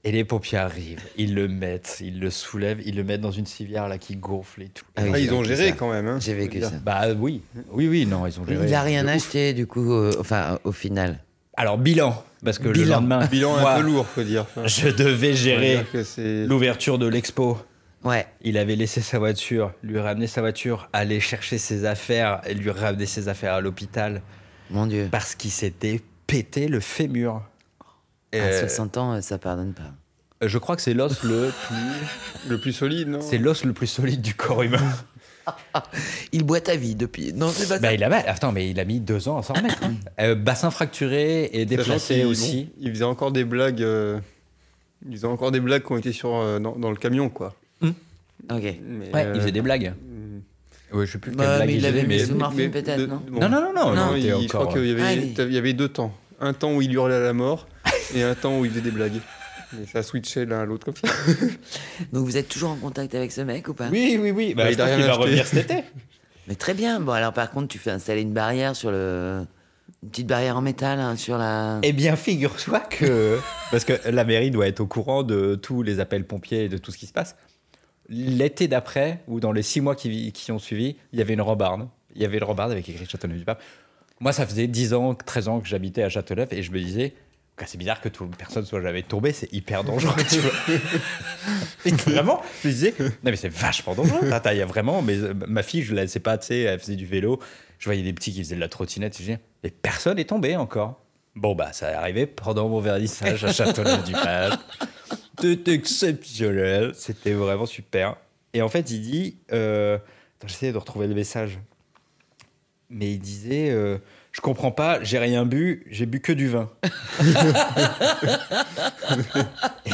[SPEAKER 1] et les pompiers arrivent, ils le mettent, ils le soulèvent, ils le mettent dans une civière là qui gonfle et tout.
[SPEAKER 5] Ah oui,
[SPEAKER 6] Ah,
[SPEAKER 5] j'ai
[SPEAKER 6] ils ont
[SPEAKER 5] vécu
[SPEAKER 6] géré
[SPEAKER 5] ça.
[SPEAKER 6] quand même. hein,
[SPEAKER 5] J'ai
[SPEAKER 6] je veux
[SPEAKER 5] vécu
[SPEAKER 6] dire.
[SPEAKER 5] ça.
[SPEAKER 1] Bah oui, oui, oui, non, ils ont géré.
[SPEAKER 5] Il a rien
[SPEAKER 1] De ouf.
[SPEAKER 5] acheté du coup, euh, enfin au final.
[SPEAKER 1] Alors bilan, parce que le
[SPEAKER 5] Bilan.
[SPEAKER 1] lendemain,
[SPEAKER 6] *laughs* Bilan
[SPEAKER 1] moi,
[SPEAKER 6] un peu lourd, faut dire. Enfin,
[SPEAKER 1] Je devais
[SPEAKER 6] faut
[SPEAKER 1] gérer
[SPEAKER 6] dire que c'est-
[SPEAKER 1] l'ouverture de l'expo.
[SPEAKER 5] Ouais.
[SPEAKER 1] Il avait laissé sa voiture, lui ramener sa voiture, aller chercher ses affaires, et lui ramener ses affaires à l'hôpital
[SPEAKER 5] Mon Dieu.
[SPEAKER 1] parce qu'il s'était pété le fémur.
[SPEAKER 5] À
[SPEAKER 1] Euh,
[SPEAKER 5] 60 ans, euh, ça pardonne pas.
[SPEAKER 1] je crois que c'est l'os le plus,
[SPEAKER 6] le plus solide, non
[SPEAKER 1] c'est l'os le plus solide du corps *laughs* humain.
[SPEAKER 5] Il boit ta vie depuis. Non, c'est pas
[SPEAKER 1] Bah,
[SPEAKER 5] ça.
[SPEAKER 1] il a, attends, mais il a mis deux ans à s'en remettre. hein. *coughs* Euh, bassin fracturé et
[SPEAKER 6] Sachant
[SPEAKER 1] déplacé
[SPEAKER 6] qu'ils-
[SPEAKER 1] aussi.
[SPEAKER 6] bon, ils faisaient encore des blagues. euh, Ils faisaient encore des blagues qui ont été sur, euh, dans, dans le camion, quoi.
[SPEAKER 1] Bah,
[SPEAKER 5] Ok.
[SPEAKER 6] Mais,
[SPEAKER 1] Ouais,
[SPEAKER 6] euh,
[SPEAKER 1] il faisait des blagues.
[SPEAKER 6] mm.
[SPEAKER 1] Ouais, je sais plus
[SPEAKER 5] Bah,
[SPEAKER 1] quelle blague
[SPEAKER 5] mais il
[SPEAKER 1] il
[SPEAKER 5] avait
[SPEAKER 1] faisait,
[SPEAKER 5] mis
[SPEAKER 1] mais-
[SPEAKER 5] sous- Morphine,
[SPEAKER 6] mais-
[SPEAKER 5] peut-être,
[SPEAKER 6] de-
[SPEAKER 5] non
[SPEAKER 6] bon,
[SPEAKER 1] Non, non, non, non,
[SPEAKER 5] Non,
[SPEAKER 1] on était
[SPEAKER 6] il- je
[SPEAKER 1] encore-
[SPEAKER 6] crois qu'il y,
[SPEAKER 5] Ah,
[SPEAKER 6] avait-
[SPEAKER 5] il est-
[SPEAKER 6] t'avais- il y avait deux temps. Un temps où il hurlait à la mort et un temps où il faisait des blagues. Et ça switchait l'un à l'autre comme ça.
[SPEAKER 5] Donc vous êtes toujours en contact avec ce mec ou pas
[SPEAKER 1] Oui, oui, oui. Bah,
[SPEAKER 6] Bah,
[SPEAKER 1] je
[SPEAKER 6] il a
[SPEAKER 1] pense
[SPEAKER 6] rien
[SPEAKER 1] qu'il va
[SPEAKER 6] acheté.
[SPEAKER 1] revenir cet été.
[SPEAKER 5] Mais très bien. Bon alors par contre, tu fais installer une barrière sur le, une petite barrière en métal hein, sur la.
[SPEAKER 1] Eh bien, figure-toi que. *laughs* Parce que la mairie doit être au courant de tous les appels pompiers et de tout ce qui se passe. L'été d'après, ou dans les six mois qui, qui ont suivi, il y avait une rambarde. Il y avait une rambarde avec écrit Châteauneuf-du-Pape. Moi, ça faisait 10 ans, 13 ans que j'habitais à Châteauneuf et je me disais. "Ah, C'est bizarre que tout- personne soit jamais tombé, c'est hyper dangereux. *laughs* tu vois. Et vraiment, je me disais, non mais c'est vachement dangereux. Tata, Il y a vraiment, mais euh, ma fille, je la sais pas, tu sais, elle faisait du vélo, je voyais des petits qui faisaient de la trottinette, je disais, mais personne est tombé encore. Bon, bah, ça est arrivé pendant mon vernissage à Châteauneuf-du-Pape. C'était exceptionnel. C'était vraiment super. Et en fait, il dit. euh, attends, J'essayais de retrouver le message. Mais il disait euh, Je comprends pas, j'ai rien bu, j'ai bu que du vin.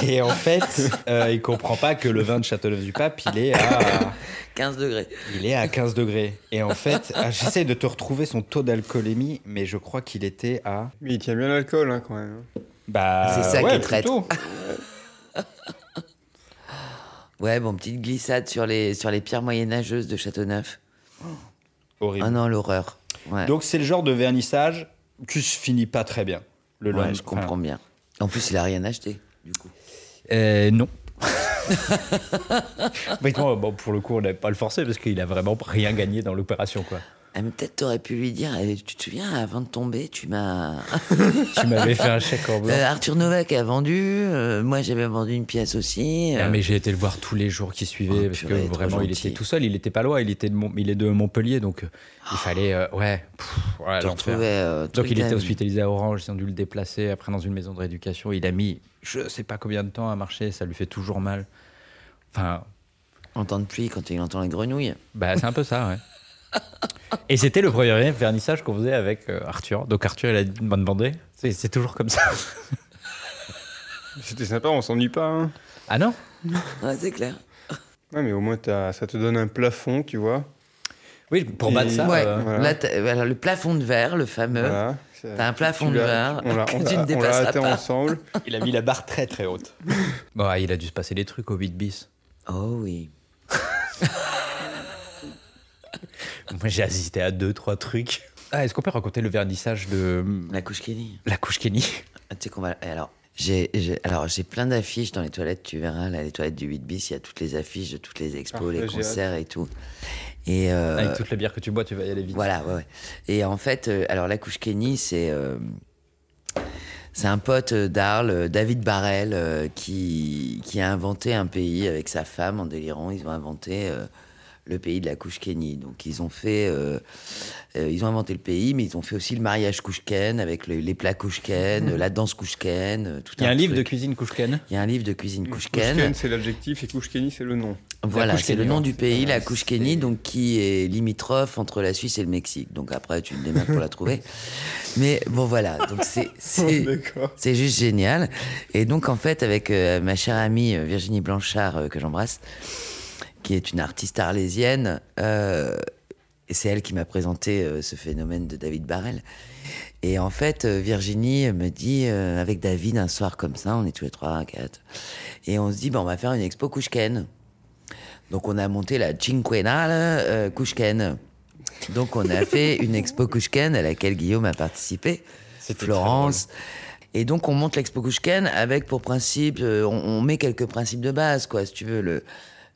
[SPEAKER 1] Et en fait, euh, il comprend pas que le vin de Châteauneuf-du-Pape, il est à.
[SPEAKER 5] 15 degrés.
[SPEAKER 1] Il est à 15 degrés. Et en fait, ah, j'essaie de te retrouver son taux d'alcoolémie, mais je crois qu'il était à.
[SPEAKER 6] Mais il tient bien l'alcool hein, quand même.
[SPEAKER 1] Bah,
[SPEAKER 5] C'est ça
[SPEAKER 1] ouais,
[SPEAKER 5] qui est traître.
[SPEAKER 1] plutôt.
[SPEAKER 5] Ouais, bon, petite glissade sur les, sur les pierres moyenâgeuses de Châteauneuf.
[SPEAKER 1] Horrible.
[SPEAKER 5] Ah non, l'horreur. Ouais,
[SPEAKER 1] Donc c'est le genre de vernissage qui se finit pas très bien. Le
[SPEAKER 5] Ouais,
[SPEAKER 1] lendemain.
[SPEAKER 5] je comprends bien. En plus, il a rien acheté, du coup.
[SPEAKER 1] Euh,
[SPEAKER 5] *laughs*
[SPEAKER 1] non. Mais non, bon, pour le coup, on n'avait pas le forcer parce qu'il a vraiment rien gagné dans l'opération. quoi.
[SPEAKER 5] Ah, mais peut-être t'aurais pu lui dire, eh, tu te souviens, avant de tomber, tu m'as...
[SPEAKER 1] Tu m'avais fait un chèque en blanc.
[SPEAKER 5] Euh, Arthur Novak a vendu, euh, moi j'avais vendu une pièce aussi. euh,
[SPEAKER 1] Ah, mais j'ai été le voir tous les jours qui suivaient
[SPEAKER 5] Oh,
[SPEAKER 1] parce
[SPEAKER 5] purée,
[SPEAKER 1] que
[SPEAKER 5] trop
[SPEAKER 1] vraiment il
[SPEAKER 5] gentil.
[SPEAKER 1] était tout seul, il était pas loin, il était de, Mont- il est de Montpellier donc euh,
[SPEAKER 5] Ah.
[SPEAKER 1] il fallait euh, ouais, pff, ouais,
[SPEAKER 5] tu
[SPEAKER 1] l'enfer.
[SPEAKER 5] retrouvais, euh, tout
[SPEAKER 1] Donc
[SPEAKER 5] le
[SPEAKER 1] il était
[SPEAKER 5] temps.
[SPEAKER 1] hospitalisé à Orange, ils ont dû le déplacer après dans une maison de rééducation. Il a mis je sais pas combien de temps à marcher, ça lui fait toujours mal. Enfin,
[SPEAKER 5] En temps de pluie, quand il entend les grenouilles.
[SPEAKER 1] Bah, c'est un peu ça, ouais. Et c'était le premier vernissage qu'on faisait avec euh, Arthur. Donc Arthur, il a dit- m'a demandé. C'est c'est toujours comme ça.
[SPEAKER 6] C'était sympa, on s'ennuie pas. hein.
[SPEAKER 1] Ah non
[SPEAKER 5] Ouais, c'est clair.
[SPEAKER 6] Ouais, mais au moins t'as- ça te donne un plafond, tu vois.
[SPEAKER 1] Oui, pour
[SPEAKER 6] Et-
[SPEAKER 1] battre ça.
[SPEAKER 5] ouais,
[SPEAKER 1] euh,
[SPEAKER 6] voilà.
[SPEAKER 5] là, t'as- voilà, le plafond de verre, le fameux.
[SPEAKER 6] Voilà. c'est-
[SPEAKER 5] Ah T'as un plafond
[SPEAKER 6] tu
[SPEAKER 5] de
[SPEAKER 6] l'as-
[SPEAKER 5] verre *laughs*
[SPEAKER 6] on l'a-
[SPEAKER 5] que
[SPEAKER 6] on
[SPEAKER 5] tu ne
[SPEAKER 6] l'a- on l'a
[SPEAKER 5] dépasseras
[SPEAKER 6] atteint
[SPEAKER 5] pas.
[SPEAKER 6] ensemble.
[SPEAKER 7] Il a mis la barre très très haute.
[SPEAKER 1] Bah, il a dû se passer des trucs au 8 bis.
[SPEAKER 5] Oh oui.
[SPEAKER 1] Moi, j'ai assisté à deux, trois trucs. Ah, est-ce qu'on peut raconter le verdissage de
[SPEAKER 5] La couche Kelly.
[SPEAKER 1] la couche Kenny
[SPEAKER 5] Ah, Tu sais qu'on va. eh, Alors, j'ai, j'ai- alors, j'ai plein d'affiches dans les toilettes, tu verras. Là, les toilettes du 8 bis, il y a toutes les affiches de toutes les expos,
[SPEAKER 6] Ah,
[SPEAKER 5] les
[SPEAKER 6] là, j'ai hâte.
[SPEAKER 5] concerts et tout. Et euh,
[SPEAKER 1] Avec toute la bière que tu bois, tu vas y aller vite.
[SPEAKER 5] Voilà, ouais, ouais. Et en fait, euh, alors la couche Kenny, c'est euh, c'est un pote euh, d'Arles, euh, David Barrel, euh, qui, qui a inventé un pays avec sa femme en délirant. Ils ont inventé euh, le pays de la couche Kenny. Donc ils ont fait, euh, euh, ils ont inventé le pays, mais ils ont fait aussi le mariage couche-ken avec le- les
[SPEAKER 1] *laughs*
[SPEAKER 5] plats couche-ken, euh, la danse couche-ken, euh, tout
[SPEAKER 1] Il y a un livre de
[SPEAKER 5] truc.
[SPEAKER 1] cuisine couche Ken.
[SPEAKER 5] Il y a un livre de cuisine
[SPEAKER 6] Kouchken,
[SPEAKER 5] couche-ken.
[SPEAKER 6] c'est l'adjectif et Kouchkeni, c'est le nom.
[SPEAKER 5] Voilà, hein, c'est le
[SPEAKER 1] Kouchkeni,
[SPEAKER 5] nom
[SPEAKER 1] ouais.
[SPEAKER 5] du pays, la Kouchkeni, donc qui est limitrophe entre la Suisse et le Mexique. Donc après, tu te démerdes pour la *laughs* trouver. Mais bon, voilà, donc *laughs* c'est- c'est
[SPEAKER 6] *laughs* D'accord.
[SPEAKER 5] c'est juste génial. Et donc, en fait, avec euh, ma chère amie euh, Virginie Blanchard, euh, que j'embrasse, qui est une artiste arlésienne, euh, et c'est elle qui m'a présenté euh, ce phénomène de David Barrel. Et en fait, euh, Virginie me dit, euh, avec David, un soir comme ça, on est tous les trois, quatre, et on se dit, bon, on va faire une expo Kouchken. Donc, on a monté la Cinquenale euh, Kouchken. Donc, on a fait une expo Kouchken à laquelle Guillaume a participé.
[SPEAKER 1] C'était
[SPEAKER 5] Florence. Et donc, on monte l'expo Kouchken avec pour principe, euh, on, on met quelques principes de base, quoi, si tu veux. Le,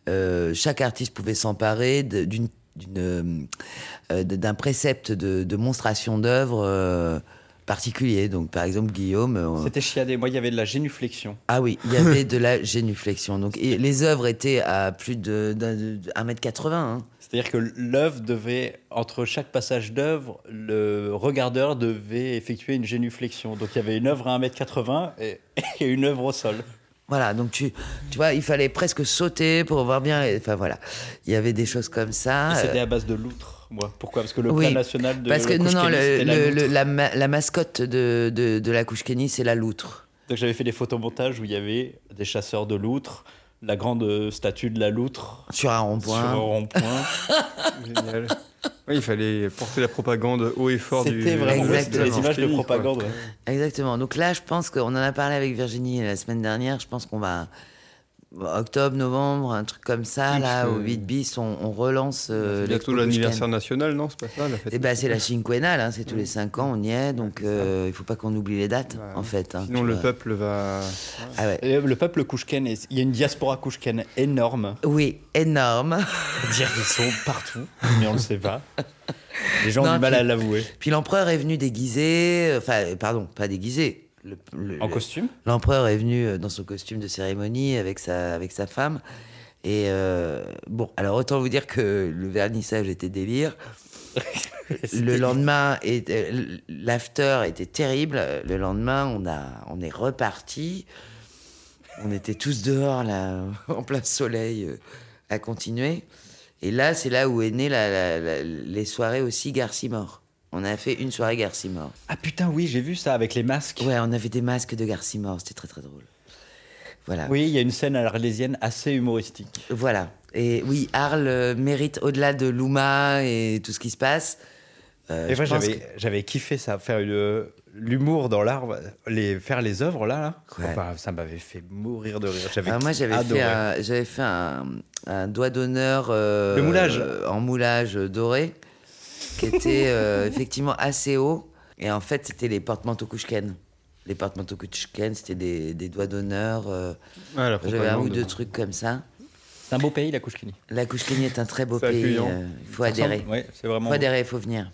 [SPEAKER 5] euh, chaque artiste pouvait s'emparer de- d'une d'une, euh, euh, de- d'un précepte de, de monstration d'œuvre euh, particulier. Donc, par exemple, Guillaume. euh,
[SPEAKER 1] C'était chiadé. Moi, il y avait de la génuflexion.
[SPEAKER 5] ah oui, il y avait de la génuflexion. Donc, et les œuvres étaient à plus de, d'un- de 1m80. hein.
[SPEAKER 1] C'est-à-dire que l'œuvre devait, entre chaque passage d'œuvre, le regardeur devait effectuer une génuflexion. Donc il y avait une œuvre à 1m80 et, *laughs* et une œuvre au sol.
[SPEAKER 5] Voilà, donc tu, tu vois, il fallait presque sauter pour voir bien. les- Enfin, voilà. Il y avait des choses comme ça.
[SPEAKER 1] Et
[SPEAKER 5] Euh,
[SPEAKER 1] c'était à base de loutre, moi. Pourquoi Parce que le
[SPEAKER 5] Oui,
[SPEAKER 1] plan national de
[SPEAKER 5] Parce que non, non,
[SPEAKER 1] Kouchkeni,
[SPEAKER 5] le-
[SPEAKER 1] c'était la
[SPEAKER 5] le-
[SPEAKER 1] loutre.
[SPEAKER 5] le- la, ma- la mascotte de, de, de la couche Kenny, c'est la loutre.
[SPEAKER 1] Donc j'avais fait des photomontages où il y avait des chasseurs de loutres, la grande statue de la loutre
[SPEAKER 5] Sur un
[SPEAKER 1] sur un
[SPEAKER 5] rond-point. *laughs*
[SPEAKER 1] rond-point.
[SPEAKER 6] Génial. Oui, il fallait porter la propagande haut et fort du.
[SPEAKER 1] C'était vraiment
[SPEAKER 6] de la- de la
[SPEAKER 1] les images de
[SPEAKER 6] Kouchkeni, quoi.
[SPEAKER 1] propagande. ouais.
[SPEAKER 5] Exactement. Donc là, je pense qu'on en a parlé avec Virginie la semaine dernière. Je pense qu'on va. Octobre, novembre, un truc comme ça,
[SPEAKER 6] Oui,
[SPEAKER 5] là,
[SPEAKER 6] parce
[SPEAKER 5] au
[SPEAKER 6] que-
[SPEAKER 5] 8 bis, on, on relance. euh, l'expo
[SPEAKER 6] C'est bientôt
[SPEAKER 5] Kouchken.
[SPEAKER 6] l'anniversaire national, non C'est pas ça la fête
[SPEAKER 5] Eh ben, c'est la Cinquenale, hein, c'est tous les 5 ans, on y est, donc euh, il faut pas qu'on oublie les dates,
[SPEAKER 6] Bah,
[SPEAKER 5] en fait. hein,
[SPEAKER 6] Sinon,
[SPEAKER 5] tu
[SPEAKER 6] le
[SPEAKER 5] vois.
[SPEAKER 6] peuple va.
[SPEAKER 5] Ah ouais.
[SPEAKER 1] Et Le peuple Kouchken, est- il y a une diaspora Kouchken énorme.
[SPEAKER 5] Oui, énorme.
[SPEAKER 1] dire qu'ils sont partout, mais on le sait pas. Les gens ont
[SPEAKER 5] Non,
[SPEAKER 1] du mal
[SPEAKER 5] puis-
[SPEAKER 1] à l'avouer.
[SPEAKER 5] Puis l'empereur est venu déguisé, euh, enfin, euh, pardon, pas déguisé. le- le-
[SPEAKER 1] En
[SPEAKER 5] le-
[SPEAKER 1] costume
[SPEAKER 5] L'empereur est venu euh, dans son costume de cérémonie avec sa, avec sa femme. Et euh, bon, alors autant vous dire que le vernissage était délire. Le lendemain, et- euh, l'after était terrible. Le lendemain, on, a, on est reparti. On était tous dehors, là, *laughs* en plein soleil, euh, à continuer. Et là, c'est là où est née la- la- la- les soirées aussi Garcimore. On a fait une soirée Garcimore.
[SPEAKER 1] Ah putain, oui, j'ai vu ça avec les masques.
[SPEAKER 5] Ouais, on avait des masques de Garcimore, c'était très très drôle. Voilà.
[SPEAKER 1] Oui, il y a une scène à l'arlésienne assez humoristique.
[SPEAKER 5] Voilà. Et oui, Arles euh, mérite au-delà de Luma et tout ce qui se passe. euh,
[SPEAKER 1] Et moi,
[SPEAKER 5] je pense
[SPEAKER 1] j'avais, j'avais kiffé ça, faire une- l'humour dans l'art, les, faire les œuvres là. là.
[SPEAKER 5] Ouais.
[SPEAKER 1] Enfin, ça m'avait fait mourir de rire. J'avais
[SPEAKER 5] Ah, moi, j'avais
[SPEAKER 1] adoré.
[SPEAKER 5] fait, un, j'avais fait un, un doigt d'honneur. euh,
[SPEAKER 1] Le moulage.
[SPEAKER 5] euh, en moulage doré, qui
[SPEAKER 1] *laughs*
[SPEAKER 5] était euh, effectivement assez haut. Et en fait, c'était les porte-manteaux Kouchken. Les porte-manteaux Kouchken, c'était des, des doigts d'honneur. euh,
[SPEAKER 6] Ah, la
[SPEAKER 5] j'avais un ou
[SPEAKER 6] propagande.
[SPEAKER 1] hein.
[SPEAKER 5] deux trucs comme ça.
[SPEAKER 1] C'est un beau pays, la Kouchkini.
[SPEAKER 5] La Kouchkeni est un très beau
[SPEAKER 6] C'est
[SPEAKER 5] pays.
[SPEAKER 6] accueillant.
[SPEAKER 5] euh, Il faut adhérer.
[SPEAKER 1] Oui, c'est vraiment.
[SPEAKER 5] Faut adhérer, il faut venir.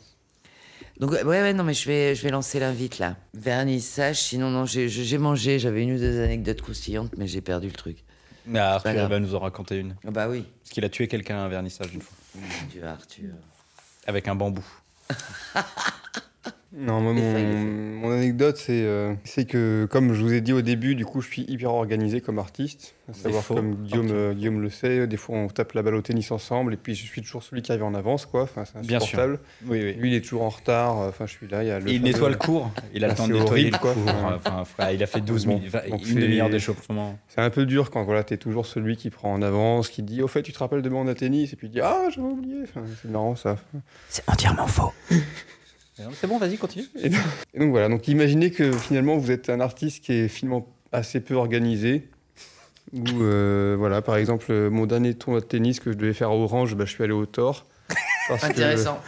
[SPEAKER 5] Donc, ouais, ouais, non, mais je vais, je vais lancer l'invite là. Vernissage, sinon, non, j'ai- j'ai j'ai mangé, j'avais une ou deux anecdotes croustillantes, mais j'ai perdu le truc.
[SPEAKER 1] Mais Arthur
[SPEAKER 5] Pas grave.
[SPEAKER 1] va nous en raconter une.
[SPEAKER 5] Ah bah oui.
[SPEAKER 1] Parce qu'il a tué quelqu'un à un vernissage une fois.
[SPEAKER 5] Tu vas, Arthur.
[SPEAKER 1] Euh, Avec un bambou.
[SPEAKER 6] Non, moi,
[SPEAKER 5] Les feuilles, les
[SPEAKER 6] mon,
[SPEAKER 5] feuilles.
[SPEAKER 6] mon anecdote, c'est euh, c'est que, comme je vous ai dit au début, du coup, je suis hyper organisé comme artiste. À savoir,
[SPEAKER 1] faux.
[SPEAKER 6] comme Guillaume, euh, Guillaume le sait, des fois, on tape la balle au tennis ensemble, et puis je suis toujours celui qui arrive en avance, quoi. Enfin, c'est
[SPEAKER 1] Bien sûr.
[SPEAKER 6] insupportable.
[SPEAKER 1] Oui, oui.
[SPEAKER 6] Lui, il est toujours en retard. euh, Enfin, je suis là, il y a le
[SPEAKER 1] Et il
[SPEAKER 6] fameux-
[SPEAKER 1] nettoie le cours. Il a
[SPEAKER 6] Ah,
[SPEAKER 1] le temps de
[SPEAKER 6] c'est
[SPEAKER 1] nettoyer
[SPEAKER 6] horrible,
[SPEAKER 1] le
[SPEAKER 6] quoi.
[SPEAKER 1] cours. hein. Enfin, frère, il a fait 12
[SPEAKER 6] Bon,
[SPEAKER 1] minutes, enfin,
[SPEAKER 6] donc
[SPEAKER 1] une
[SPEAKER 6] c'est-
[SPEAKER 1] demi-heure d'échauffement.
[SPEAKER 6] C'est un peu dur quand voilà, tu es toujours celui qui prend en avance, qui dit Au fait, tu te rappelles demain on a tennis Et puis il dit Ah, j'avais oublié. Enfin, c'est marrant ça.
[SPEAKER 5] C'est entièrement faux.
[SPEAKER 1] C'est bon, vas-y, continue.
[SPEAKER 6] Et donc, et donc voilà, donc imaginez que finalement vous êtes un artiste qui est finalement assez peu organisé. Ou euh, voilà, par exemple, euh, mon dernier tournoi de tennis que je devais faire à Orange, bah, je suis allé au tort. parce que-
[SPEAKER 5] Intéressant.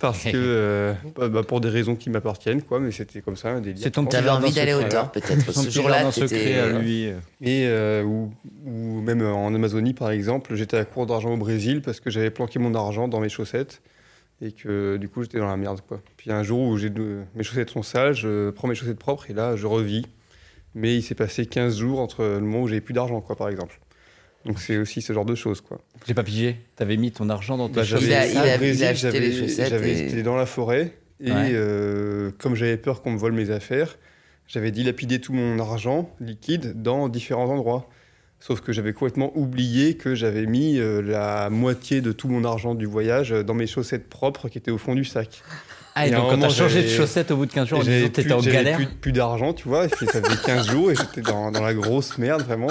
[SPEAKER 6] parce que, euh, bah, bah, pour des raisons qui m'appartiennent, quoi, mais c'était comme ça, un délire.
[SPEAKER 1] C'est ton
[SPEAKER 6] je pense.
[SPEAKER 1] petit
[SPEAKER 5] T'avais
[SPEAKER 1] jardin
[SPEAKER 5] envie d'aller au
[SPEAKER 1] secret, hein.
[SPEAKER 5] tort, peut-être.
[SPEAKER 1] Son
[SPEAKER 5] Ce
[SPEAKER 1] petit jardin
[SPEAKER 5] jour-là,
[SPEAKER 1] secret à
[SPEAKER 5] t'étais.
[SPEAKER 1] lui. euh.
[SPEAKER 6] Et euh, ou, ou même euh, en Amazonie, par exemple, j'étais à court d'argent au Brésil parce que j'avais planqué mon argent dans mes chaussettes et que du coup j'étais dans la merde. Quoi. Puis un jour où j'ai de- mes chaussettes sont sales, je prends mes chaussettes propres et là je revis. Mais il s'est passé 15 jours entre le moment où j'avais plus d'argent, quoi, par exemple. Donc c'est aussi ce genre de choses. Quoi.
[SPEAKER 1] J'ai pas pigé. T'avais mis ton argent dans tes
[SPEAKER 6] Bah,
[SPEAKER 1] choses.
[SPEAKER 6] j'avais-
[SPEAKER 5] Il a-
[SPEAKER 6] au
[SPEAKER 5] il a- il a
[SPEAKER 6] Brésil,
[SPEAKER 5] acheté
[SPEAKER 6] j'avais-
[SPEAKER 5] les chaussettes
[SPEAKER 6] j'avais-
[SPEAKER 5] et-
[SPEAKER 6] J'étais dans la forêt et
[SPEAKER 1] Ouais.
[SPEAKER 6] euh, comme j'avais peur qu'on me vole mes affaires, j'avais dilapidé tout mon argent liquide dans différents endroits. Sauf que j'avais complètement oublié que j'avais mis euh, la moitié de tout mon argent du voyage euh, dans mes chaussettes propres qui étaient au fond du sac.
[SPEAKER 1] Ah, et
[SPEAKER 6] Il y a
[SPEAKER 1] donc
[SPEAKER 6] un
[SPEAKER 1] quand
[SPEAKER 6] moment,
[SPEAKER 1] t'as changé de
[SPEAKER 6] j'avais-
[SPEAKER 1] chaussettes au bout de 15 jours, en
[SPEAKER 6] J'avais
[SPEAKER 1] disant
[SPEAKER 6] plus,
[SPEAKER 1] t'étais en
[SPEAKER 6] j'avais
[SPEAKER 1] galère.
[SPEAKER 6] plus, plus d'argent, tu vois. Et puis ça faisait 15 jours et j'étais dans, dans la grosse merde, vraiment.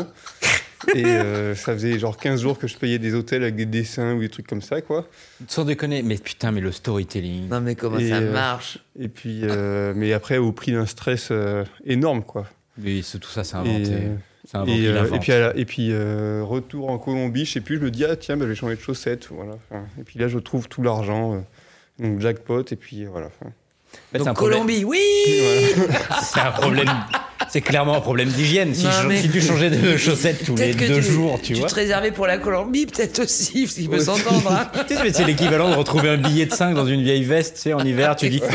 [SPEAKER 6] Et euh, ça faisait genre 15 jours que je payais des hôtels avec des dessins ou des trucs comme ça, quoi.
[SPEAKER 1] Sans déconner, mais putain, mais le storytelling.
[SPEAKER 5] Non, mais comment
[SPEAKER 6] Et,
[SPEAKER 5] ça
[SPEAKER 6] euh,
[SPEAKER 5] marche
[SPEAKER 6] Et puis, euh, mais après, au prix d'un stress euh, énorme, quoi.
[SPEAKER 1] Mais c'est- tout ça, c'est
[SPEAKER 6] Et,
[SPEAKER 1] inventé.
[SPEAKER 6] euh,
[SPEAKER 1] C'est inventé,
[SPEAKER 6] et,
[SPEAKER 1] il
[SPEAKER 6] euh,
[SPEAKER 1] invente.
[SPEAKER 6] et puis, à la- et puis euh, retour en Colombie, je sais plus, je me dis, ah tiens, bah, je vais changer de chaussettes. Voilà. Enfin, et puis là, je trouve tout l'argent, euh, donc jackpot, et puis euh, voilà. Enfin,
[SPEAKER 1] En fait, c'est un
[SPEAKER 5] Donc,
[SPEAKER 1] problème-
[SPEAKER 5] Colombie, oui
[SPEAKER 1] *laughs* C'est un problème. C'est clairement un problème d'hygiène. Si,
[SPEAKER 5] Non,
[SPEAKER 1] je-
[SPEAKER 5] mais-
[SPEAKER 1] si tu changeais de chaussettes tous les
[SPEAKER 5] Peut-être que
[SPEAKER 1] deux jours, tu, vois.
[SPEAKER 5] te réservais pour la Colombie, peut-être aussi, parce qu'il peut
[SPEAKER 1] *laughs*
[SPEAKER 5] s'entendre. hein.
[SPEAKER 1] Tu sais, mais c'est l'équivalent de retrouver un billet de 5 dans une vieille veste, tu sais, en hiver, tu dis.
[SPEAKER 5] Oh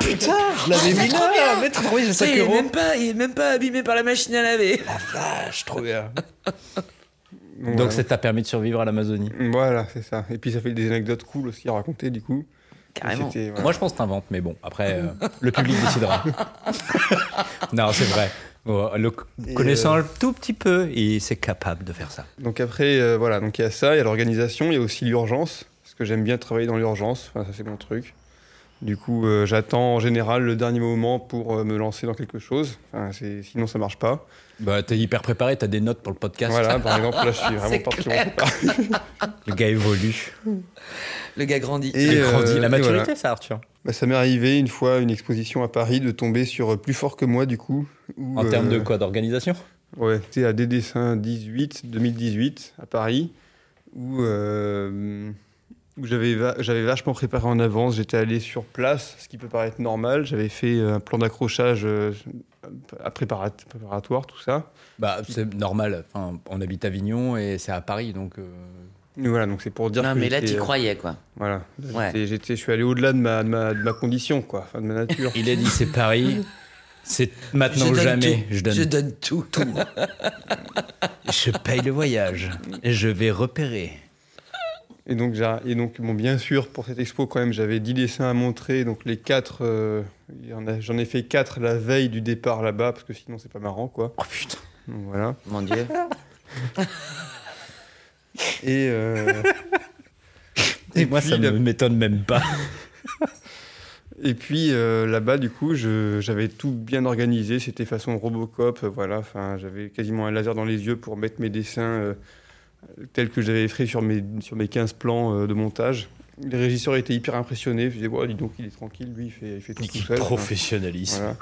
[SPEAKER 5] putain
[SPEAKER 7] Je l'avais
[SPEAKER 5] Ah,
[SPEAKER 7] mis là, mais trop bien, j'ai
[SPEAKER 5] Ça,
[SPEAKER 7] 5
[SPEAKER 5] il, est
[SPEAKER 7] euros.
[SPEAKER 5] même pas, il est même pas abîmé par la machine à laver.
[SPEAKER 7] Ah, je trouve bien.
[SPEAKER 1] Donc ça t'a permis de survivre à l'Amazonie.
[SPEAKER 6] voilà. Voilà, c'est ça. Et puis, ça fait des anecdotes cool aussi à raconter, du coup.
[SPEAKER 5] Carrément.
[SPEAKER 6] C'était, voilà.
[SPEAKER 1] Moi, je pense que t'inventes, mais bon, après, euh, le public *laughs* décidera. non, c'est vrai. Bon, le co-
[SPEAKER 6] Et, euh,
[SPEAKER 1] connaissant un tout petit peu, il c'est capable de faire ça.
[SPEAKER 6] Donc après, euh, voilà, donc il y a ça, il y a l'organisation, il y a aussi l'urgence, parce que j'aime bien travailler dans l'urgence, enfin, ça c'est mon truc. Du coup, euh, j'attends en général le dernier moment pour euh, me lancer dans quelque chose, Enfin, c'est- sinon ça marche pas.
[SPEAKER 1] Bah, t'es hyper préparé, t'as des notes pour le podcast.
[SPEAKER 6] Voilà, par exemple, là je
[SPEAKER 1] *laughs*
[SPEAKER 6] suis
[SPEAKER 5] C'est
[SPEAKER 6] vraiment parti.
[SPEAKER 5] clair.
[SPEAKER 1] Le gars évolue.
[SPEAKER 5] Le gars grandit.
[SPEAKER 6] Et,
[SPEAKER 1] il grandit.
[SPEAKER 6] euh,
[SPEAKER 1] La
[SPEAKER 6] et
[SPEAKER 1] maturité,
[SPEAKER 6] voilà.
[SPEAKER 1] ça, Arthur.
[SPEAKER 6] Bah, ça m'est arrivé une fois, une exposition à Paris, de tomber sur euh, Plus fort que moi, du coup. où,
[SPEAKER 1] En termes de
[SPEAKER 6] euh,
[SPEAKER 1] quoi D'organisation
[SPEAKER 6] Ouais, c'était à des dessins 18, 2018 à Paris, où, euh, où j'avais, va- j'avais vachement préparé en avance. J'étais allé sur place, ce qui peut paraître normal. J'avais fait un plan d'accrochage euh, à préparat- préparatoire, tout ça.
[SPEAKER 1] Bah, c'est normal. Enfin, on habite Avignon et c'est à Paris, donc. euh,
[SPEAKER 6] Et voilà, donc c'est pour dire
[SPEAKER 5] Non,
[SPEAKER 6] que
[SPEAKER 5] mais là,
[SPEAKER 6] j'étais,
[SPEAKER 5] t'y
[SPEAKER 6] euh,
[SPEAKER 5] croyais, quoi.
[SPEAKER 6] Voilà,
[SPEAKER 5] Ouais.
[SPEAKER 6] J'étais- j'étais, je suis allé au-delà de ma, de ma, de ma condition, quoi, enfin, de ma nature.
[SPEAKER 1] Il a dit c'est Paris, c'est maintenant ou
[SPEAKER 5] donne
[SPEAKER 1] jamais.
[SPEAKER 5] tout.
[SPEAKER 1] Je donne,
[SPEAKER 5] Je donne tout.
[SPEAKER 1] je paye le voyage. Et je vais repérer.
[SPEAKER 6] Et donc, j'a- et donc bon, bien sûr, pour cette expo, quand même, j'avais 10 dessins à montrer. Donc, les quatre, euh, il y en a- j'en ai fait 4 la veille du départ là-bas, parce que sinon, c'est pas marrant, quoi.
[SPEAKER 1] Oh putain.
[SPEAKER 6] Donc, voilà.
[SPEAKER 5] Mon *laughs* Dieu.
[SPEAKER 6] Et, euh,
[SPEAKER 1] *laughs* Et, moi,
[SPEAKER 6] puis,
[SPEAKER 1] ça ne
[SPEAKER 6] la-
[SPEAKER 1] m'étonne même pas.
[SPEAKER 6] et puis, euh, là-bas, du coup, je- j'avais tout bien organisé. C'était façon Robocop, euh, voilà. Enfin, j'avais quasiment un laser dans les yeux pour mettre mes dessins euh, tels que j'avais fait sur mes, sur mes 15 plans euh, de montage. Les régisseurs étaient hyper impressionnés. Je disais, ouais, dis donc, il est tranquille, lui, il fait, il fait tout, tout
[SPEAKER 1] hein.
[SPEAKER 6] seul. Enfin,
[SPEAKER 1] professionnalisme.
[SPEAKER 6] Voilà.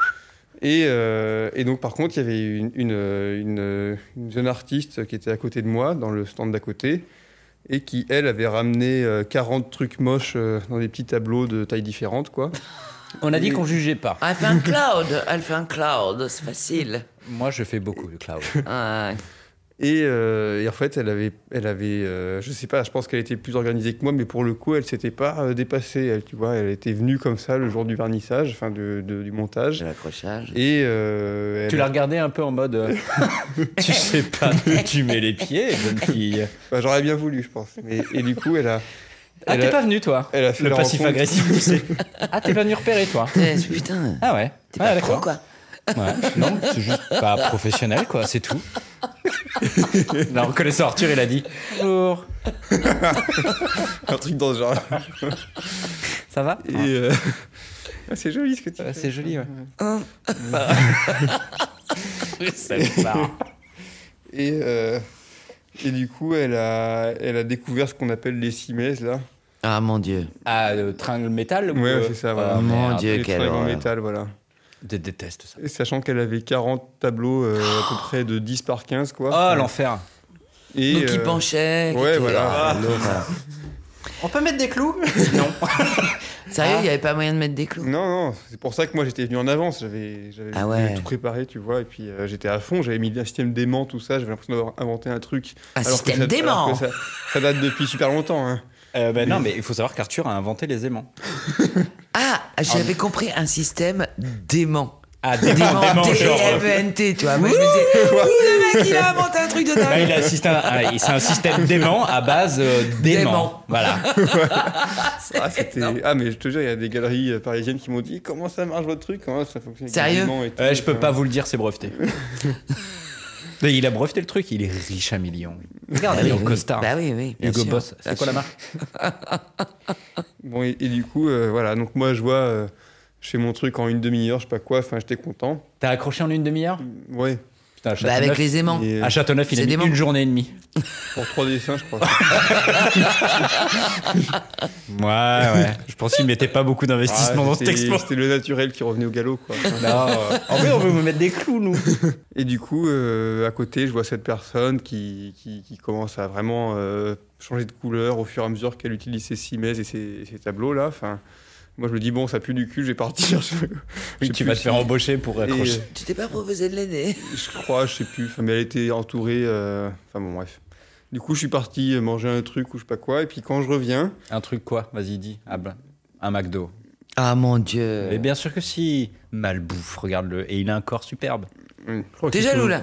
[SPEAKER 6] Et, euh, et donc, par contre, il y avait une, une, euh, une, euh, une jeune artiste qui était à côté de moi, dans le stand d'à côté, et qui, elle, avait ramené euh, 40 trucs moches euh, dans des petits tableaux de tailles différentes, quoi.
[SPEAKER 1] On a dit
[SPEAKER 6] Et-
[SPEAKER 1] qu'on jugeait pas.
[SPEAKER 5] Elle fait un cloud. Elle fait un cloud. C'est facile.
[SPEAKER 1] Moi, je fais beaucoup de cloud.
[SPEAKER 5] Ah,
[SPEAKER 6] Et, euh, et en fait, elle avait, elle avait euh, je sais pas, je pense qu'elle était plus organisée que moi, mais pour le coup, elle s'était pas euh, dépassée. Elle, tu vois, elle était venue comme ça le jour du vernissage, enfin de- de- du montage.
[SPEAKER 5] j'ai l'accrochage.
[SPEAKER 6] Et euh,
[SPEAKER 1] *laughs* tu
[SPEAKER 6] elle-
[SPEAKER 1] l'as regardé un peu en mode. euh, *laughs* tu sais pas où tu mets les pieds, jeune fille.
[SPEAKER 6] bah, j'aurais bien voulu, je pense. Mais- et du coup, elle a,
[SPEAKER 1] Ah,
[SPEAKER 6] Elle
[SPEAKER 1] t'es
[SPEAKER 6] a-
[SPEAKER 1] pas venu, toi
[SPEAKER 6] elle a fait
[SPEAKER 1] Le
[SPEAKER 6] la
[SPEAKER 1] passif
[SPEAKER 6] rencontre-
[SPEAKER 1] agressif, tu sais. *laughs* Ah, t'es pas venu repérer, toi
[SPEAKER 5] Eh, Putain,
[SPEAKER 1] Ah ouais.
[SPEAKER 5] t'es
[SPEAKER 1] Ah,
[SPEAKER 5] pas pro, quoi.
[SPEAKER 1] Ouais. Non, c'est juste pas professionnel, quoi, c'est tout. *laughs* non, reconnaissant Arthur, il a dit Bonjour,
[SPEAKER 6] un truc dans ce genre.
[SPEAKER 1] ça va
[SPEAKER 6] Et, euh, *laughs* ah, c'est joli ce que tu
[SPEAKER 1] Ouais,
[SPEAKER 6] fais.
[SPEAKER 1] C'est joli, ouais. Ah. *laughs*
[SPEAKER 6] Et, euh, et du coup, elle a, elle a découvert ce qu'on appelle les simèses, là.
[SPEAKER 5] Ah mon dieu.
[SPEAKER 1] Ah, le tringle métal ou,
[SPEAKER 6] Ouais,
[SPEAKER 1] euh,
[SPEAKER 6] c'est ça,
[SPEAKER 1] ah,
[SPEAKER 6] voilà.
[SPEAKER 5] Oh Mon
[SPEAKER 1] merde.
[SPEAKER 5] Dieu,
[SPEAKER 6] Les
[SPEAKER 5] quelle
[SPEAKER 6] tringlants en
[SPEAKER 5] horreur.
[SPEAKER 6] métal, voilà.
[SPEAKER 1] Je déteste ça.
[SPEAKER 6] Et sachant qu'elle avait 40 tableaux euh, à peu près de 10 par 15, quoi.
[SPEAKER 1] Ah, l'enfer.
[SPEAKER 6] Et,
[SPEAKER 5] Donc il
[SPEAKER 6] euh,
[SPEAKER 5] penchait. qui
[SPEAKER 6] ouais,
[SPEAKER 5] était-
[SPEAKER 6] voilà.
[SPEAKER 5] Ah, l'horreur.
[SPEAKER 1] On peut mettre des clous Non.
[SPEAKER 5] Sérieux, il n'y avait pas moyen de mettre des clous.
[SPEAKER 6] *laughs* Non, non, c'est pour ça que moi j'étais venu en avance. J'avais j'avais
[SPEAKER 5] Ah ouais.
[SPEAKER 6] tout préparé, tu vois, et puis euh, j'étais à fond. J'avais mis un système d'aimant, tout ça. J'avais l'impression d'avoir inventé un truc.
[SPEAKER 5] Un
[SPEAKER 6] alors que
[SPEAKER 5] système
[SPEAKER 6] ça- alors
[SPEAKER 5] d'aimant.
[SPEAKER 6] que Ça, ça date depuis super longtemps.
[SPEAKER 5] *laughs*
[SPEAKER 6] hein.
[SPEAKER 1] Euh, ben non, mais il faut savoir qu'Arthur a inventé les aimants.
[SPEAKER 5] Ah, j'avais compris un système d'aimant.
[SPEAKER 1] Ah,
[SPEAKER 5] D'aimant, euh,
[SPEAKER 1] euh,
[SPEAKER 5] D-A-M-E-N-T, E tu vois. Moi, je me disais, ouh, le mec, il a inventé un truc de
[SPEAKER 1] Là,
[SPEAKER 5] dingue.
[SPEAKER 1] Bah, Ah, il a assisté à- à- c'est un système d'aimants à base euh, d'aimants.
[SPEAKER 5] D'aimants.
[SPEAKER 1] Voilà.
[SPEAKER 6] Ah, c'était- ah, mais je te jure, il y a des galeries euh, parisiennes qui m'ont dit comment ça marche votre truc, comment ça fonctionne. avec
[SPEAKER 5] Sérieux
[SPEAKER 6] les aimants et tout,
[SPEAKER 1] Ouais, je peux
[SPEAKER 6] enfin.
[SPEAKER 1] pas vous le dire, c'est breveté.
[SPEAKER 5] *laughs*
[SPEAKER 1] Mais il a breveté le truc, il est riche à millions. Regarde,
[SPEAKER 5] Bah
[SPEAKER 1] il est
[SPEAKER 5] oui,
[SPEAKER 1] en
[SPEAKER 5] oui.
[SPEAKER 1] costard.
[SPEAKER 5] Bah oui, oui. bien
[SPEAKER 1] Hugo
[SPEAKER 5] sûr.
[SPEAKER 1] Boss, c'est quoi la marque
[SPEAKER 6] Bon, et, et du coup, euh, voilà. Donc moi, je vois, euh, je fais mon truc en une demi-heure, je sais pas quoi. Enfin, j'étais content.
[SPEAKER 1] T'as accroché en une demi-heure
[SPEAKER 6] Ouais.
[SPEAKER 1] Putain, à
[SPEAKER 5] Bah, avec
[SPEAKER 1] Châteauneuf-
[SPEAKER 5] les aimants.
[SPEAKER 6] Et, euh,
[SPEAKER 1] À Châteauneuf, il a
[SPEAKER 5] C'est
[SPEAKER 1] mis
[SPEAKER 5] des
[SPEAKER 1] une
[SPEAKER 5] membres.
[SPEAKER 1] journée et demie.
[SPEAKER 6] pour trois
[SPEAKER 1] *laughs*
[SPEAKER 6] dessins, je crois.
[SPEAKER 1] Ouais, ouais. *laughs* Je pense qu'il mettait pas beaucoup d'investissement
[SPEAKER 6] Ah,
[SPEAKER 1] dans cet
[SPEAKER 6] c'était
[SPEAKER 1] expo.
[SPEAKER 6] c'était le naturel qui revenait au galop,
[SPEAKER 1] *laughs*
[SPEAKER 6] quoi.
[SPEAKER 1] Non, euh, en fait, on veut vous mettre des clous, nous.
[SPEAKER 6] Et du coup, euh, à côté, je vois cette personne qui, qui, qui commence à vraiment euh, changer de couleur au fur et à mesure qu'elle utilise ses simèses et ses, ses tableaux-là. Enfin, moi, je me dis, bon, ça pue du cul, je vais partir. *laughs* Je, je sais
[SPEAKER 1] tu
[SPEAKER 6] plus
[SPEAKER 1] vas te
[SPEAKER 6] si-
[SPEAKER 1] faire embaucher pour
[SPEAKER 6] Et,
[SPEAKER 1] accrocher.
[SPEAKER 5] Tu t'es pas proposé de l'aider
[SPEAKER 6] euh, je crois, je sais plus. Enfin, mais elle était entourée. euh, Enfin, bon, bref. Du coup, je suis parti manger un truc ou je sais pas quoi. Et puis, quand je reviens,
[SPEAKER 1] Un truc quoi Vas-y, dis. Ah ben, un McDo.
[SPEAKER 5] Ah mon dieu.
[SPEAKER 1] Mais bien sûr que si. Malbouffe, regarde-le. Et il a un corps superbe.
[SPEAKER 6] euh, je crois que
[SPEAKER 5] T'es
[SPEAKER 6] c'est
[SPEAKER 5] jaloux
[SPEAKER 6] tout.
[SPEAKER 5] là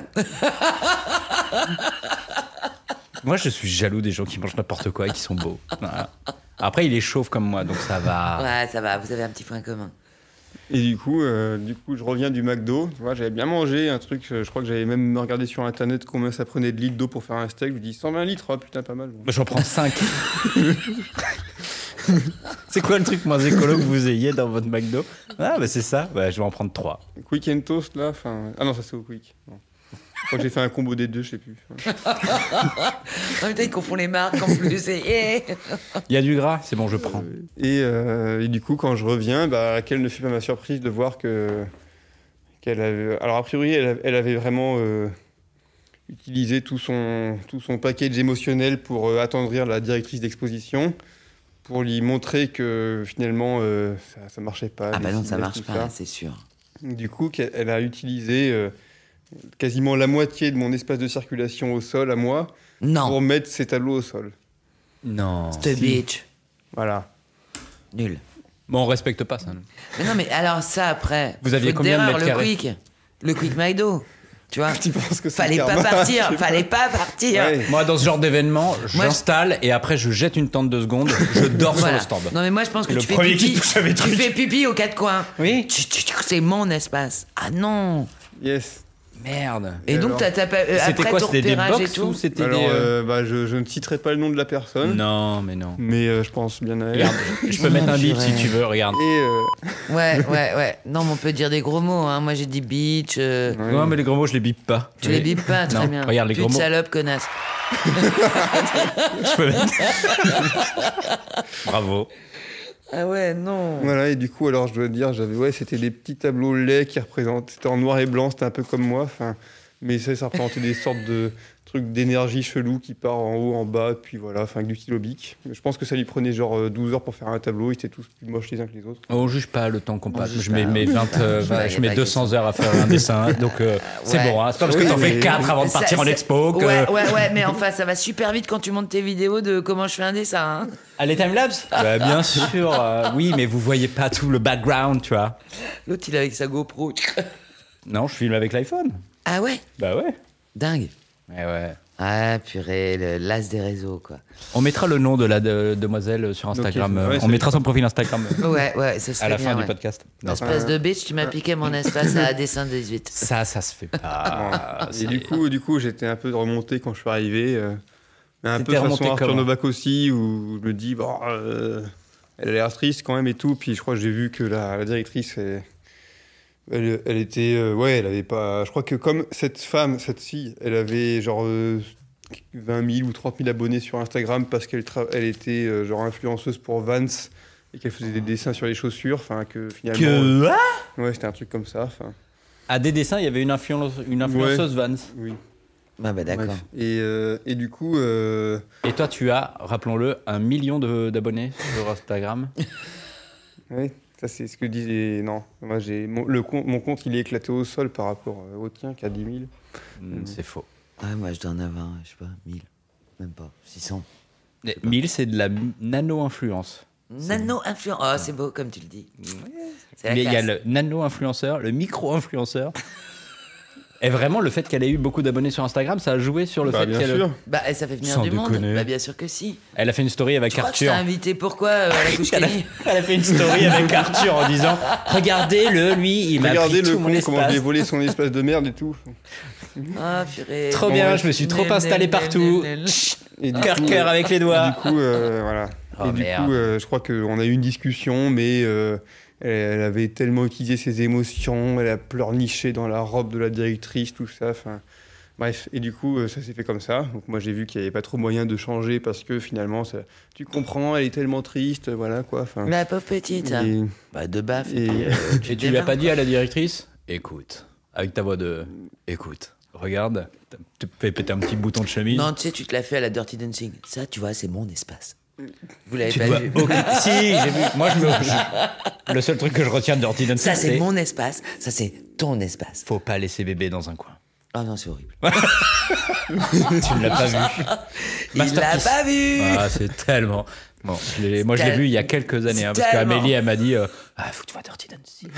[SPEAKER 1] Moi, je suis jaloux des gens qui mangent n'importe quoi et qui sont
[SPEAKER 5] *laughs*
[SPEAKER 1] beaux. Voilà. Après, il est chauve comme moi, donc ça va.
[SPEAKER 5] Ouais, ça va, vous avez un petit point commun.
[SPEAKER 6] Et du coup, euh, du coup, je reviens du McDo. Tu vois, j'avais bien mangé un truc. euh, Je crois que j'avais même regardé sur internet combien ça prenait de litres d'eau pour faire un steak. Je me dis 120 litres, ah, putain, pas mal.
[SPEAKER 1] J'en prends
[SPEAKER 5] *laughs*
[SPEAKER 1] 5. c'est quoi le truc moins écolo que vous ayez dans votre McDo Ah, bah c'est ça. Bah, je vais en prendre 3.
[SPEAKER 6] Quick and toast là. Enfin, ah non, ça c'est au quick. Non. Je crois que j'ai fait un combo des deux, je sais plus.
[SPEAKER 5] En même temps, ils confondent les marques en plus. Et...
[SPEAKER 1] Il y a du gras C'est bon, je prends.
[SPEAKER 6] Et, euh, et du coup, quand je reviens, bah, quelle ne fut pas ma surprise de voir que qu'elle avait. Alors a priori, elle, a- elle avait vraiment euh, utilisé tout son tout son package émotionnel pour euh, attendrir la directrice d'exposition, pour lui montrer que finalement euh, ça, ça marchait pas.
[SPEAKER 5] *laughs* Ah bah
[SPEAKER 6] les
[SPEAKER 5] non, ça
[SPEAKER 6] images,
[SPEAKER 5] marche
[SPEAKER 6] tout
[SPEAKER 5] pas, c'est sûr.
[SPEAKER 6] Du coup, qu'elle- elle a utilisé euh, quasiment la moitié de mon espace de circulation au sol à moi pour
[SPEAKER 5] Non,
[SPEAKER 6] mettre ses tableaux au sol.
[SPEAKER 1] Non.
[SPEAKER 5] the bitch.
[SPEAKER 6] Voilà. *laughs*
[SPEAKER 5] Nul.
[SPEAKER 1] Bon, on respecte pas ça. nous.
[SPEAKER 5] Mais non, mais alors ça après.
[SPEAKER 1] Vous aviez
[SPEAKER 5] faute
[SPEAKER 1] combien de
[SPEAKER 5] d'erreur,
[SPEAKER 1] mètres
[SPEAKER 5] le
[SPEAKER 1] carrés
[SPEAKER 5] quick Le quick Maido.
[SPEAKER 1] *laughs*
[SPEAKER 5] Tu vois
[SPEAKER 6] Tu penses que c'est
[SPEAKER 5] Fallait
[SPEAKER 6] le
[SPEAKER 5] pas
[SPEAKER 6] karma *laughs*
[SPEAKER 5] partir, fallait pas partir.
[SPEAKER 6] Ouais.
[SPEAKER 1] Moi, dans ce genre d'événement,
[SPEAKER 5] Euh. Moi, je-
[SPEAKER 1] j'installe et après, je jette une tente deux secondes. Je dors sur
[SPEAKER 5] Voilà.
[SPEAKER 1] le stand.
[SPEAKER 5] Non mais moi je pense que
[SPEAKER 1] Le
[SPEAKER 5] tu fais
[SPEAKER 1] premier qui
[SPEAKER 5] pipi,
[SPEAKER 1] touche à mes
[SPEAKER 5] tu
[SPEAKER 1] trucs.
[SPEAKER 5] fais pipi aux quatre coins.
[SPEAKER 1] Oui.
[SPEAKER 5] Tu- tu- tu- C'est mon espace. Ah non.
[SPEAKER 6] Yes.
[SPEAKER 1] Merde.
[SPEAKER 5] Et,
[SPEAKER 6] Et
[SPEAKER 5] donc
[SPEAKER 6] alors
[SPEAKER 5] t'as, t'as pas- euh,
[SPEAKER 1] C'était
[SPEAKER 5] après
[SPEAKER 1] quoi
[SPEAKER 5] ton
[SPEAKER 1] C'était des
[SPEAKER 5] repérage et
[SPEAKER 1] box ou
[SPEAKER 5] tout.
[SPEAKER 1] c'était
[SPEAKER 6] Alors,
[SPEAKER 1] des. euh,
[SPEAKER 6] euh, bah, je, je ne citerai pas le nom de la personne,
[SPEAKER 1] Non, mais non.
[SPEAKER 6] mais euh, je pense bien à elle.
[SPEAKER 1] *laughs* Regarde, je peux mettre un bip si
[SPEAKER 5] purée.
[SPEAKER 1] tu veux, regarde.
[SPEAKER 6] Et euh,
[SPEAKER 1] *laughs*
[SPEAKER 5] Ouais ouais ouais. Non mais on peut dire des gros mots. Hein. Moi j'ai dit bitch. euh,
[SPEAKER 6] ouais.
[SPEAKER 1] Non, mais les gros mots, je les bip pas.
[SPEAKER 5] Tu
[SPEAKER 1] Je
[SPEAKER 5] les bipes pas, très
[SPEAKER 1] Non,
[SPEAKER 5] bien.
[SPEAKER 1] Regarde les
[SPEAKER 5] Pute,
[SPEAKER 1] gros mots.
[SPEAKER 5] salope, connasse.
[SPEAKER 1] Je peux mettre- Bravo.
[SPEAKER 5] Ah ouais, non.
[SPEAKER 6] voilà, et du coup, alors je dois dire, j'avais, ouais, c'était des petits tableaux laids qui représentent, c'était en noir et blanc, c'était un peu comme moi, enfin, mais ça, ça représentait des sortes de trucs d'énergie chelou qui part en haut, en bas, puis voilà, enfin, avec du stylo bic. Je pense que ça lui prenait genre euh, 12 heures pour faire un tableau, ils étaient tous plus moches les uns que les autres.
[SPEAKER 1] On juge pas le temps qu'on passe.
[SPEAKER 5] juge
[SPEAKER 1] Je mets,
[SPEAKER 5] pas,
[SPEAKER 1] mes
[SPEAKER 5] on juge
[SPEAKER 1] 20,
[SPEAKER 5] pas.
[SPEAKER 1] euh,
[SPEAKER 5] Je
[SPEAKER 1] vingt-
[SPEAKER 5] vais
[SPEAKER 1] je mets
[SPEAKER 5] arrêter
[SPEAKER 1] 200 heures à faire un dessin, donc euh, c'est
[SPEAKER 5] Ouais.
[SPEAKER 1] bon. hein. C'est pas parce que
[SPEAKER 6] Oui,
[SPEAKER 1] t'en fais
[SPEAKER 6] mais-
[SPEAKER 1] 4 avant de
[SPEAKER 5] Ça-
[SPEAKER 1] partir en
[SPEAKER 5] ça-
[SPEAKER 1] expo que.
[SPEAKER 5] Ouais, ouais, ouais, mais enfin, ça va super vite quand tu montes tes vidéos de comment je fais un dessin. hein.
[SPEAKER 1] Allez, timelapse bah, Bien sûr. euh, oui, mais vous voyez pas tout le background, tu vois.
[SPEAKER 5] L'autre, il est avec sa GoPro.
[SPEAKER 1] Non, je filme avec l'iPhone.
[SPEAKER 5] Ah ouais
[SPEAKER 1] Bah ouais.
[SPEAKER 5] Dingue.
[SPEAKER 1] Eh ouais.
[SPEAKER 5] Ah purée, le l'as des réseaux, quoi.
[SPEAKER 1] On mettra le nom de la de- demoiselle sur Instagram.
[SPEAKER 6] ouais,
[SPEAKER 1] euh,
[SPEAKER 6] c'est-
[SPEAKER 1] on mettra son profil
[SPEAKER 6] *laughs*
[SPEAKER 1] Instagram euh,
[SPEAKER 5] Ouais, ouais, ça serait
[SPEAKER 1] à la
[SPEAKER 5] bien.
[SPEAKER 1] fin du
[SPEAKER 5] ouais. Bah,
[SPEAKER 1] podcast. Non,
[SPEAKER 5] Espèce de bitch, tu m'as piqué mon espace à dessin 18.
[SPEAKER 1] ça, ça se fait
[SPEAKER 6] Ah,
[SPEAKER 1] *laughs* pas.
[SPEAKER 6] et du coup, du coup, j'étais un peu remonté quand je suis arrivé. euh, mais un
[SPEAKER 1] T'étais
[SPEAKER 6] peu façon
[SPEAKER 1] remonté
[SPEAKER 6] Arthur
[SPEAKER 1] comment
[SPEAKER 6] Novak aussi, où je me dis, bon, euh, elle a l'air triste quand même et tout. Puis je crois que j'ai vu que la, la directrice, elle, elle- elle était. euh, ouais, elle avait pas. Je crois que comme cette femme, cette fille, elle avait genre euh, 20 000 ou 30 000 abonnés sur Instagram parce qu'elle tra- elle était euh, genre influenceuse pour Vance et qu'elle faisait des dessins sur les chaussures. Enfin, que finalement.
[SPEAKER 1] Ah. Que
[SPEAKER 6] euh, Ouais, c'était un truc comme ça. Enfin,
[SPEAKER 1] À des dessins, il y avait une, influence- une influenceuse Vance.
[SPEAKER 6] oui.
[SPEAKER 5] Ah bah d'accord.
[SPEAKER 6] Bref. Et, euh, et du coup, euh,
[SPEAKER 1] Et toi, tu as, rappelons-le, un million de- d'abonnés sur
[SPEAKER 5] *laughs*
[SPEAKER 1] Instagram.
[SPEAKER 6] ouais, ça c'est ce que disait. Non, moi j'ai mon, le com- mon compte il est éclaté au sol par rapport euh, au tien qui a 10 000.
[SPEAKER 1] Mm, c'est faux.
[SPEAKER 5] Ah, moi, je dois en avoir, je sais pas, 1000. Même pas, 600.
[SPEAKER 1] Mais 1000, c'est de la nano-influence.
[SPEAKER 5] Nano-influence. Oh, c'est beau comme tu le dis. C'est la
[SPEAKER 1] Mais il y a
[SPEAKER 5] classe.
[SPEAKER 1] le nano-influenceur, le micro-influenceur. Et vraiment, le fait qu'elle ait eu beaucoup d'abonnés sur Instagram, ça a joué sur le
[SPEAKER 6] Bah,
[SPEAKER 1] fait
[SPEAKER 6] bien
[SPEAKER 1] qu'elle
[SPEAKER 6] sûr.
[SPEAKER 5] Bah, eh, ça fait venir
[SPEAKER 1] Sans
[SPEAKER 5] du monde.
[SPEAKER 1] déconner.
[SPEAKER 5] Bah, bien sûr que si.
[SPEAKER 1] elle a fait une story avec
[SPEAKER 5] Tu crois que je t'ai
[SPEAKER 1] Arthur.
[SPEAKER 5] invité
[SPEAKER 1] *laughs*
[SPEAKER 5] pourquoi euh, à la couche Kelly
[SPEAKER 1] Elle a fait une story avec Arthur en disant *laughs* Regardez-le, lui, il m'a pris
[SPEAKER 6] Regardez le
[SPEAKER 1] tout mon
[SPEAKER 6] con, comment je
[SPEAKER 1] espace.
[SPEAKER 6] lui ai volé son espace de merde et tout.
[SPEAKER 5] Ah, purée.
[SPEAKER 1] Trop
[SPEAKER 5] Bon,
[SPEAKER 1] bien,
[SPEAKER 5] ouais.
[SPEAKER 1] je me suis trop
[SPEAKER 5] Nul,
[SPEAKER 1] installé
[SPEAKER 5] nul,
[SPEAKER 1] partout.
[SPEAKER 5] nul, nul.
[SPEAKER 6] Et du
[SPEAKER 1] Cœur,
[SPEAKER 6] coup,
[SPEAKER 1] cœur avec les
[SPEAKER 6] Du
[SPEAKER 1] doigts.
[SPEAKER 6] coup, euh, voilà.
[SPEAKER 1] Oh,
[SPEAKER 6] et du
[SPEAKER 1] merde.
[SPEAKER 6] coup, euh, je crois qu'on a eu une discussion, mais euh, elle, elle avait tellement utilisé ses émotions, elle a pleurniché dans la robe de la directrice, tout ça. Enfin, bref. Et du coup, euh, ça s'est fait comme ça. Donc moi, j'ai vu qu'il n'y avait pas trop moyen de changer parce que finalement, ça- tu comprends, elle est tellement triste, voilà quoi. Enfin,
[SPEAKER 5] La pauvre petite.
[SPEAKER 6] et-
[SPEAKER 5] Bah, de baffe.
[SPEAKER 6] et-
[SPEAKER 1] Et tu lui as pas dit à la directrice Écoute, avec ta voix de Écoute, regarde, tu te fais péter un petit bouton de chemise.
[SPEAKER 5] Non, tu sais, tu te l'as fait à la Dirty Dancing. Ça, tu vois, c'est mon espace. Vous l'avez
[SPEAKER 1] tu
[SPEAKER 5] pas
[SPEAKER 1] dois.
[SPEAKER 5] vu
[SPEAKER 1] *laughs* occu- si, j'ai vu. Moi, je me. je- Le seul truc que je retiens de Dirty Dancing,
[SPEAKER 5] Ça, c'est mon espace. Ça, c'est ton espace.
[SPEAKER 1] Faut pas laisser bébé dans un coin.
[SPEAKER 5] Ah non, c'est horrible.
[SPEAKER 1] Tu ne l'as *laughs* pas vu.
[SPEAKER 5] Il l'a
[SPEAKER 1] Masterpiece.
[SPEAKER 5] pas vu
[SPEAKER 1] Ah, c'est tellement. Bon, je l'ai- moi, je l'ai
[SPEAKER 5] C'est
[SPEAKER 1] vu il y a quelques années, hein,
[SPEAKER 5] c'est
[SPEAKER 1] parce
[SPEAKER 5] tellement.
[SPEAKER 1] qu'Amélie, elle m'a dit euh, Ah, faut que tu vois Dirty Dancing.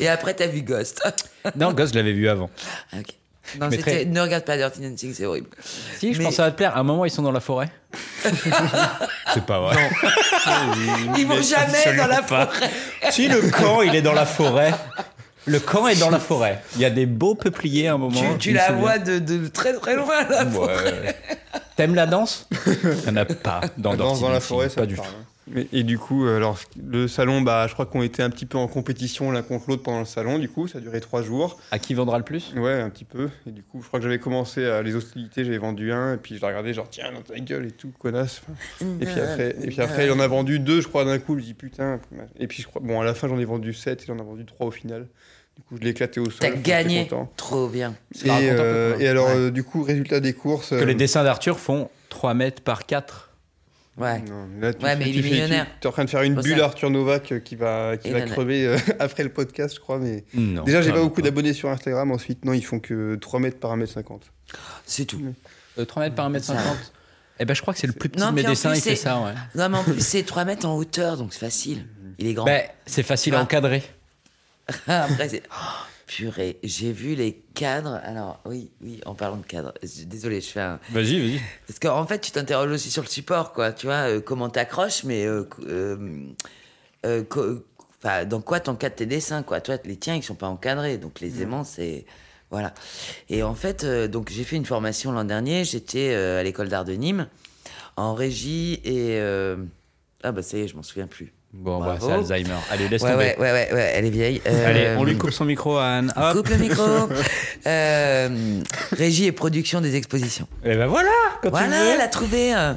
[SPEAKER 5] Et après, t'as vu Ghost. *laughs*
[SPEAKER 1] Non, gosse, je l'avais vu avant.
[SPEAKER 5] Ah, ok. Non,
[SPEAKER 1] Mais
[SPEAKER 5] c'était-
[SPEAKER 1] très-
[SPEAKER 5] ne regarde pas Dirty Dancing, c'est horrible.
[SPEAKER 1] Si, je
[SPEAKER 5] Mais-
[SPEAKER 1] pense que ça va te plaire. À un moment, ils sont dans la forêt. *laughs* c'est pas vrai.
[SPEAKER 5] Ils vont
[SPEAKER 1] Mais
[SPEAKER 5] jamais dans
[SPEAKER 1] absolument
[SPEAKER 5] la
[SPEAKER 1] pas.
[SPEAKER 5] forêt.
[SPEAKER 1] Si le camp, il est dans la forêt. Le camp est dans la forêt. Il y a des beaux peupliers à un moment.
[SPEAKER 5] Tu, tu
[SPEAKER 1] je me
[SPEAKER 5] la
[SPEAKER 1] souviens.
[SPEAKER 5] vois de, de très très loin, la forêt.
[SPEAKER 1] Ouais. T'aimes la danse Il n'y en a pas dans
[SPEAKER 6] La danse
[SPEAKER 1] Dirty
[SPEAKER 6] dans la
[SPEAKER 1] Dancing,
[SPEAKER 6] forêt, ça
[SPEAKER 1] Pas
[SPEAKER 6] me
[SPEAKER 1] du tout.
[SPEAKER 6] parle. Mais- et du coup, euh, alors le salon, bah, je crois qu'on était un petit peu en compétition l'un contre l'autre pendant le salon. Du coup, ça a duré trois jours.
[SPEAKER 1] À qui vendra le plus
[SPEAKER 6] Ouais, un petit peu. Et du coup, je crois que j'avais commencé à les hostilités, j'avais vendu un, et puis je l'ai regardé, genre, tiens, dans ta gueule et tout, connasse. Enfin, Et puis après, et puis après il en a vendu deux, je crois, d'un coup. Je me dis, putain. Et puis, je crois, bon, à la fin, j'en ai vendu sept, il en a vendu trois au final. Du coup, je l'ai éclaté au sol.
[SPEAKER 5] T'as
[SPEAKER 6] j'étais
[SPEAKER 5] gagné.
[SPEAKER 6] content.
[SPEAKER 5] Trop bien.
[SPEAKER 6] Et,
[SPEAKER 1] raconte un peu,
[SPEAKER 6] euh,
[SPEAKER 1] quoi.
[SPEAKER 6] et alors,
[SPEAKER 5] Ouais.
[SPEAKER 6] euh, du coup, résultat des courses.
[SPEAKER 1] Que les
[SPEAKER 6] euh,
[SPEAKER 1] dessins d'Arthur font 3 mètres par 4.
[SPEAKER 5] Ouais.
[SPEAKER 6] non, là, tu,
[SPEAKER 5] Ouais, mais
[SPEAKER 6] tu
[SPEAKER 5] il est
[SPEAKER 6] fais-
[SPEAKER 5] millionnaire.
[SPEAKER 6] Tu es en train de faire une
[SPEAKER 5] Pour
[SPEAKER 6] bulle
[SPEAKER 5] ça.
[SPEAKER 6] Arthur Novak euh, qui va, qui
[SPEAKER 5] Et
[SPEAKER 6] va
[SPEAKER 5] nana.
[SPEAKER 6] crever euh, *laughs* après le podcast, je crois. Mais
[SPEAKER 1] Non.
[SPEAKER 6] déjà, j'ai pas
[SPEAKER 1] clairement
[SPEAKER 6] beaucoup d'abonnés sur Instagram. Ensuite, non, ils font que 3 mètres par 1 mètre 50.
[SPEAKER 5] C'est tout.
[SPEAKER 1] Euh, 3 mètres par 1 mètre
[SPEAKER 5] Ça.
[SPEAKER 1] 50. Eh ben, je crois que c'est le plus petit
[SPEAKER 5] Non,
[SPEAKER 1] de mes
[SPEAKER 5] puis en
[SPEAKER 1] dessins,
[SPEAKER 5] plus,
[SPEAKER 1] il fait
[SPEAKER 5] c'est-
[SPEAKER 1] ça, ouais.
[SPEAKER 5] Non, mais en plus, c'est 3 mètres en hauteur, donc c'est facile. Il est grand.
[SPEAKER 1] Ben, c'est facile à
[SPEAKER 5] Ah.
[SPEAKER 1] encadrer.
[SPEAKER 5] Après, c'est. *gasps* Oh, purée, j'ai vu les cadres. Alors, oui, oui, en parlant de cadres. je- Désolé, je fais un.
[SPEAKER 1] Vas-y, vas-y.
[SPEAKER 5] Parce qu'en fait, tu t'interroges aussi sur le support, quoi. Tu vois, euh, comment t'accroches, mais. euh, co- euh, euh, co- enfin, dans quoi t'encadres tes dessins, quoi. Toi, les tiens, ils sont pas encadrés. Donc, les aimants, c'est. Voilà. Et en fait, euh, donc, j'ai fait une formation l'an dernier. J'étais euh, à l'école d'art de Nîmes, en régie et. euh, Ah, bah, ça y est, je m'en souviens plus.
[SPEAKER 1] Bon, bah,
[SPEAKER 5] Bravo.
[SPEAKER 1] c'est Alzheimer. Allez, laisse
[SPEAKER 5] Ouais,
[SPEAKER 1] tomber.
[SPEAKER 5] ouais, ouais, ouais, ouais, elle est vieille. Euh,
[SPEAKER 1] Allez, on lui coupe son micro à Anne. Hop.
[SPEAKER 5] Coupe le
[SPEAKER 1] *laughs*
[SPEAKER 5] micro. Euh, régie et production des expositions.
[SPEAKER 1] Et ben voilà, quand tu
[SPEAKER 5] voilà,
[SPEAKER 1] veux.
[SPEAKER 5] elle a trouvé. euh.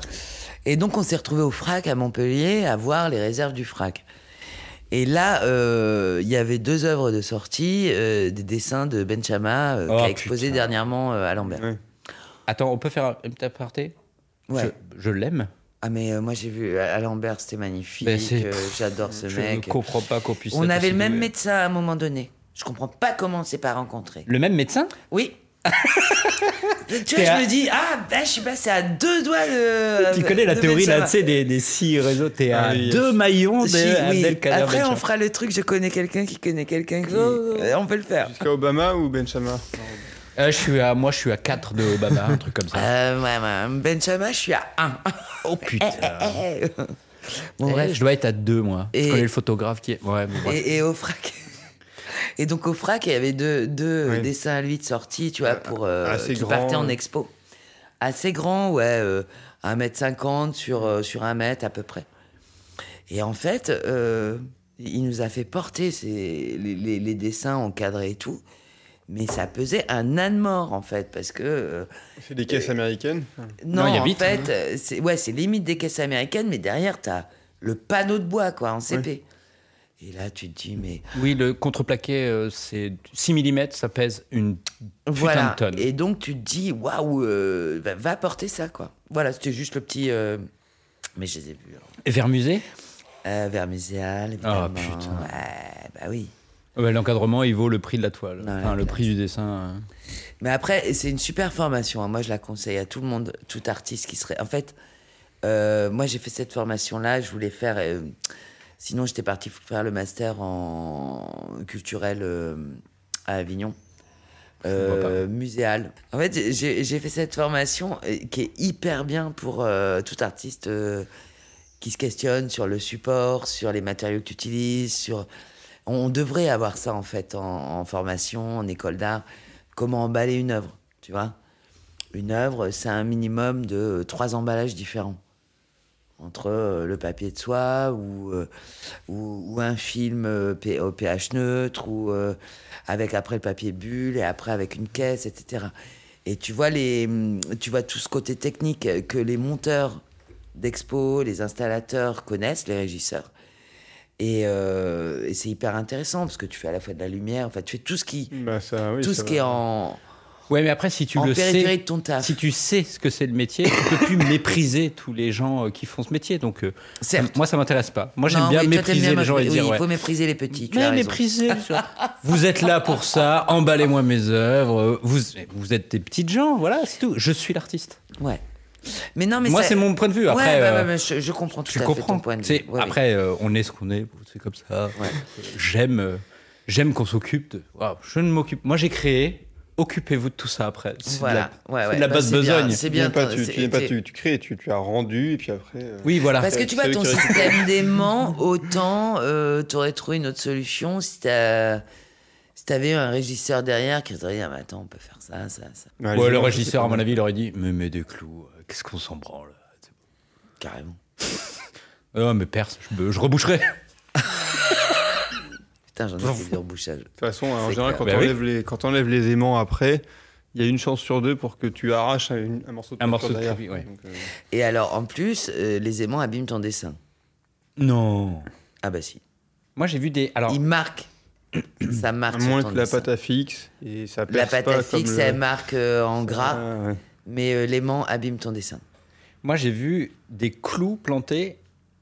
[SPEAKER 5] Et donc, on s'est retrouvé au FRAC à Montpellier à voir les réserves du FRAC. Et là, euh, il y avait deux œuvres de sortie, euh, des dessins de Ben Chama euh,
[SPEAKER 1] Oh,
[SPEAKER 5] qui a exposé
[SPEAKER 1] putain.
[SPEAKER 5] dernièrement euh, à Lambert.
[SPEAKER 6] Ouais.
[SPEAKER 1] Attends, on peut faire un- une petite aparté
[SPEAKER 5] Ouais.
[SPEAKER 1] Je, je l'aime.
[SPEAKER 5] Ah, mais euh, moi, j'ai vu à à Lambert, c'était magnifique.
[SPEAKER 1] Mais Ben, c'est-
[SPEAKER 5] euh, J'adore ce
[SPEAKER 1] Je
[SPEAKER 5] mec.
[SPEAKER 1] ne comprends pas qu'on puisse.
[SPEAKER 5] On
[SPEAKER 1] être
[SPEAKER 5] avait
[SPEAKER 1] aussi
[SPEAKER 5] le même
[SPEAKER 1] doué.
[SPEAKER 5] médecin à un moment donné. Je comprends pas comment on s'est pas rencontrés.
[SPEAKER 1] Le même médecin *laughs*
[SPEAKER 5] Oui. tu vois,
[SPEAKER 1] T'es à-
[SPEAKER 5] je me dis, ah, bah, je sais pas, c'est à deux doigts de.
[SPEAKER 1] Tu connais la
[SPEAKER 5] de
[SPEAKER 1] théorie là,
[SPEAKER 5] Benzema.
[SPEAKER 1] tu sais, euh, des, des six réseaux. T'es à
[SPEAKER 6] Ah oui.
[SPEAKER 1] deux maillons de
[SPEAKER 5] Si, oui.
[SPEAKER 1] Abdelkader
[SPEAKER 5] Après, on
[SPEAKER 1] Benchama.
[SPEAKER 5] fera le truc, je connais quelqu'un qui connaît quelqu'un qui. Euh, on peut le faire.
[SPEAKER 6] Jusqu'à Obama ou Benchama
[SPEAKER 1] Euh, je suis à, moi, je suis à 4 de Obama, un truc comme
[SPEAKER 5] *laughs*
[SPEAKER 1] ça.
[SPEAKER 5] Euh, ouais, ouais, Benchama, je suis à 1.
[SPEAKER 1] Oh putain.
[SPEAKER 5] bon,
[SPEAKER 1] Eh,
[SPEAKER 5] bref.
[SPEAKER 1] Je dois être à 2 moi.
[SPEAKER 5] Et-
[SPEAKER 1] Je connais le photographe qui est. Ouais, bon, bref.
[SPEAKER 5] Et, et au frac. Et donc, au frac, il y avait deux, deux
[SPEAKER 6] Oui.
[SPEAKER 5] dessins à lui de sortie, tu vois, pour, euh,
[SPEAKER 6] assez
[SPEAKER 5] qui
[SPEAKER 6] grand,
[SPEAKER 5] partaient en
[SPEAKER 6] ouais.
[SPEAKER 5] expo. Assez grand, ouais, euh, 1m50 sur, euh, sur 1m à peu près. Et en fait, euh, il nous a fait porter ces- les, les- les dessins encadrés et tout. Mais ça pesait un âne mort, en fait, parce que. euh,
[SPEAKER 6] C'est des caisses américaines.
[SPEAKER 5] non,
[SPEAKER 1] Non, il y a
[SPEAKER 5] en
[SPEAKER 1] vite. hein.
[SPEAKER 5] fait, euh, c'est ouais, c'est limite des caisses américaines, mais derrière, t'as le panneau de bois, quoi, en CP. Et là, tu te dis, mais.
[SPEAKER 1] Oui, le contreplaqué, euh, c'est 6 mm, ça pèse une putain
[SPEAKER 5] voilà.
[SPEAKER 1] de tonne.
[SPEAKER 5] Et donc, tu te dis, waouh, euh, va, va porter ça, quoi. Voilà, c'était juste le petit. euh, Mais je les ai vus. hein.
[SPEAKER 1] Et vers musée
[SPEAKER 5] Euh, Vermuséal, évidemment.
[SPEAKER 1] Ah, putain.
[SPEAKER 5] Ouais, bah oui.
[SPEAKER 1] Ouais, Ah L'encadrement, il vaut le prix de la toile.
[SPEAKER 5] Ouais,
[SPEAKER 1] enfin, le
[SPEAKER 5] classe.
[SPEAKER 1] prix du dessin. euh.
[SPEAKER 5] Mais après, c'est une super formation. hein. Moi, je la conseille à tout le monde, tout artiste qui serait. En fait, euh, moi, j'ai fait cette formation-là. Je voulais faire. euh, Sinon, j'étais partie faire le master en culturel euh, à Avignon. Euh, muséal. En fait, j'ai j'ai fait cette formation euh, qui est hyper bien pour euh, tout artiste euh, qui se questionne sur le support, sur les matériaux que tu utilises, sur... On devrait avoir ça, en fait, en, en formation, en école d'art. Comment emballer une œuvre, tu vois Une œuvre, c'est un minimum de euh, trois emballages différents. Entre euh, le papier de soie ou, euh, ou, ou un film euh, P- au pH neutre ou euh, avec après le papier bulle et après avec une caisse, etc. Et tu vois, les, tu vois tout ce côté technique que les monteurs d'expo, les installateurs connaissent, les régisseurs. Et, euh, et c'est hyper intéressant parce que tu fais à la fois de la lumière, enfin, tu fais tout ce qui,
[SPEAKER 6] Bah, ça, oui,
[SPEAKER 5] tout
[SPEAKER 6] ça
[SPEAKER 5] ce
[SPEAKER 6] va.
[SPEAKER 5] qui est en,
[SPEAKER 1] Ouais, mais après, si tu
[SPEAKER 5] en
[SPEAKER 1] le
[SPEAKER 5] périphérie
[SPEAKER 1] sais,
[SPEAKER 5] de ton taf.
[SPEAKER 1] si tu sais ce que c'est le métier, tu peux plus
[SPEAKER 5] *coughs*
[SPEAKER 1] mépriser tous les gens euh, qui font ce métier. Donc, euh,
[SPEAKER 5] Certes.
[SPEAKER 1] moi, ça m'intéresse pas. Moi, j'aime
[SPEAKER 5] Non,
[SPEAKER 1] bien
[SPEAKER 5] oui, toi, t'aimes
[SPEAKER 1] mépriser les gens et
[SPEAKER 5] oui,
[SPEAKER 1] dire.
[SPEAKER 5] Il
[SPEAKER 1] ouais.
[SPEAKER 5] faut mépriser les petits. tu as
[SPEAKER 1] Mais
[SPEAKER 5] raison.
[SPEAKER 1] méprisez. *laughs* vous êtes là pour ça, emballez-moi mes œuvres. Vous, vous êtes des petites gens, voilà, c'est tout. Je suis l'artiste.
[SPEAKER 5] Ouais. Mais non, mais
[SPEAKER 1] Moi,
[SPEAKER 5] ça-
[SPEAKER 1] c'est mon point de vue.
[SPEAKER 5] Ouais,
[SPEAKER 1] Après,
[SPEAKER 5] ouais, bah, ouais,
[SPEAKER 1] euh,
[SPEAKER 5] ouais, je, je comprends tout
[SPEAKER 1] tu
[SPEAKER 5] à fait
[SPEAKER 1] comprends.
[SPEAKER 5] ton point de vue.
[SPEAKER 1] C'est-
[SPEAKER 5] Ouais, ouais.
[SPEAKER 1] après, euh, on est ce qu'on est, c'est comme ça. J'aime, euh, j'aime qu'on s'occupe de. Waouh, je ne m'occupe. Moi, j'ai créé. Occupez-vous de tout ça après. C'est
[SPEAKER 5] Voilà.
[SPEAKER 1] de la,
[SPEAKER 5] Ouais,
[SPEAKER 1] c'est
[SPEAKER 5] ouais.
[SPEAKER 1] de la
[SPEAKER 5] Bah,
[SPEAKER 1] basse
[SPEAKER 5] c'est bien,
[SPEAKER 1] besogne.
[SPEAKER 5] C'est
[SPEAKER 6] Tu
[SPEAKER 5] bien.
[SPEAKER 6] viens pas, tu,
[SPEAKER 5] c'est-
[SPEAKER 6] tu viens pas,
[SPEAKER 5] c'est-
[SPEAKER 6] tu, tu crées, tu, tu as rendu, et puis après. euh,
[SPEAKER 1] Oui, voilà.
[SPEAKER 5] Parce que tu vois,
[SPEAKER 6] C'est
[SPEAKER 5] ton
[SPEAKER 6] eux qui
[SPEAKER 1] *laughs*
[SPEAKER 5] système d'aimant, autant euh, t'aurais trouvé une autre solution si t'as- si t'avais eu un régisseur derrière qui aurait dit Ah, mais attends, on peut faire ça, ça, ça.
[SPEAKER 6] bah,
[SPEAKER 1] Ouais,
[SPEAKER 6] les
[SPEAKER 1] le
[SPEAKER 6] gens,
[SPEAKER 1] régisseur, à
[SPEAKER 6] c'est
[SPEAKER 1] mon avis, il aurait dit Mais mets des clous, euh, qu'est-ce qu'on s'en branle
[SPEAKER 5] Carrément.
[SPEAKER 1] Ah, mais perce, je, me- je
[SPEAKER 5] *laughs*
[SPEAKER 1] reboucherai.
[SPEAKER 5] Putain, j'en ai fait du rebouchage.
[SPEAKER 6] De toute façon,
[SPEAKER 5] C'est
[SPEAKER 6] en général,
[SPEAKER 5] clair.
[SPEAKER 6] quand
[SPEAKER 1] Bah
[SPEAKER 6] on
[SPEAKER 1] oui.
[SPEAKER 6] enlève les, quand on enlève les aimants après, il y a une chance sur deux pour que tu arraches un, une- un morceau de
[SPEAKER 1] Un
[SPEAKER 6] peinture
[SPEAKER 1] morceau de
[SPEAKER 6] derrière.
[SPEAKER 1] tapis, ouais.
[SPEAKER 5] Ah,
[SPEAKER 6] Donc, euh,
[SPEAKER 5] Et alors, en plus, euh, les aimants abîment ton dessin.
[SPEAKER 1] Non.
[SPEAKER 5] Ah, bah si.
[SPEAKER 1] Moi, j'ai vu des. Alors,
[SPEAKER 5] Il marque. Ça
[SPEAKER 6] à
[SPEAKER 5] marque. sur
[SPEAKER 6] moins
[SPEAKER 5] ton
[SPEAKER 6] que la
[SPEAKER 5] dessin.
[SPEAKER 6] pâte à fixe et ça perce
[SPEAKER 5] La pâte
[SPEAKER 6] pas
[SPEAKER 5] à fixe,
[SPEAKER 6] comme le-
[SPEAKER 5] elle marque euh, en gras,
[SPEAKER 6] Ah, ouais.
[SPEAKER 5] mais euh, l'aimant abîme ton dessin.
[SPEAKER 1] Moi, j'ai vu des clous plantés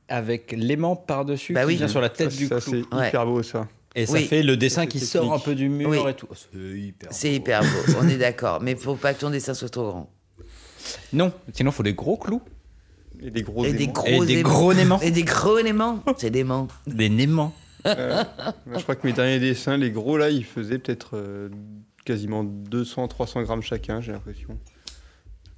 [SPEAKER 1] avec l'aimant par-dessus
[SPEAKER 5] Bah
[SPEAKER 1] qui
[SPEAKER 5] oui.
[SPEAKER 1] vient sur la tête
[SPEAKER 6] Ça,
[SPEAKER 1] du
[SPEAKER 6] ça,
[SPEAKER 1] clou.
[SPEAKER 6] c'est
[SPEAKER 5] Ouais.
[SPEAKER 6] hyper beau ça.
[SPEAKER 1] Et ça
[SPEAKER 5] Oui.
[SPEAKER 1] fait le dessin
[SPEAKER 6] Ça,
[SPEAKER 1] qui
[SPEAKER 6] c'est
[SPEAKER 1] sort un
[SPEAKER 6] technique.
[SPEAKER 1] peu du mur
[SPEAKER 5] Oui.
[SPEAKER 1] et tout. Oh, C'est
[SPEAKER 6] Oh.
[SPEAKER 1] hyper.
[SPEAKER 5] C'est
[SPEAKER 1] beau.
[SPEAKER 5] hyper beau, on est d'accord. Mais faut pas que ton dessin soit trop grand.
[SPEAKER 1] Non, sinon, faut des gros clous.
[SPEAKER 6] Et des gros
[SPEAKER 5] Et des
[SPEAKER 6] aimants.
[SPEAKER 5] gros
[SPEAKER 1] Et des
[SPEAKER 5] aimants.
[SPEAKER 1] gros aimants.
[SPEAKER 5] Et des gros aimants. C'est des aimants.
[SPEAKER 1] Des aimants.
[SPEAKER 6] Moi, je crois que mes derniers dessins, les gros là, ils faisaient peut-être euh, quasiment 200, 300 grammes chacun, j'ai l'impression.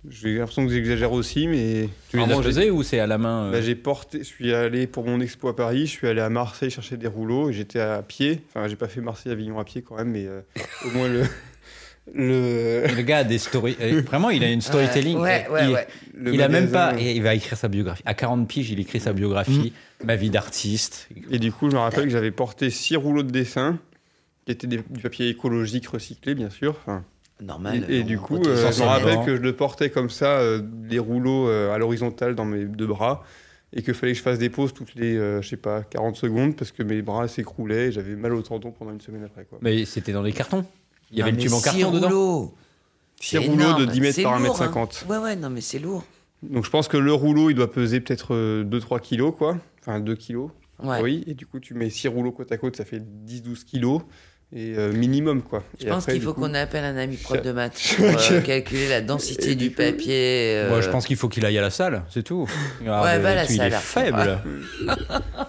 [SPEAKER 6] J'ai l'impression que j'exagère aussi, mais.
[SPEAKER 1] Tu les
[SPEAKER 6] Vraiment,
[SPEAKER 1] as
[SPEAKER 6] j'ai-
[SPEAKER 1] pesés ou c'est à la main euh,
[SPEAKER 6] Bah, j'ai porté, je suis allé pour mon expo à Paris, je suis allé à Marseille chercher des rouleaux et j'étais à pied. Enfin, j'ai pas fait Marseille-Avignon à pied quand même, mais euh, au moins le, *laughs* le,
[SPEAKER 1] Le gars a des stories. *laughs* euh, Vraiment, il a une storytelling.
[SPEAKER 5] Ouais, ouais,
[SPEAKER 1] il,
[SPEAKER 5] ouais.
[SPEAKER 6] le
[SPEAKER 1] il a même
[SPEAKER 6] magasin.
[SPEAKER 1] pas. et Il va écrire sa biographie. À 40 piges, il écrit sa biographie, ma vie d'artiste.
[SPEAKER 6] Et du coup, je me rappelle que j'avais porté six rouleaux de dessin qui étaient des- du papier écologique recyclé, bien sûr. Enfin,
[SPEAKER 5] Normal.
[SPEAKER 6] et, et
[SPEAKER 5] on
[SPEAKER 6] du coup,
[SPEAKER 5] retourne sur
[SPEAKER 6] euh, je me
[SPEAKER 5] les
[SPEAKER 6] rappelle
[SPEAKER 5] aimants.
[SPEAKER 6] que je le portais comme ça, euh, les rouleaux euh, à l'horizontale dans mes deux bras, et que fallait que je fasse des pauses toutes les, euh, je sais pas, 40 secondes parce que mes bras s'écroulaient et j'avais mal au tendon pendant une semaine après. Quoi.
[SPEAKER 1] Mais c'était dans des cartons. Il y
[SPEAKER 5] Non,
[SPEAKER 1] avait le
[SPEAKER 5] mais
[SPEAKER 1] tube en
[SPEAKER 5] six
[SPEAKER 1] carton dedans.
[SPEAKER 5] rouleaux.
[SPEAKER 6] Six
[SPEAKER 5] C'est
[SPEAKER 6] rouleaux
[SPEAKER 5] énorme.
[SPEAKER 6] de 10 mètres
[SPEAKER 5] C'est
[SPEAKER 6] par 1 mètre
[SPEAKER 5] lourd, hein.
[SPEAKER 6] 50.
[SPEAKER 5] Ouais, ouais, non, mais c'est lourd.
[SPEAKER 6] Donc je pense que le rouleau, il doit peser peut-être 2-3 kilos, quoi. Enfin, 2 kilos.
[SPEAKER 5] Ouais.
[SPEAKER 6] Oui, et du coup, tu mets 6 rouleaux côte à côte, ça fait 10-12 kilos, et euh, minimum, quoi.
[SPEAKER 5] Je
[SPEAKER 6] Et
[SPEAKER 5] pense
[SPEAKER 6] après,
[SPEAKER 5] qu'il
[SPEAKER 6] du
[SPEAKER 5] faut
[SPEAKER 6] coup-
[SPEAKER 5] qu'on appelle un ami prof
[SPEAKER 6] Cha-
[SPEAKER 5] de maths
[SPEAKER 6] *laughs*
[SPEAKER 5] pour euh, calculer la densité
[SPEAKER 6] Et
[SPEAKER 5] du
[SPEAKER 6] du coup-
[SPEAKER 5] papier. euh,
[SPEAKER 1] Moi, je pense qu'il faut qu'il aille à la salle, c'est tout. Ah,
[SPEAKER 5] Ouais, va à la
[SPEAKER 1] Il est
[SPEAKER 5] salle.
[SPEAKER 1] faible.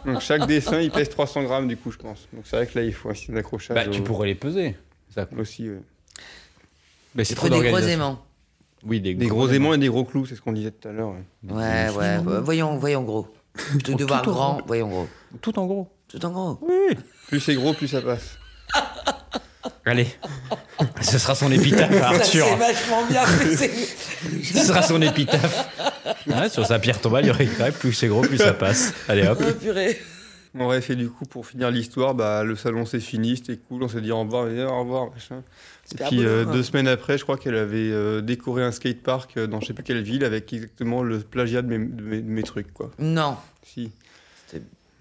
[SPEAKER 6] Donc chaque dessin, il pèse 300 grammes, du coup, je pense. Donc c'est vrai que là, il faut un système d'accrochage.
[SPEAKER 1] Bah, tu
[SPEAKER 6] au-
[SPEAKER 1] pourrais les peser. Ça-
[SPEAKER 6] Aussi, euh,
[SPEAKER 1] Mais c'est
[SPEAKER 5] il
[SPEAKER 1] trop
[SPEAKER 5] faut des gros
[SPEAKER 1] d'organisation.
[SPEAKER 5] aimants.
[SPEAKER 1] Oui, des,
[SPEAKER 6] Des gros aimants et des gros clous, c'est ce qu'on disait tout à l'heure. ouais. euh,
[SPEAKER 5] Ouais, ouais. ouais. Voyons, voyons
[SPEAKER 6] *laughs*
[SPEAKER 5] gros. Plutôt
[SPEAKER 6] Oh,
[SPEAKER 5] que de
[SPEAKER 1] Tout
[SPEAKER 5] voir
[SPEAKER 1] en
[SPEAKER 5] grand,
[SPEAKER 1] gros.
[SPEAKER 5] voyons gros.
[SPEAKER 1] Tout en gros.
[SPEAKER 5] Tout en gros.
[SPEAKER 6] Plus c'est gros, plus ça passe.
[SPEAKER 1] Allez, *laughs* ce sera son épitaphe à Arthur.
[SPEAKER 5] vachement bien.
[SPEAKER 1] Ce sera son épitaphe. Hein, sur sa pierre tombale, il y aurait écrit, plus c'est gros, plus ça passe. Allez hop.
[SPEAKER 5] Oh, purée.
[SPEAKER 6] En bref, et du coup, pour finir l'histoire, bah, le salon c'est fini, c'était cool, on s'est dit au revoir, et au revoir, machin. Et
[SPEAKER 5] Super
[SPEAKER 6] puis
[SPEAKER 5] bonheur,
[SPEAKER 6] euh,
[SPEAKER 5] hein.
[SPEAKER 6] deux semaines après, je crois qu'elle avait euh, décoré un skatepark euh, dans je sais plus quelle ville avec exactement le plagiat de mes, de mes- de mes trucs, quoi.
[SPEAKER 5] Non.
[SPEAKER 6] Si.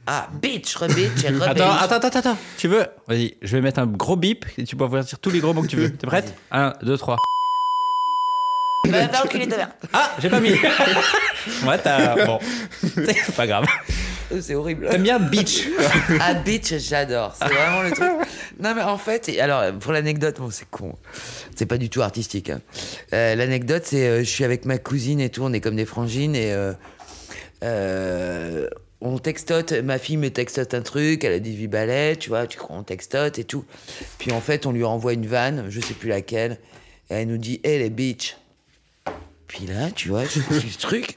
[SPEAKER 5] Ah, bitch, rebitch et rebitch.
[SPEAKER 1] Attends, attends, attends, attends. Tu veux Vas-y, je vais mettre un gros bip et tu pourras dire tous les gros mots que tu veux. T'es prête 1, 2, 3.
[SPEAKER 5] Va, va enculer ta mère.
[SPEAKER 1] Ah, j'ai *laughs* pas mis. Moi, t'as. Bon. C'est pas grave.
[SPEAKER 5] C'est horrible.
[SPEAKER 1] T'aimes bien Beach
[SPEAKER 5] *laughs* Ah, bitch, j'adore. C'est vraiment le truc. Non, mais en fait, et- alors, pour l'anecdote, bon, c'est con. C'est pas du tout artistique. hein. Euh, l'anecdote, c'est euh, je suis avec ma cousine et tout, on est comme des frangines et. euh, euh, on textote, ma fille me textote un truc, elle a 18 balais, tu vois, tu crois, on textote et tout. Puis en fait, on lui envoie une vanne, je sais plus laquelle, et elle nous dit, hé les bitches. Puis là, tu vois, je fais ce truc,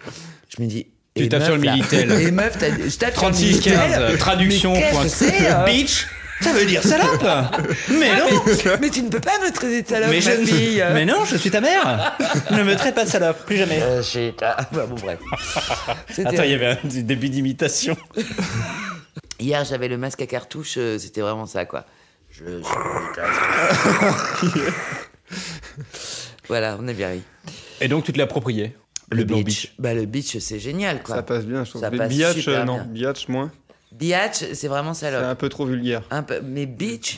[SPEAKER 5] je me dis.
[SPEAKER 1] Tu
[SPEAKER 5] eh,
[SPEAKER 1] tapes
[SPEAKER 5] meuf,
[SPEAKER 1] sur le
[SPEAKER 5] là,
[SPEAKER 1] Minitel.
[SPEAKER 5] eh, meuf, t'as- je tape sur le
[SPEAKER 1] 36,
[SPEAKER 5] Minitel.
[SPEAKER 1] 15, traduction.
[SPEAKER 5] Mais qu'est-ce
[SPEAKER 1] point.
[SPEAKER 5] que c'est, euh
[SPEAKER 1] Beach Ça veut dire salope *laughs* Mais non
[SPEAKER 5] Mais tu ne peux pas me traiter de salope,
[SPEAKER 1] mais, euh. je...
[SPEAKER 5] ma fille.
[SPEAKER 1] mais non, je suis ta mère Ne me traite pas de salope, plus jamais.
[SPEAKER 5] Euh, shit. Ah, bah, bon,
[SPEAKER 1] *laughs*
[SPEAKER 5] bref. C'était-
[SPEAKER 1] Attends, il y avait un petit début d'imitation.
[SPEAKER 5] Hier, j'avais le masque à cartouche, euh, c'était vraiment ça, quoi. Je... je-
[SPEAKER 1] *laughs*
[SPEAKER 5] voilà, on a bien ri.
[SPEAKER 1] Et donc, tu te l'as approprié Le blanc Beach.
[SPEAKER 5] Bah, le beach, c'est génial, quoi.
[SPEAKER 6] Ça passe bien, je trouve.
[SPEAKER 5] Ça
[SPEAKER 6] Mais
[SPEAKER 5] passe
[SPEAKER 6] biatch,
[SPEAKER 5] super
[SPEAKER 6] euh, non,
[SPEAKER 5] bien.
[SPEAKER 6] biatch moins.
[SPEAKER 5] Biatch, c'est vraiment
[SPEAKER 6] C'est
[SPEAKER 5] salope.
[SPEAKER 6] un peu trop vulgaire.
[SPEAKER 5] Un peu... Mais bitch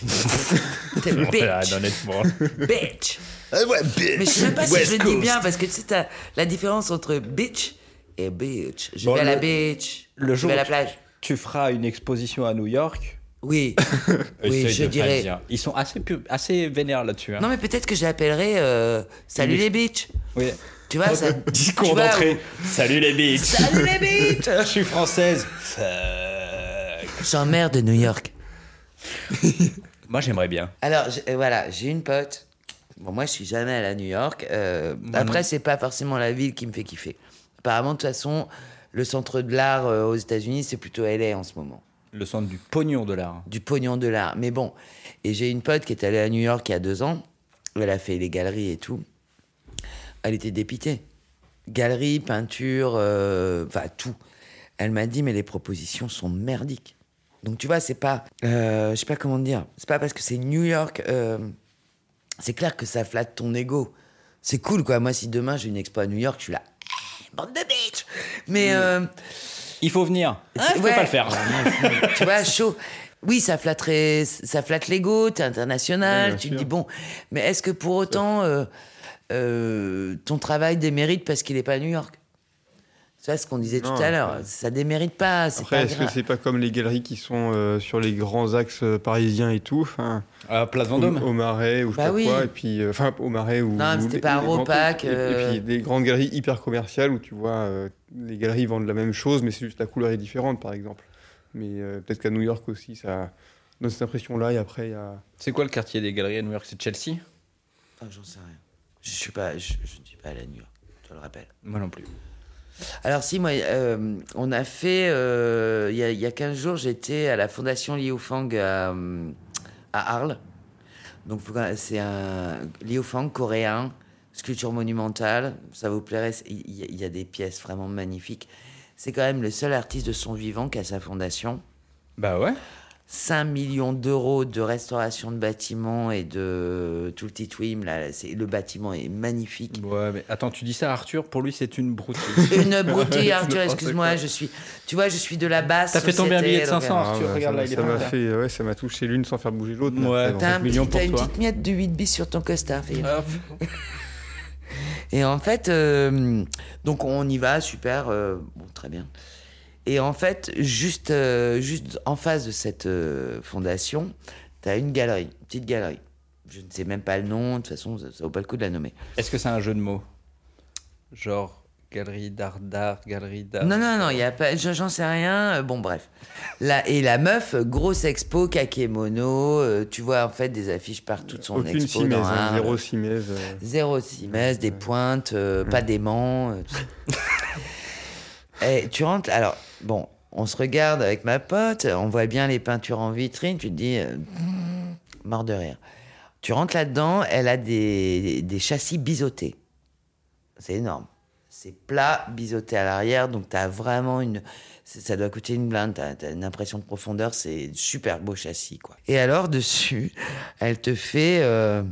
[SPEAKER 1] *laughs*
[SPEAKER 5] T'es
[SPEAKER 1] Voilà,
[SPEAKER 5] bitch
[SPEAKER 1] honnêtement.
[SPEAKER 5] Bitch
[SPEAKER 1] Ah
[SPEAKER 5] Mais je sais même pas si je le dis bien, parce que tu sais, t'as la différence entre bitch et bitch. Je
[SPEAKER 1] Bon,
[SPEAKER 5] vais à la
[SPEAKER 1] le-
[SPEAKER 5] bitch,
[SPEAKER 1] le
[SPEAKER 5] je
[SPEAKER 1] jour
[SPEAKER 5] vais à la
[SPEAKER 1] où tu-
[SPEAKER 5] plage.
[SPEAKER 1] *laughs* Tu feras une exposition à New York. *laughs*
[SPEAKER 5] Oui,
[SPEAKER 1] Essaye
[SPEAKER 5] oui,
[SPEAKER 1] de
[SPEAKER 5] je
[SPEAKER 1] pas
[SPEAKER 5] dirais.
[SPEAKER 1] dire. Ils sont assez, pu- assez vénères là-dessus. hein.
[SPEAKER 5] Non, mais peut-être que je l'appellerai euh, Salut les bitches.
[SPEAKER 1] Oui.
[SPEAKER 5] Tu vois, ça.
[SPEAKER 1] *laughs* Discours
[SPEAKER 5] tu vois,
[SPEAKER 1] d'entrée.
[SPEAKER 5] ou-
[SPEAKER 1] Salut les bitches.
[SPEAKER 5] Salut
[SPEAKER 1] *laughs*
[SPEAKER 5] les bitches
[SPEAKER 1] Je suis française. Fuck.
[SPEAKER 5] J'emmerde de New York.
[SPEAKER 1] Moi, j'aimerais bien.
[SPEAKER 5] Alors, j'ai- euh, voilà, j'ai une pote. Bon, moi, je suis jamais allée à New York. euh, après, c'est pas forcément la ville qui me fait kiffer. Apparemment, de toute façon, le centre de l'art euh, aux États-Unis, c'est plutôt LA en ce moment.
[SPEAKER 1] Le centre du pognon de l'art.
[SPEAKER 5] du pognon de l'art. Mais bon, et j'ai une pote qui est allée à New York il y a deux ans. Elle a fait les galeries et tout. Elle était dépitée. Galerie, peinture, euh, enfin tout. Elle m'a dit mais les propositions sont merdiques. Donc tu vois, c'est pas, euh, je sais pas comment dire. C'est pas parce que c'est New York. euh, c'est clair que ça flatte ton ego. C'est cool quoi. Moi, si demain j'ai une expo à New York, je suis là. Eh, Bande de bitch. Mais euh,
[SPEAKER 1] Il faut venir. Ah, je
[SPEAKER 5] Ouais.
[SPEAKER 1] peux pas le faire.
[SPEAKER 5] tu vois, chaud. Oui, ça flatterait, ça flatte l'ego, t'es international,
[SPEAKER 6] Ouais, bien
[SPEAKER 5] tu te
[SPEAKER 6] sûr.
[SPEAKER 5] dis bon, mais est-ce que pour autant euh, euh, ton travail démérite parce qu'il n'est pas à New York C'est ce qu'on disait
[SPEAKER 6] Non,
[SPEAKER 5] tout à l'heure,
[SPEAKER 6] après-
[SPEAKER 5] ça démérite pas, c'est
[SPEAKER 6] Après,
[SPEAKER 5] pas
[SPEAKER 6] est-ce que
[SPEAKER 5] grave.
[SPEAKER 6] c'est pas comme les galeries qui sont euh, sur les grands axes euh, parisiens et tout enfin,
[SPEAKER 1] Euh, Place
[SPEAKER 6] au,
[SPEAKER 1] Vendôme.
[SPEAKER 6] au Marais ou je sais
[SPEAKER 5] Bah
[SPEAKER 6] pas
[SPEAKER 5] oui.
[SPEAKER 6] quoi, et puis euh, enfin au Marais ou
[SPEAKER 5] Non, mais
[SPEAKER 6] ou
[SPEAKER 5] c'était
[SPEAKER 6] les-
[SPEAKER 5] pas
[SPEAKER 6] les
[SPEAKER 5] à
[SPEAKER 6] grands-
[SPEAKER 5] Ropac,
[SPEAKER 6] et-
[SPEAKER 5] euh.
[SPEAKER 6] Et, puis des grandes galeries hyper commerciales où tu vois euh, les galeries vendent la même chose, mais c'est juste la couleur est différente, par exemple. Mais euh, peut-être qu'à New York aussi, ça donne cette impression-là. Et après, il y a
[SPEAKER 1] C'est quoi le quartier des galeries à New York C'est Chelsea
[SPEAKER 5] Ah, J'en sais rien. Je suis pas, je, je ne suis pas allé à New York, je te le rappelle.
[SPEAKER 1] Moi non plus.
[SPEAKER 5] Alors si, moi, euh, on a fait, euh, il y, a- il y a 15 jours, j'étais à la fondation Liu Fang à, euh, à Arles. Donc faut quand- c'est un Liu Fang coréen, sculpture monumentale, ça vous plairait, c'est- il y, a- il y a des pièces vraiment magnifiques. C'est quand même le seul artiste de son vivant qui a sa fondation.
[SPEAKER 1] Bah ouais.
[SPEAKER 5] 5 millions d'euros de restauration de bâtiments et de tout le titouim, là, c'est- le bâtiment est magnifique.
[SPEAKER 1] Ouais, mais attends, tu dis ça à Arthur, pour lui, c'est une broutille. *laughs*
[SPEAKER 5] Une broutille, Arthur,
[SPEAKER 6] n'importe
[SPEAKER 5] excuse-moi,
[SPEAKER 6] quoi.
[SPEAKER 5] je suis. Tu vois, je suis de la basse.
[SPEAKER 1] T'as fait tomber un
[SPEAKER 5] société,
[SPEAKER 1] billet de
[SPEAKER 5] donc,
[SPEAKER 1] 500,
[SPEAKER 5] euh,
[SPEAKER 1] Arthur,
[SPEAKER 6] Ah,
[SPEAKER 1] regarde
[SPEAKER 6] ça-
[SPEAKER 1] là, il est
[SPEAKER 6] ça
[SPEAKER 1] par
[SPEAKER 6] m'a
[SPEAKER 1] terre.
[SPEAKER 6] fait, euh, ouais, ça m'a touché l'une sans faire bouger l'autre.
[SPEAKER 1] Ouais,
[SPEAKER 5] T'as
[SPEAKER 6] Après,
[SPEAKER 1] cinq
[SPEAKER 5] un petit-
[SPEAKER 1] millions pour
[SPEAKER 5] t'as une
[SPEAKER 1] toi. Ah.
[SPEAKER 5] petite miette de 8 bis sur ton costard, fais gaffe. *laughs* Et en fait, euh, donc on y va, super, euh, bon, très bien. Et en fait, juste, euh, juste en face de cette euh, fondation, t'as une galerie, une petite galerie. Je ne sais même pas le nom, de toute façon, ça, ça vaut pas le coup de la nommer.
[SPEAKER 1] Est-ce que c'est un jeu de mots Genre, galerie d'art d'art, galerie d'art.
[SPEAKER 5] Non, non, non, il y a pas, je- j'en sais rien. euh, Bon, bref. La, et la meuf, grosse expo, kakémono, euh, tu vois en fait des affiches partout de son
[SPEAKER 6] Aucune
[SPEAKER 5] expo.
[SPEAKER 6] simèse,
[SPEAKER 5] dans
[SPEAKER 6] hein,
[SPEAKER 5] Arles.
[SPEAKER 6] zéro simèse. euh.
[SPEAKER 5] Zéro simèse, des pointes, euh, pas d'aimant. euh, tout ça. Et tu rentres, alors, bon, on se regarde avec ma pote, on voit bien les peintures en vitrine, tu te dis, euh, mort de rire. Tu rentres là-dedans, elle a des, des châssis biseautés. C'est énorme. C'est plat, biseauté à l'arrière, donc t'as vraiment une. c'est- Ça doit coûter une blinde, t'as t'as une impression de profondeur, c'est super beau châssis, quoi. Et alors, dessus, elle te fait. euh,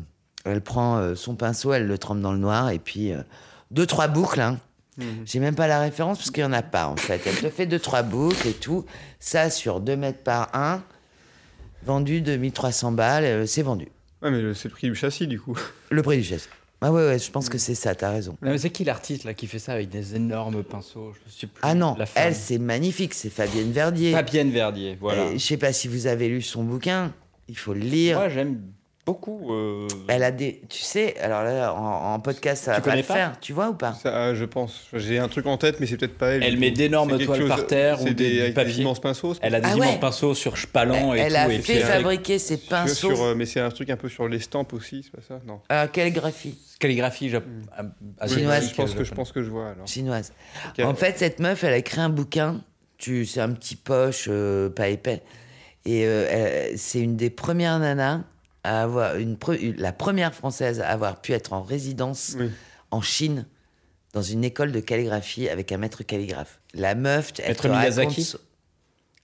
[SPEAKER 5] elle prend euh, son pinceau, elle le trempe dans le noir, et puis euh, deux, trois boucles, hein.
[SPEAKER 1] Mhm.
[SPEAKER 5] J'ai même pas la référence parce qu'il y en a pas en fait. Elle te fait deux trois boucles et tout. Ça sur 2 mètres par 1, vendu 2300 balles, euh, c'est vendu.
[SPEAKER 6] Ouais, mais le- c'est le prix du châssis, du coup.
[SPEAKER 5] Le prix du geste. Ah ouais, ouais, je pense que
[SPEAKER 1] Mhm.
[SPEAKER 5] c'est ça, t'as raison.
[SPEAKER 1] Non, mais c'est qui l'artiste là qui fait ça avec des énormes pinceaux Je sais plus.
[SPEAKER 5] Ah non,
[SPEAKER 1] la femme.
[SPEAKER 5] elle c'est magnifique, c'est Fabienne Verdier.
[SPEAKER 1] Fabienne Verdier, voilà.
[SPEAKER 5] Euh, Je sais pas si vous avez lu son bouquin, il faut le lire.
[SPEAKER 1] Moi, j'aime beaucoup. euh,
[SPEAKER 5] Elle a des. Tu sais, alors là, en, en podcast, ça
[SPEAKER 1] Tu
[SPEAKER 5] va pas
[SPEAKER 1] connais
[SPEAKER 5] le
[SPEAKER 1] pas
[SPEAKER 5] faire, tu vois ou pas
[SPEAKER 6] Ça, euh, je pense. J'ai un truc en tête, mais c'est peut-être pas elle.
[SPEAKER 1] Elle
[SPEAKER 6] du
[SPEAKER 1] met
[SPEAKER 6] coup.
[SPEAKER 1] d'énormes
[SPEAKER 6] C'est quelque
[SPEAKER 1] toiles par terre
[SPEAKER 6] c'est
[SPEAKER 1] ou des- du
[SPEAKER 6] avec
[SPEAKER 1] papier.
[SPEAKER 6] immenses pinceaux. c'est
[SPEAKER 1] Elle a des
[SPEAKER 5] Ah
[SPEAKER 1] immenses
[SPEAKER 5] ouais.
[SPEAKER 1] pinceaux sur Chepalan et
[SPEAKER 5] Elle
[SPEAKER 1] tout.
[SPEAKER 5] a
[SPEAKER 1] et puis
[SPEAKER 5] fait
[SPEAKER 1] elle fait
[SPEAKER 5] fabriquer ses
[SPEAKER 6] sur-
[SPEAKER 5] pinceaux.
[SPEAKER 6] sur, euh, mais c'est un truc un peu sur l'estampe aussi, c'est pas ça Non.
[SPEAKER 5] Euh, quelle graphie
[SPEAKER 1] calligraphie jap- asiatique, euh,
[SPEAKER 5] Chinoise.
[SPEAKER 6] Je pense que je
[SPEAKER 1] japonaise.
[SPEAKER 6] pense que je vois alors.
[SPEAKER 5] chinoise.
[SPEAKER 6] Ok.
[SPEAKER 5] En fait, cette meuf, elle a écrit un bouquin. Tu, c'est un petit poche, euh, pas épais. Et euh, elle- c'est une des premières nanas à avoir une, pre- une- la première française à avoir pu être en résidence
[SPEAKER 1] *laughs*
[SPEAKER 6] Oui.
[SPEAKER 5] en Chine dans une école de calligraphie avec un maître calligraphe. La meuf, elle
[SPEAKER 1] Maître
[SPEAKER 5] te raconte
[SPEAKER 1] Miyazaki
[SPEAKER 5] son-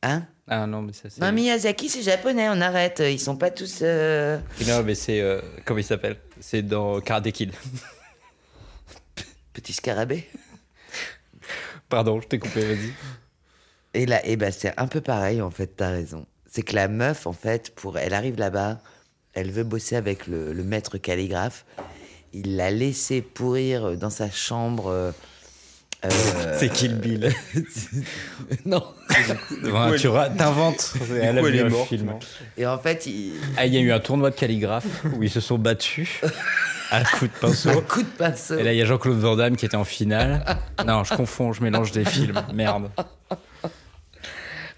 [SPEAKER 5] Hein
[SPEAKER 1] Ah non, mais ça c'est.
[SPEAKER 5] Non, Miyazaki, c'est japonais. On arrête. Ils sont pas tous. euh,
[SPEAKER 1] Non, mais c'est. euh, comment il s'appelle C'est dans Karate Kid. *laughs*
[SPEAKER 5] petits scarabées.
[SPEAKER 1] Pardon, je t'ai coupé, vas-y.
[SPEAKER 5] Et là, eh ben, c'est un peu pareil, en fait, t'as raison. C'est que la meuf, en fait, pour, elle arrive là-bas, elle veut bosser avec le, le maître calligraphe. Il l'a laissé pourrir dans sa chambre. euh, euh,
[SPEAKER 1] C'est Kill Bill.
[SPEAKER 5] *laughs*
[SPEAKER 1] *laughs*
[SPEAKER 5] non.
[SPEAKER 1] Voilà,
[SPEAKER 6] elle-
[SPEAKER 1] tu ra- t'inventes.
[SPEAKER 6] Du coup,
[SPEAKER 1] vu
[SPEAKER 6] elle
[SPEAKER 1] un
[SPEAKER 6] est morte. hein.
[SPEAKER 1] film.
[SPEAKER 6] non
[SPEAKER 5] Et en fait, il,
[SPEAKER 1] Ah, il y a eu un tournoi de calligraphe où ils se sont
[SPEAKER 5] *laughs*
[SPEAKER 1] battus à coups de
[SPEAKER 5] un
[SPEAKER 1] pinceau.
[SPEAKER 5] coup de pinceau.
[SPEAKER 1] Et là, il y a Jean-Claude Van Damme qui était en
[SPEAKER 5] *laughs*
[SPEAKER 1] finale. Non, je confonds, je mélange des films. Merde.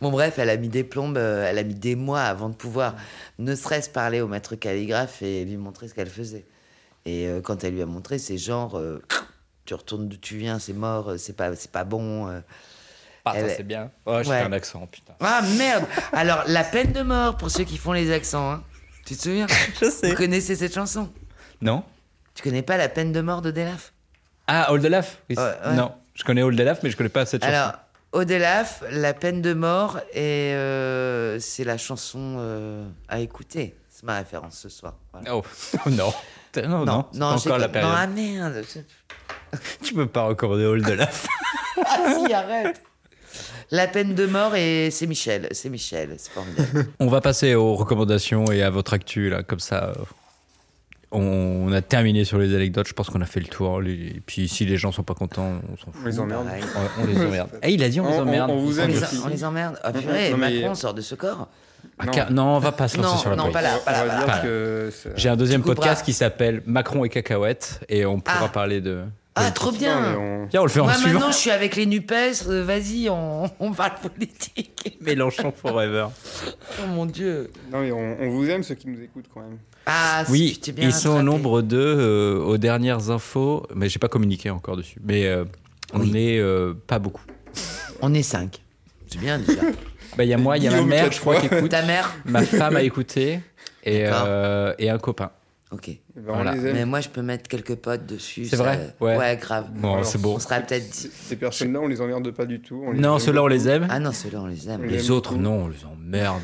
[SPEAKER 5] Bon, bref, elle a mis des plombes, euh, elle a mis des mois avant de pouvoir, ne serait-ce parler au maître calligraphe et lui montrer ce qu'elle faisait. Et euh, quand elle lui a montré, c'est genre, euh, tu retournes d'où tu viens, c'est mort, euh, c'est pas, c'est pas bon. euh.
[SPEAKER 1] Ah,
[SPEAKER 5] Elle
[SPEAKER 1] ça,
[SPEAKER 5] est-
[SPEAKER 1] c'est bien. Oh, j'ai
[SPEAKER 5] Ouais.
[SPEAKER 1] fait un accent, putain.
[SPEAKER 5] Ah merde Alors, la peine de mort pour ceux qui font les accents, hein. Tu te *laughs* souviens
[SPEAKER 1] Je
[SPEAKER 5] Vous
[SPEAKER 1] sais.
[SPEAKER 5] connaissez cette chanson
[SPEAKER 1] Non
[SPEAKER 5] Tu connais pas la peine de mort de Delaf
[SPEAKER 1] Ah, Oldelaf oui,
[SPEAKER 5] Ouais,
[SPEAKER 1] c'est-
[SPEAKER 5] ouais.
[SPEAKER 1] Non, je connais Oldelaf, mais je connais pas cette chanson.
[SPEAKER 5] Alors, au Delaf, la peine de mort, et euh, c'est la chanson euh, à écouter. C'est ma référence ce soir. voilà.
[SPEAKER 1] Oh, oh, *laughs* non. Non, non, c'est pas
[SPEAKER 5] j'ai-
[SPEAKER 1] encore la
[SPEAKER 5] non,
[SPEAKER 1] période.
[SPEAKER 5] ah *laughs* merde
[SPEAKER 1] Tu peux pas recommander Oldelaf.
[SPEAKER 5] Ah si, arrête La peine de mort, et c'est Michel, c'est Michel, c'est formidable.
[SPEAKER 1] On va passer aux recommandations et à votre actu, là, comme ça. euh, On a terminé sur les anecdotes, je pense qu'on a fait le tour. les- Et puis si les gens sont pas contents, on s'en fout.
[SPEAKER 6] On les emmerde.
[SPEAKER 5] Pareil.
[SPEAKER 1] On, on les emmerde. Eh, il a dit on, les
[SPEAKER 6] On- on-
[SPEAKER 1] emmerde.
[SPEAKER 6] on vous
[SPEAKER 5] On
[SPEAKER 6] aime
[SPEAKER 5] les,
[SPEAKER 6] aussi.
[SPEAKER 5] on les emmerde.
[SPEAKER 1] Mm-hmm.
[SPEAKER 5] Ah purée,
[SPEAKER 6] Non, mais-
[SPEAKER 5] Macron sort de ce corps.
[SPEAKER 1] Ah, ca- non, on va pas se lancer
[SPEAKER 5] Non,
[SPEAKER 1] sur la
[SPEAKER 5] non,
[SPEAKER 1] politique.
[SPEAKER 5] pas là,
[SPEAKER 6] On
[SPEAKER 5] pas là, pas là.
[SPEAKER 6] va
[SPEAKER 1] Pas
[SPEAKER 6] dire que. ça-
[SPEAKER 1] J'ai un deuxième
[SPEAKER 5] couperas.
[SPEAKER 1] podcast qui s'appelle Macron et cacahuètes et on pourra
[SPEAKER 5] Ah.
[SPEAKER 1] parler de.
[SPEAKER 5] Ah, trop bien
[SPEAKER 6] Non, mais on-
[SPEAKER 1] Tiens, on le fait en
[SPEAKER 5] Moi
[SPEAKER 1] suivant.
[SPEAKER 5] maintenant je suis avec les Nupes, euh, vas-y on, *laughs* on parle politique.
[SPEAKER 1] Mélenchon forever.
[SPEAKER 5] Oh mon dieu.
[SPEAKER 6] non, mais on, on vous aime ceux qui nous écoutent quand même.
[SPEAKER 5] Ah si,
[SPEAKER 1] Oui,
[SPEAKER 5] tu t'es bien
[SPEAKER 1] ils sont au
[SPEAKER 5] rattrapé.
[SPEAKER 1] nombre de euh, aux dernières infos, mais j'ai pas communiqué encore dessus. Mais euh, on
[SPEAKER 5] Oui.
[SPEAKER 1] est euh, pas beaucoup.
[SPEAKER 5] On est cinq. C'est bien *laughs* déjà.
[SPEAKER 1] Bah il y a moi, il y a ma
[SPEAKER 6] Guillaume,
[SPEAKER 1] mère,
[SPEAKER 6] quatre
[SPEAKER 1] je crois qui
[SPEAKER 6] fois.
[SPEAKER 1] écoute,
[SPEAKER 5] *laughs* Ta mère
[SPEAKER 1] ma femme a écouté et
[SPEAKER 5] D'accord.
[SPEAKER 1] euh, et un copain.
[SPEAKER 5] Ok.
[SPEAKER 6] Eh ben,
[SPEAKER 1] Voilà.
[SPEAKER 6] On les
[SPEAKER 5] Mais
[SPEAKER 6] aime.
[SPEAKER 5] moi je peux mettre quelques potes dessus.
[SPEAKER 1] C'est
[SPEAKER 5] ça-
[SPEAKER 1] vrai Ouais.
[SPEAKER 5] grave.
[SPEAKER 1] Bon,
[SPEAKER 6] Alors,
[SPEAKER 1] c'est bon.
[SPEAKER 5] On sera peut-être dit.
[SPEAKER 6] Ces personnes-là, on les emmerde pas du tout. on les
[SPEAKER 1] Non,
[SPEAKER 6] aime
[SPEAKER 1] ceux-là on les aime.
[SPEAKER 5] Ah non, ceux-là on les aime.
[SPEAKER 6] On
[SPEAKER 1] les
[SPEAKER 6] aime
[SPEAKER 1] autres
[SPEAKER 6] beaucoup.
[SPEAKER 1] non, on les emmerde.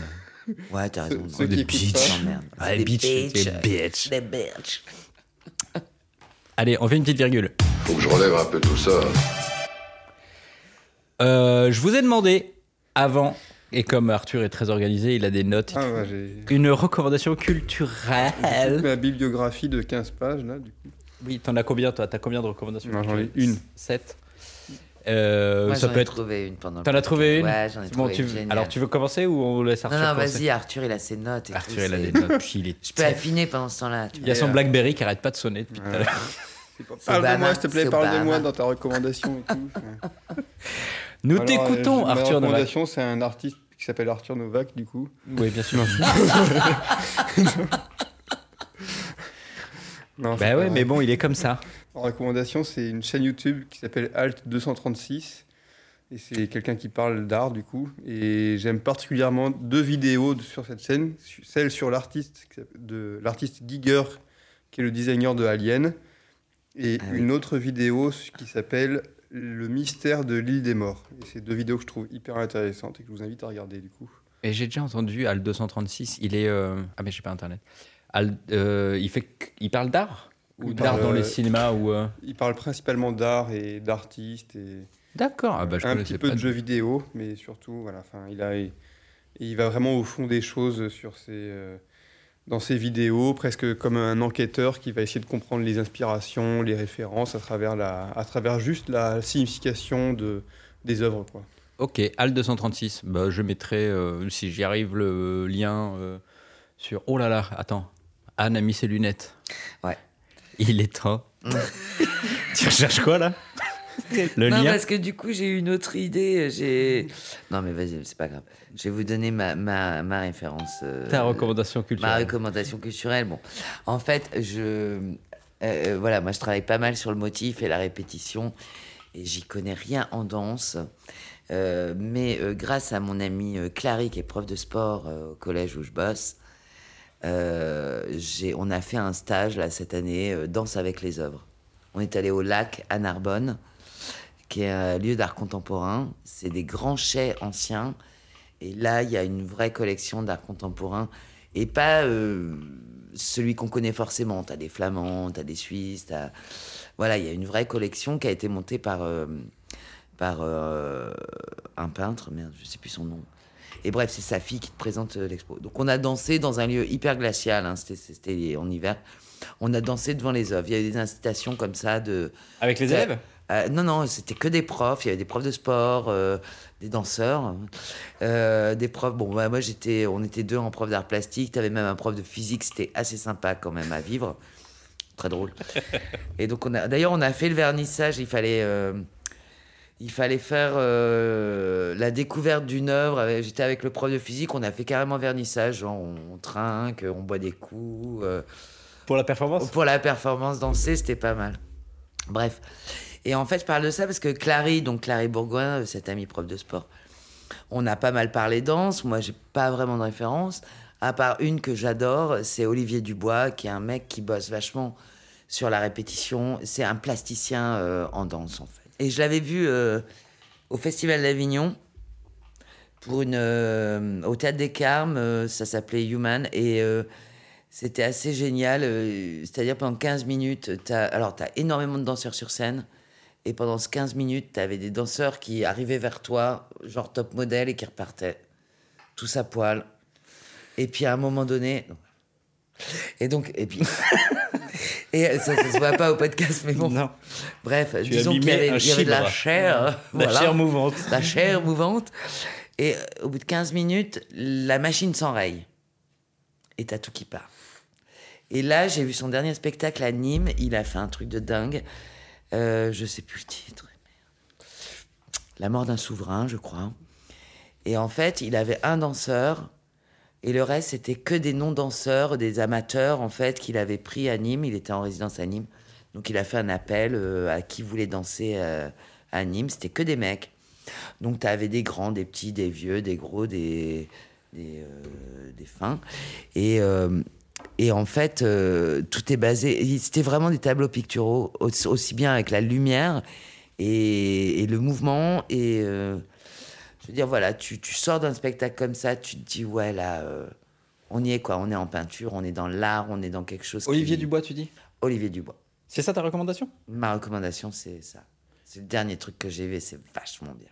[SPEAKER 5] Ouais, t'as raison.
[SPEAKER 6] Ceux qui
[SPEAKER 1] Des *laughs*
[SPEAKER 6] écoutent
[SPEAKER 1] bitches.
[SPEAKER 6] pas.
[SPEAKER 5] Merde.
[SPEAKER 1] Ah,
[SPEAKER 5] C'est
[SPEAKER 1] les
[SPEAKER 5] des
[SPEAKER 1] bitches,
[SPEAKER 5] bitches.
[SPEAKER 1] des bitches.
[SPEAKER 5] Des bitches.
[SPEAKER 1] Allez, on fait une petite virgule.
[SPEAKER 4] Faut que je relève un peu tout ça.
[SPEAKER 1] Euh, je vous ai demandé avant et comme Arthur est très organisé, il a des notes. et
[SPEAKER 6] Ah,
[SPEAKER 1] tout.
[SPEAKER 6] ouais, j'ai.
[SPEAKER 1] Une recommandation culturelle.
[SPEAKER 6] Ma bibliographie de 15 pages, là, du coup.
[SPEAKER 1] Oui, t'en as combien toi T'as combien de recommandations
[SPEAKER 6] Non, j'en ai une.
[SPEAKER 1] 7.
[SPEAKER 5] Moi,
[SPEAKER 1] Euh, ça
[SPEAKER 5] j'en
[SPEAKER 1] peut
[SPEAKER 5] ai
[SPEAKER 1] être.
[SPEAKER 5] trouvé une pendant. le
[SPEAKER 1] T'en as trouvé une
[SPEAKER 5] Ouais, j'en ai
[SPEAKER 1] C'est bon,
[SPEAKER 5] trouvé
[SPEAKER 1] tu-
[SPEAKER 5] une, génial.
[SPEAKER 1] Alors, tu veux commencer ou on laisse Arthur
[SPEAKER 5] Non, non,
[SPEAKER 1] commencer
[SPEAKER 5] vas-y, Arthur, il a ses notes. et tout,
[SPEAKER 1] Arthur, il a
[SPEAKER 5] c'est- *laughs*
[SPEAKER 1] des notes. Puis il est.
[SPEAKER 5] Je peux affiner pendant ce temps-là. tu
[SPEAKER 1] Il y a son Blackberry qui arrête pas de sonner depuis tout à *laughs* l'heure.
[SPEAKER 6] C'est pas-
[SPEAKER 5] C'est
[SPEAKER 6] Parle de
[SPEAKER 5] Obama,
[SPEAKER 6] moi, s'il te plaît,
[SPEAKER 5] c'est
[SPEAKER 6] parle de
[SPEAKER 5] Obama.
[SPEAKER 6] moi dans ta recommandation et tout.
[SPEAKER 1] *laughs*
[SPEAKER 6] Ouais.
[SPEAKER 1] Nous
[SPEAKER 6] Alors,
[SPEAKER 1] t'écoutons,
[SPEAKER 6] euh, ma
[SPEAKER 1] Arthur Novak.
[SPEAKER 6] recommandation, c'est un artiste qui s'appelle Arthur Novak, du coup.
[SPEAKER 1] Oui, bien
[SPEAKER 6] *laughs*
[SPEAKER 1] sûr.
[SPEAKER 6] Non,
[SPEAKER 1] bah
[SPEAKER 6] c'est pas
[SPEAKER 1] ouais,
[SPEAKER 6] vrai.
[SPEAKER 1] mais bon, il est comme ça.
[SPEAKER 6] En recommandation, c'est une chaîne YouTube qui s'appelle Alt236. Et c'est quelqu'un qui parle d'art, du coup. Et j'aime particulièrement deux vidéos de- sur cette chaîne. Su- Celle sur l'artiste qui s'appelle- de l'artiste Giger, qui est le designer de Alien. et
[SPEAKER 5] Ah oui.
[SPEAKER 6] une autre vidéo ce qui s'appelle Le mystère de l'île des morts. Et c'est deux vidéos que je trouve hyper intéressantes et que je vous invite à regarder du coup.
[SPEAKER 1] Et j'ai déjà entendu Al 236, il est. euh, Ah, mais j'ai pas internet. Al- euh, il, fait... qu- il parle d'art Ou
[SPEAKER 6] Il
[SPEAKER 1] d'art
[SPEAKER 6] parle,
[SPEAKER 1] dans les
[SPEAKER 6] euh,
[SPEAKER 1] cinémas ou. euh,
[SPEAKER 6] Il parle principalement d'art et d'artistes et
[SPEAKER 1] D'accord, ah bah, je
[SPEAKER 6] un
[SPEAKER 1] connaissais
[SPEAKER 6] petit peu
[SPEAKER 1] pas
[SPEAKER 6] de
[SPEAKER 1] du-
[SPEAKER 6] jeux vidéo, mais surtout voilà, enfin il a il, il va vraiment au fond des choses sur ses euh, dans ses vidéos, presque comme un enquêteur qui va essayer de comprendre les inspirations, les références à travers la à travers juste la signification de des œuvres quoi.
[SPEAKER 1] Ok, Al 236, bah, je mettrai, euh, si j'y arrive, le lien euh, sur. Oh là là, attends, Anne a mis ses lunettes.
[SPEAKER 5] Ouais.
[SPEAKER 1] Il est
[SPEAKER 5] *laughs*
[SPEAKER 1] temps. tu recherches quoi là Le
[SPEAKER 5] non, bah,
[SPEAKER 1] lien
[SPEAKER 5] parce que du coup, j'ai eu une autre idée. J'ai. Non, mais vas-y, c'est pas grave. Je vais vous donner ma, ma, ma référence. euh,
[SPEAKER 1] Ta recommandation
[SPEAKER 5] Ma
[SPEAKER 1] culturelle.
[SPEAKER 5] recommandation culturelle. Bon, en fait, je. euh, voilà, moi, je travaille pas mal sur le motif et la répétition. Et j'y connais rien en danse. Euh, mais euh, grâce à mon amie euh, Clary, qui est prof de sport euh, au collège où je bosse, euh, j'ai- on a fait un stage là, cette année, euh, Danse avec les œuvres. On est allé au lac à Narbonne, qui est un lieu d'art contemporain. C'est des grands chais anciens. Et là, il y a une vraie collection d'art contemporain. Et pas euh, celui qu'on connaît forcément. T'as des Flamands, t'as des Suisses, t'as... Voilà, il y a une vraie collection qui a été montée par, euh, par euh, un peintre, merde, je sais plus son nom. Et bref, c'est sa fille qui te présente euh, l'expo. Donc on a dansé dans un lieu hyper glacial, hein, c'était- c'était en hiver. On a dansé devant les œuvres. Il y a eu des incitations comme ça de...
[SPEAKER 1] Avec les
[SPEAKER 5] T'as- euh, non, non, c'était que des profs. Il y avait des profs de sport, euh, des danseurs, euh, des profs. Bon, bah, moi, j'étais, on était deux en prof d'art plastique. T'avais même un prof de physique. C'était assez sympa quand même à vivre. Très drôle. Et donc, on a, d'ailleurs, on a fait le vernissage. Il fallait, euh, il fallait faire euh, la découverte d'une œuvre. Avec- J'étais avec le prof de physique. On a fait carrément vernissage. Genre, on trinque, on boit des coups. euh,
[SPEAKER 1] Pour la performance
[SPEAKER 5] pour la performance dansée, c'était pas mal. Bref. Et en fait, je parle de ça parce que Clary, donc Clary Bourgoin, euh, cette amie prof de sport, on a pas mal parlé danse. Moi, j'ai pas vraiment de référence, à part une que j'adore, c'est Olivier Dubois, qui est un mec qui bosse vachement sur la répétition. C'est un plasticien euh, en danse, en fait. Et je l'avais vu euh, au Festival d'Avignon. Pour une, euh, au Théâtre des Carmes, euh, ça s'appelait Human, et euh, c'était assez génial. euh, C'est-à-dire, pendant 15 minutes, t'as, alors, t'as énormément de danseurs sur scène. Et pendant ces 15 minutes, t'avais des danseurs qui arrivaient vers toi, genre top modèle, et qui repartaient. Tous à poil. Et puis, à un moment donné. Et donc, et puis. *laughs* et ça, ça se voit pas au podcast, mais bon.
[SPEAKER 1] Non.
[SPEAKER 5] Bref,
[SPEAKER 1] Tu as
[SPEAKER 5] disons qu'il y
[SPEAKER 1] mimé
[SPEAKER 5] avait,
[SPEAKER 1] un
[SPEAKER 5] il y avait de la
[SPEAKER 1] chibre.
[SPEAKER 5] chair.
[SPEAKER 1] La
[SPEAKER 5] voilà
[SPEAKER 1] chair mouvante.
[SPEAKER 5] la chair mouvante. Et euh, au bout de 15 minutes, la machine s'enraye. Et t'as tout qui part. Et là, j'ai vu son dernier spectacle à Nîmes. Il a fait un truc de dingue. Euh, je sais plus le titre. Merde. La mort d'un souverain, je crois. Et en fait, il avait un danseur. Et le reste, c'était que des non-danseurs, des amateurs, en fait, qu'il avait pris à Nîmes. Il était en résidence à Nîmes. Donc, il a fait un appel euh, à qui voulait danser euh, à Nîmes. C'était que des mecs. Donc, tu avais des grands, des petits, des vieux, des gros, des, des, euh, des fins. Et, euh, et en fait, euh, tout est basé. et C'était vraiment des tableaux picturaux, aussi, aussi bien avec la lumière et, et le mouvement. Et euh, je veux dire, voilà, tu, tu sors d'un spectacle comme ça, tu te dis, ouais, là, euh, on y est, quoi. On est en peinture, on est dans l'art, on est dans quelque chose. qui-
[SPEAKER 1] Olivier Dubois, tu dis
[SPEAKER 5] Olivier Dubois.
[SPEAKER 1] C'est ça ta recommandation
[SPEAKER 5] Ma recommandation, c'est ça. C'est le dernier truc que j'ai vu, et c'est vachement bien.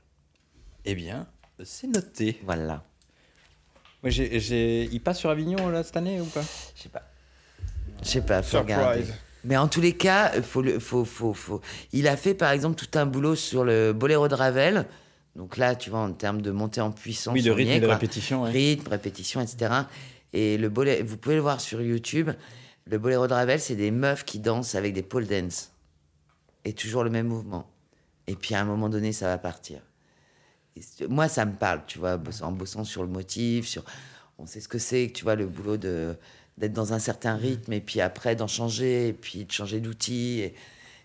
[SPEAKER 1] Eh bien, c'est noté.
[SPEAKER 5] Voilà.
[SPEAKER 1] Ouais, j'ai- j'ai- Il passe sur Avignon là cette année ou pas
[SPEAKER 5] Je sais pas. Je sais pas, faut
[SPEAKER 6] Surprise.
[SPEAKER 5] regarder. Mais en tous les cas, faut le, faut, faut, faut. Il a fait par exemple tout un boulot sur le boléro de Ravel. Donc là, tu vois, en termes de montée en puissance,
[SPEAKER 1] Oui, de
[SPEAKER 5] on y
[SPEAKER 1] rythme
[SPEAKER 5] est,
[SPEAKER 1] et de
[SPEAKER 5] quoi.
[SPEAKER 1] répétition. ouais.
[SPEAKER 5] rythme, répétition, etc. Et le bolé, vous pouvez le voir sur YouTube. Le boléro de Ravel, c'est des meufs qui dansent avec des pole dance et toujours le même mouvement. Et puis à un moment donné, ça va partir. Et c'est- moi, ça me parle, tu vois, boss- en bossant sur le motif, sur, on sait ce que c'est, tu vois, le boulot de d'être dans un certain rythme et puis après d'en changer et puis de changer d'outil. Et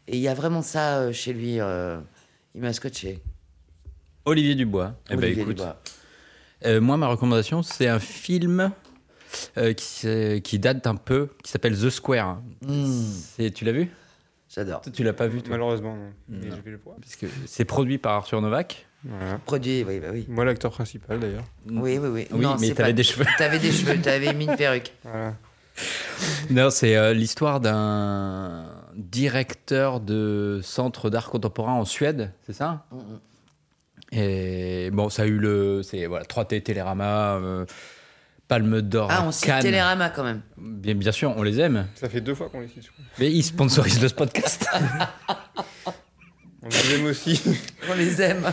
[SPEAKER 5] et il y a vraiment ça euh, chez lui. euh, il m'a scotché.
[SPEAKER 1] Olivier Dubois. Eh ben,
[SPEAKER 5] Olivier
[SPEAKER 1] écoute,
[SPEAKER 5] Dubois.
[SPEAKER 1] euh, moi, ma recommandation, c'est un film euh, qui, s'est- qui date un peu, qui s'appelle The Square.
[SPEAKER 5] Hmm.
[SPEAKER 1] C'est- Tu l'as vu
[SPEAKER 5] J'adore.
[SPEAKER 1] Tu l'as pas vu, toi Hmm.
[SPEAKER 6] Malheureusement, non. Mais
[SPEAKER 1] Non.
[SPEAKER 6] je vais le voir.
[SPEAKER 1] Parce que c'est produit par Arthur Novak.
[SPEAKER 6] Voilà.
[SPEAKER 5] Produit, oui, bah oui.
[SPEAKER 6] Moi, l'acteur principal, d'ailleurs.
[SPEAKER 5] Oui, oui, oui.
[SPEAKER 1] Oui,
[SPEAKER 5] Non,
[SPEAKER 1] mais
[SPEAKER 5] c'est
[SPEAKER 1] t'avais
[SPEAKER 5] pas-
[SPEAKER 1] des cheveux.
[SPEAKER 5] T'avais des cheveux, t'avais mis une
[SPEAKER 1] *laughs*
[SPEAKER 5] perruque.
[SPEAKER 6] Voilà.
[SPEAKER 1] Non, c'est euh, l'histoire d'un directeur de centre d'art contemporain en Suède, c'est ça
[SPEAKER 5] Mm,
[SPEAKER 1] Et bon, ça a eu le. C'est voilà, 3T, Télérama, euh, Palme d'Or.
[SPEAKER 5] Ah,
[SPEAKER 1] à
[SPEAKER 5] on cite
[SPEAKER 1] Cannes.
[SPEAKER 5] Télérama quand même.
[SPEAKER 1] Bien, bien sûr, on les aime.
[SPEAKER 6] Ça fait deux fois qu'on les cite. je crois.
[SPEAKER 1] Mais ils sponsorisent le
[SPEAKER 5] *laughs*
[SPEAKER 1] podcast.
[SPEAKER 6] On les
[SPEAKER 1] *laughs*
[SPEAKER 6] aime aussi.
[SPEAKER 5] On les aime.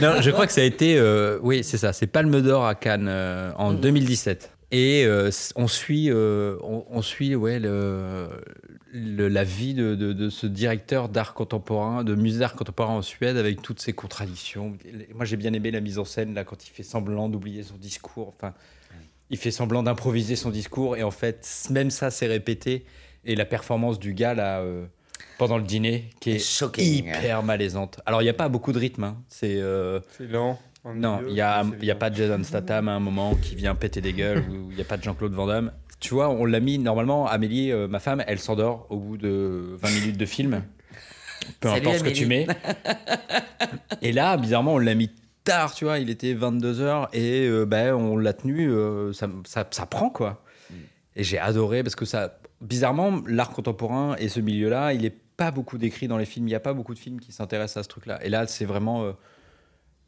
[SPEAKER 1] non, je crois que ça a été. euh, oui, c'est ça, c'est Palme d'Or à Cannes euh, en
[SPEAKER 5] Mm.
[SPEAKER 1] 2017. Et euh, s- on suit, euh, on, on suit ouais, le, le- la vie de, de- de ce directeur d'art contemporain, de musée d'art contemporain en Suède, avec toutes ses contradictions. Moi, j'ai bien aimé la mise en scène, là, quand il fait semblant d'oublier son discours. Enfin, il fait semblant d'improviser son discours, et en fait, même ça, c'est répété. Et la performance du gars, là, euh, pendant le dîner, qui est
[SPEAKER 5] Shocking.
[SPEAKER 1] hyper malaisante. Alors, il n'y a pas beaucoup de rythme. hein. C'est. euh,
[SPEAKER 6] C'est lent. en
[SPEAKER 1] non,
[SPEAKER 6] milieu,
[SPEAKER 1] il n'y a,
[SPEAKER 6] mais c'est
[SPEAKER 1] il y a
[SPEAKER 6] bien.
[SPEAKER 1] pas de Jason Statham à un moment qui vient péter des gueules, ou il n'y a pas de Jean-Claude Van Damme. Tu vois, on l'a mis, normalement, Amélie, euh, ma femme, elle s'endort au bout de 20 minutes de film. Peu
[SPEAKER 5] Salut,
[SPEAKER 1] importe ce que tu mets.
[SPEAKER 5] Amélie.
[SPEAKER 1] Et là, bizarrement, on l'a mis tard, tu vois, il était 22h et euh, ben, on l'a tenu, euh, ça, ça- ça prend quoi.
[SPEAKER 5] Hmm.
[SPEAKER 1] Et j'ai adoré parce que ça, bizarrement, l'art contemporain et ce milieu-là, il n'est pas beaucoup décrit dans les films, il n'y a pas beaucoup de films qui s'intéressent à ce truc-là. Et là, c'est vraiment euh,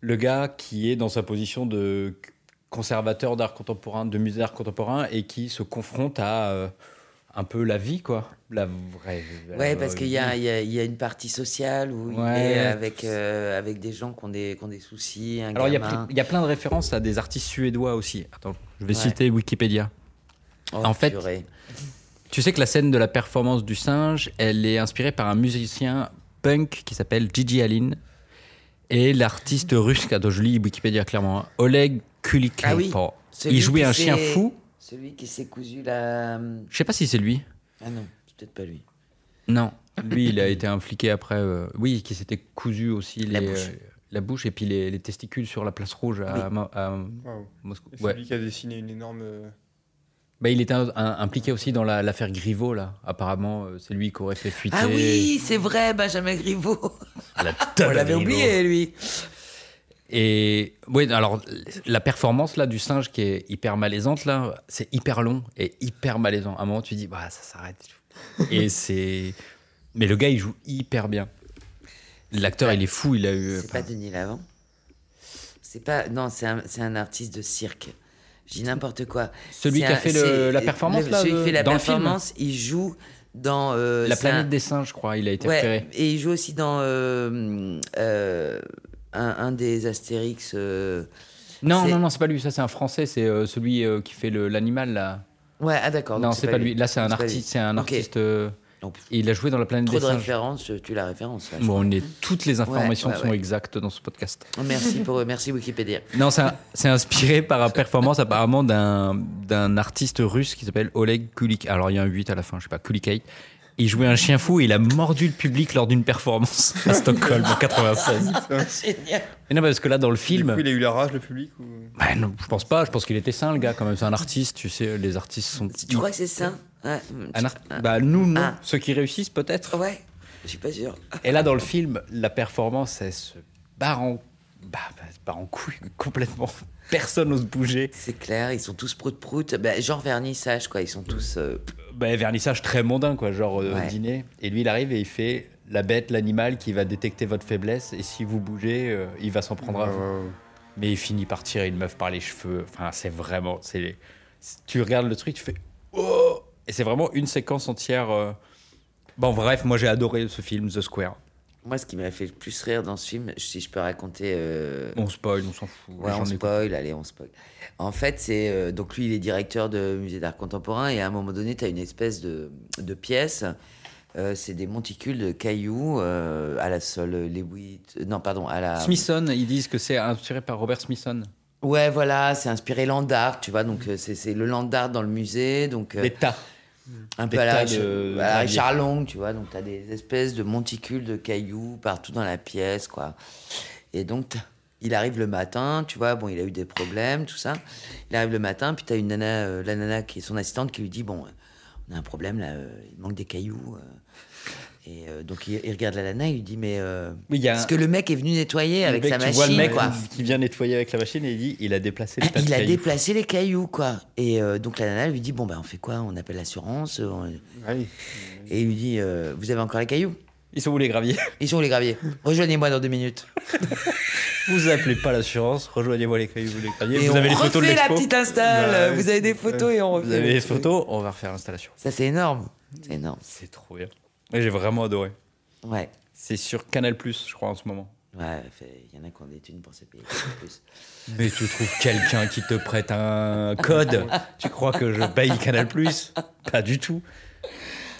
[SPEAKER 1] le gars qui est dans sa position de conservateur d'art contemporain, de musée d'art contemporain et qui se confronte à euh, un peu la vie, quoi. La vraie. la
[SPEAKER 5] Ouais, parce
[SPEAKER 1] vraie
[SPEAKER 5] qu'il y a,
[SPEAKER 1] vie.
[SPEAKER 5] il y a- il y a une partie sociale où il
[SPEAKER 1] Bah, Ouais.
[SPEAKER 5] est avec, euh, avec des gens qui ont des, qui ont des soucis. Un
[SPEAKER 1] Alors, il y, a
[SPEAKER 5] gamin.
[SPEAKER 1] ple- il y a plein de références à des artistes suédois aussi. Attends, je vais
[SPEAKER 5] Ouais.
[SPEAKER 1] citer Wikipédia.
[SPEAKER 5] Oh,
[SPEAKER 1] en fait,
[SPEAKER 5] purée.
[SPEAKER 1] Tu sais que la scène de la performance du singe, elle est inspirée par un musicien punk qui s'appelle Gigi Alin et l'artiste russe, attends, je lis Wikipédia clairement, hein, Oleg Kulikov.
[SPEAKER 5] Ah oui, Celui
[SPEAKER 1] il jouait
[SPEAKER 5] qui
[SPEAKER 1] un chien
[SPEAKER 5] s'est-
[SPEAKER 1] fou.
[SPEAKER 5] Celui qui s'est cousu la. hum,
[SPEAKER 1] Je sais pas si c'est lui.
[SPEAKER 5] Ah non, c'est peut-être pas lui.
[SPEAKER 1] Non, lui, il a été impliqué après. euh, oui, qui s'était cousu aussi
[SPEAKER 5] La
[SPEAKER 1] les,
[SPEAKER 5] bouche.
[SPEAKER 1] euh, la bouche et puis les, les testicules sur la place rouge à, Mo- à
[SPEAKER 6] Waouh.
[SPEAKER 1] Moscou.
[SPEAKER 6] Et C'est
[SPEAKER 1] Ouais.
[SPEAKER 6] lui qui a dessiné une énorme. euh,
[SPEAKER 1] Bah, il était un- un- impliqué aussi dans la- l'affaire Griveaux, là. Apparemment, euh, c'est lui qui aurait fait fuiter.
[SPEAKER 5] Ah oui, c'est vrai, Benjamin Griveaux.
[SPEAKER 1] la
[SPEAKER 5] *laughs* On
[SPEAKER 1] tonne
[SPEAKER 5] l'avait
[SPEAKER 1] Griveaux.
[SPEAKER 5] oublié, lui.
[SPEAKER 1] Et oui, alors la performance là du singe qui est hyper malaisante là, c'est hyper long et hyper malaisant. À un moment, tu dis bah ça s'arrête.
[SPEAKER 5] *laughs*
[SPEAKER 1] et c'est, mais le gars il joue hyper bien. L'acteur il est fou, il a eu.
[SPEAKER 5] C'est pas Denis Lavant. C'est pas. Non, c'est un, c'est un artiste de cirque. J'ai n'importe quoi.
[SPEAKER 1] Celui
[SPEAKER 5] C'est
[SPEAKER 1] qui a
[SPEAKER 5] un-
[SPEAKER 1] fait le-
[SPEAKER 5] c'est-
[SPEAKER 1] la performance, là,
[SPEAKER 5] Celui qui
[SPEAKER 1] de-
[SPEAKER 5] fait la
[SPEAKER 1] dans le film.
[SPEAKER 5] performance, il joue dans. euh,
[SPEAKER 1] la
[SPEAKER 5] c'est un-
[SPEAKER 1] planète des singes, je crois, il a été
[SPEAKER 5] Ouais,
[SPEAKER 1] repéré.
[SPEAKER 5] et il joue aussi dans euh, euh, un, un des Astérix. euh,
[SPEAKER 1] Non
[SPEAKER 5] c'est-
[SPEAKER 1] non non, c'est pas lui. Ça c'est un français, c'est euh, celui euh, qui fait le- l'animal là.
[SPEAKER 5] Ouais, ah d'accord.
[SPEAKER 1] non
[SPEAKER 5] donc
[SPEAKER 1] c'est pas lui. Là c'est un
[SPEAKER 5] pas lui.
[SPEAKER 1] artiste, c'est un
[SPEAKER 5] Ok.
[SPEAKER 1] artiste. euh,
[SPEAKER 5] Donc,
[SPEAKER 1] et il a joué dans la planète
[SPEAKER 5] Trop
[SPEAKER 1] des
[SPEAKER 5] de
[SPEAKER 1] singes.
[SPEAKER 5] références, euh, tu la référence. là, je
[SPEAKER 1] Bon, on est toutes les informations
[SPEAKER 5] Ouais, ouais,
[SPEAKER 1] sont
[SPEAKER 5] ouais.
[SPEAKER 1] exactes dans ce podcast.
[SPEAKER 5] crois. Merci pour euh, merci Wikipédia.
[SPEAKER 1] Non, c'est un- c'est inspiré par la performance apparemment d'un d'un artiste russe qui s'appelle Oleg Kulik. Alors il y a un 8 à la fin, je sais pas, Kulikate. Il jouait un chien fou et il a mordu le public lors d'une performance à Stockholm en 96.
[SPEAKER 5] Ah, Génial.
[SPEAKER 1] Et non, parce que là, dans le
[SPEAKER 6] Du
[SPEAKER 1] film,
[SPEAKER 6] coup, il a eu la rage, le public ou...
[SPEAKER 1] bah non, je pense pas. Je pense qu'il était sain, le gars, quand même. C'est un artiste, tu sais, les artistes sont.
[SPEAKER 5] Tu crois que c'est ça Ouais.
[SPEAKER 1] Mm. Un art- Bah, nous, non.
[SPEAKER 5] Ah.
[SPEAKER 1] Ceux qui réussissent, peut-être.
[SPEAKER 5] Ouais. Je suis pas sûr.
[SPEAKER 1] Et là, dans le film, la performance, elle se barre en, bah, bah, se barre en couille complètement. Personne n'ose bouger.
[SPEAKER 5] C'est clair, ils sont tous prout-prout. Bah, genre vernissage, quoi. Ils sont tous. euh,
[SPEAKER 1] bah, vernissage très mondain, quoi, genre euh,
[SPEAKER 5] Ouais.
[SPEAKER 1] dîner. Et lui, il arrive et il fait la bête, l'animal qui va détecter votre faiblesse. Et si vous bougez, euh, il va s'en prendre à
[SPEAKER 6] Ah,
[SPEAKER 1] vous. Mais il finit par tirer une meuf par les cheveux. Enfin, c'est vraiment. c'est c'est- Tu regardes le truc, tu fais. Oh Et c'est vraiment une séquence entière. euh. Bon, bref, moi j'ai adoré ce film, The Square.
[SPEAKER 5] Moi, ce qui m'a fait le plus rire dans ce film, si je peux raconter. euh,
[SPEAKER 1] On spoil, on s'en fout.
[SPEAKER 5] Ouais,
[SPEAKER 1] les gens
[SPEAKER 5] on
[SPEAKER 1] n'écoutent
[SPEAKER 5] spoil, allez, on spoil. En fait, c'est euh, donc lui, il est directeur de musée d'art contemporain et à un moment donné, tu as une espèce de, de pièce. euh, c'est des monticules de cailloux euh, à la sol Lewitt. Non, pardon, à la.
[SPEAKER 1] pas. Smithson, ils disent que c'est inspiré par Robert Smithson.
[SPEAKER 5] Ouais, voilà, c'est inspiré land art, tu vois. Donc, euh, c'est c'est le land art dans le musée. Donc, euh,
[SPEAKER 1] Des tas.
[SPEAKER 5] un
[SPEAKER 1] des
[SPEAKER 5] peu à la,
[SPEAKER 1] tas
[SPEAKER 5] Richa-
[SPEAKER 1] de
[SPEAKER 5] à la
[SPEAKER 1] gravier.
[SPEAKER 5] Richard Long, tu vois. Donc, tu as des espèces de monticules de cailloux partout dans la pièce, quoi. Et donc, t'as- il arrive le matin, tu vois. Bon, il a eu des problèmes, tout ça. Il arrive le matin, puis tu as une nana, euh, la nana qui est son assistante, qui lui dit Bon, euh, on a un problème là, euh, il manque des cailloux. euh. Et euh, donc il, il regarde la lana et il lui dit mais euh,
[SPEAKER 1] Oui, il y a
[SPEAKER 5] parce que le mec est venu nettoyer avec
[SPEAKER 1] le mec,
[SPEAKER 5] sa
[SPEAKER 1] tu
[SPEAKER 5] machine
[SPEAKER 1] vois le mec
[SPEAKER 5] quoi.
[SPEAKER 1] qui- qui vient nettoyer avec la machine et il dit il a déplacé le tas de
[SPEAKER 5] *laughs* Ah, Il a
[SPEAKER 1] cailloux.
[SPEAKER 5] déplacé les cailloux quoi. Et euh, donc la nana lui dit bon ben on fait quoi On appelle l'assurance euh, on-
[SPEAKER 6] Ouais.
[SPEAKER 5] et il lui dit euh, vous avez encore les cailloux
[SPEAKER 1] Ils sont où les graviers
[SPEAKER 5] Ils sont où les graviers Rejoignez-moi dans deux minutes.
[SPEAKER 1] Vous appelez pas l'assurance, rejoignez-moi les cailloux, les graviers.
[SPEAKER 5] et
[SPEAKER 1] vous
[SPEAKER 5] on
[SPEAKER 1] avez les
[SPEAKER 5] refait
[SPEAKER 1] photos de
[SPEAKER 5] la
[SPEAKER 1] l'expo.
[SPEAKER 5] petite install.
[SPEAKER 6] Bah,
[SPEAKER 5] vous avez des photos et on refait.
[SPEAKER 1] Vous avez
[SPEAKER 5] le
[SPEAKER 1] les
[SPEAKER 5] truc.
[SPEAKER 1] photos, on va refaire l'installation.
[SPEAKER 5] Ça c'est énorme. C'est énorme.
[SPEAKER 1] C'est trop bien. Et j'ai vraiment adoré.
[SPEAKER 5] Ouais.
[SPEAKER 1] C'est sur Canal Plus, je crois, en ce moment.
[SPEAKER 5] Ouais, fait, il y en a qui ont des thunes pour se payer en plus.
[SPEAKER 1] Mais tu trouves quelqu'un qui te prête un code Tu crois que je paye Canal Plus Pas du tout.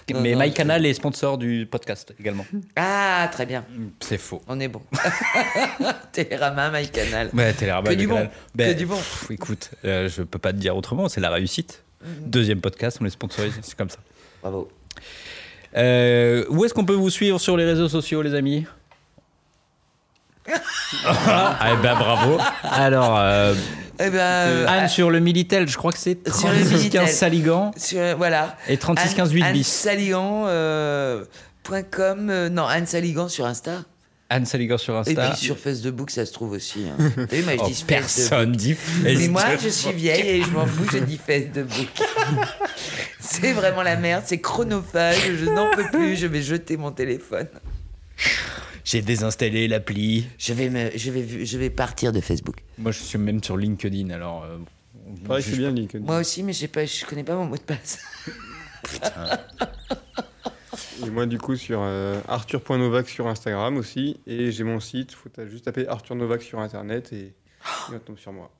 [SPEAKER 5] Non,
[SPEAKER 1] Mais
[SPEAKER 5] non,
[SPEAKER 1] MyCanal est sponsor du podcast également.
[SPEAKER 5] Ah, très bien.
[SPEAKER 1] C'est faux.
[SPEAKER 5] On est bon. *laughs* Télérama, MyCanal.
[SPEAKER 1] Ouais, Télérama,
[SPEAKER 5] Que du bon.
[SPEAKER 1] MyCanal. Ben,
[SPEAKER 5] Que du bon.
[SPEAKER 1] pff, écoute, euh, je peux pas te dire autrement, c'est la réussite. Deuxième podcast, on est sponsorisé, c'est comme ça.
[SPEAKER 5] Bravo.
[SPEAKER 1] Euh, où est-ce qu'on peut vous suivre sur les réseaux sociaux, les amis ah, eh ben bravo. Alors, euh,
[SPEAKER 5] Eh ben, euh,
[SPEAKER 1] Anne sur le Minitel, je crois que c'est
[SPEAKER 5] Sur le
[SPEAKER 1] 3615
[SPEAKER 5] Minitel.
[SPEAKER 1] Saligan
[SPEAKER 5] euh, sur- voilà.
[SPEAKER 1] et 3615
[SPEAKER 5] Anne-
[SPEAKER 1] 8 bis.
[SPEAKER 5] AnneSaligan, euh, point com, euh, non, Anne Saligan sur Insta.
[SPEAKER 1] Anne Saligan sur
[SPEAKER 5] Et
[SPEAKER 1] Insta.
[SPEAKER 5] puis sur Facebook, ça se trouve aussi. hein. *laughs* T'as vu, moi, je
[SPEAKER 1] Oh,
[SPEAKER 5] dis Facebook.
[SPEAKER 1] personne dit
[SPEAKER 5] Mais
[SPEAKER 1] Facebook.
[SPEAKER 5] moi, je suis vieille et je m'en fous, je dis *laughs* Facebook. c'est vraiment la merde, c'est chronophage, je n'en peux plus, je vais jeter mon téléphone.
[SPEAKER 1] J'ai désinstallé l'appli.
[SPEAKER 5] Je vais, me, je, vais, vu- je vais partir de Facebook.
[SPEAKER 1] Moi, je suis même sur LinkedIn, alors. euh, on-
[SPEAKER 6] Pareil,
[SPEAKER 1] je-
[SPEAKER 6] c'est bien LinkedIn.
[SPEAKER 5] Moi aussi, mais je sais pas, je connais pas mon mot de passe.
[SPEAKER 6] Et moi, du coup, sur euh, arthur.novak sur Instagram aussi. Et j'ai mon site. Faut ta- juste taper Arthur Novak sur Internet et, et on tombe sur moi.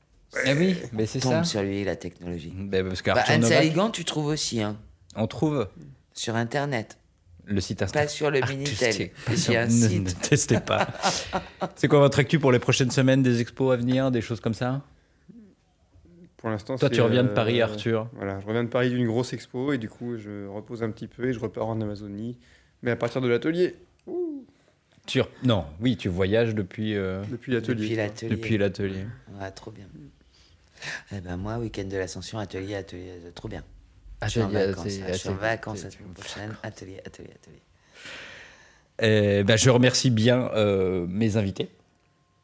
[SPEAKER 1] Ah oui, mais c'est ça.
[SPEAKER 5] Tombe sur lui, la technologie.
[SPEAKER 1] Ben, parce
[SPEAKER 5] Bah,
[SPEAKER 1] qu'Arthur
[SPEAKER 5] Anne
[SPEAKER 1] Novak,
[SPEAKER 5] Saligan, tu trouves aussi, hein,
[SPEAKER 1] on trouve
[SPEAKER 5] sur Internet,
[SPEAKER 1] le site Insta.
[SPEAKER 5] pas sur le Minitel.
[SPEAKER 1] Pas
[SPEAKER 5] J'ai
[SPEAKER 1] sûr.
[SPEAKER 5] un
[SPEAKER 1] Ne-
[SPEAKER 5] site.
[SPEAKER 1] Ne testez
[SPEAKER 5] *laughs*
[SPEAKER 1] pas. C'est quoi votre actu pour les prochaines semaines, des expos à venir, des choses comme ça
[SPEAKER 6] Pour l'instant,
[SPEAKER 1] Toi,
[SPEAKER 6] c'est,
[SPEAKER 1] tu reviens de
[SPEAKER 6] euh,
[SPEAKER 1] Paris, Arthur.
[SPEAKER 6] Voilà, je reviens de Paris d'une grosse expo et du coup, je repose un petit peu et je repars en Amazonie. Mais à partir de l'atelier.
[SPEAKER 1] Tu re- Non, oui, tu voyages depuis, euh,
[SPEAKER 6] Depuis l'atelier.
[SPEAKER 5] Depuis l'atelier.
[SPEAKER 1] depuis l'atelier.
[SPEAKER 5] Ah, trop bien. Eh ben moi, week-end de l'ascension, atelier, atelier, euh, trop bien. je suis en
[SPEAKER 1] Atelier,
[SPEAKER 5] vacances, ah,
[SPEAKER 1] atelier,
[SPEAKER 5] je suis en
[SPEAKER 1] atelier,
[SPEAKER 5] vacances la
[SPEAKER 1] atelier.
[SPEAKER 5] semaine prochaine, atelier, atelier, atelier.
[SPEAKER 1] Eh ben, je remercie bien euh, mes invités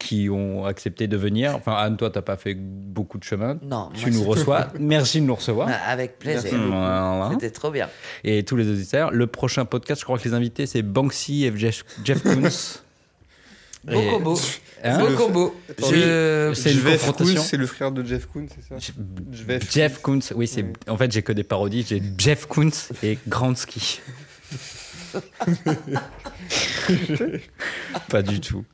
[SPEAKER 1] qui ont accepté de venir. Enfin, Anne, toi, t'as pas fait beaucoup de chemin.
[SPEAKER 5] *laughs* Non,
[SPEAKER 1] Tu
[SPEAKER 5] moi,
[SPEAKER 1] nous
[SPEAKER 5] c'est-
[SPEAKER 1] reçois. Merci de nous recevoir.
[SPEAKER 5] Ah, Avec plaisir.
[SPEAKER 1] Merci beaucoup. Voilà.
[SPEAKER 5] C'était trop bien.
[SPEAKER 1] Et tous les auditeurs. Le prochain podcast, je crois que les invités, c'est Banksy et Jeff, Jeff Koons.
[SPEAKER 5] *laughs*
[SPEAKER 1] Et-
[SPEAKER 5] Beau *laughs* combo.
[SPEAKER 1] Hein
[SPEAKER 5] Beau combo. Je...
[SPEAKER 1] c'est une
[SPEAKER 6] Jeff
[SPEAKER 1] confrontation.
[SPEAKER 6] Koons, c'est le frère de Jeff Koons, c'est ça
[SPEAKER 1] Jeff, Koons, oui, c'est.
[SPEAKER 6] Ouais.
[SPEAKER 1] En fait, j'ai que des parodies. J'ai Jeff Koons et
[SPEAKER 6] *laughs*
[SPEAKER 1] Gransky. pas du tout.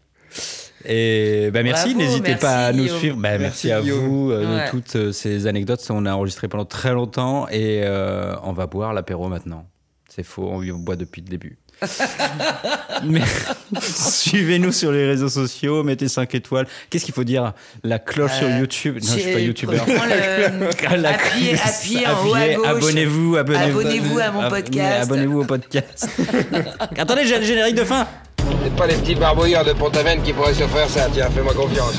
[SPEAKER 1] Et bah merci,
[SPEAKER 5] Bravo,
[SPEAKER 1] n'hésitez
[SPEAKER 5] merci,
[SPEAKER 1] pas à nous
[SPEAKER 5] Guillaume.
[SPEAKER 1] suivre. Bah, merci,
[SPEAKER 6] Merci,
[SPEAKER 1] à
[SPEAKER 6] Guillaume.
[SPEAKER 1] vous euh, de
[SPEAKER 5] Ouais.
[SPEAKER 1] toutes euh, ces anecdotes. On a enregistré pendant très longtemps et euh, on va boire l'apéro maintenant. C'est faux, on on boit depuis le
[SPEAKER 5] *laughs*
[SPEAKER 1] début. Mais *laughs* suivez-nous sur les réseaux sociaux, mettez 5 étoiles. Qu'est-ce qu'il faut dire La cloche sur
[SPEAKER 5] Euh,
[SPEAKER 1] YouTube. Non, je suis pas
[SPEAKER 5] j'ai-
[SPEAKER 1] youtubeur. *laughs*
[SPEAKER 5] prends le-
[SPEAKER 1] La
[SPEAKER 5] appuyez,
[SPEAKER 1] cloche,
[SPEAKER 5] appuyez en haut à
[SPEAKER 1] appuyez,
[SPEAKER 5] gauche.
[SPEAKER 1] Abonnez-vous, abonnez-vous.
[SPEAKER 5] Abonnez-vous à mon
[SPEAKER 1] Ab-
[SPEAKER 5] podcast.
[SPEAKER 1] Abonnez-vous au
[SPEAKER 5] *laughs*
[SPEAKER 1] podcast. Attendez, j'ai le générique de fin.
[SPEAKER 3] C'est pas les petites barbouillères de Pont-Aven qui pourraient se faire ça, tiens, fais-moi confiance.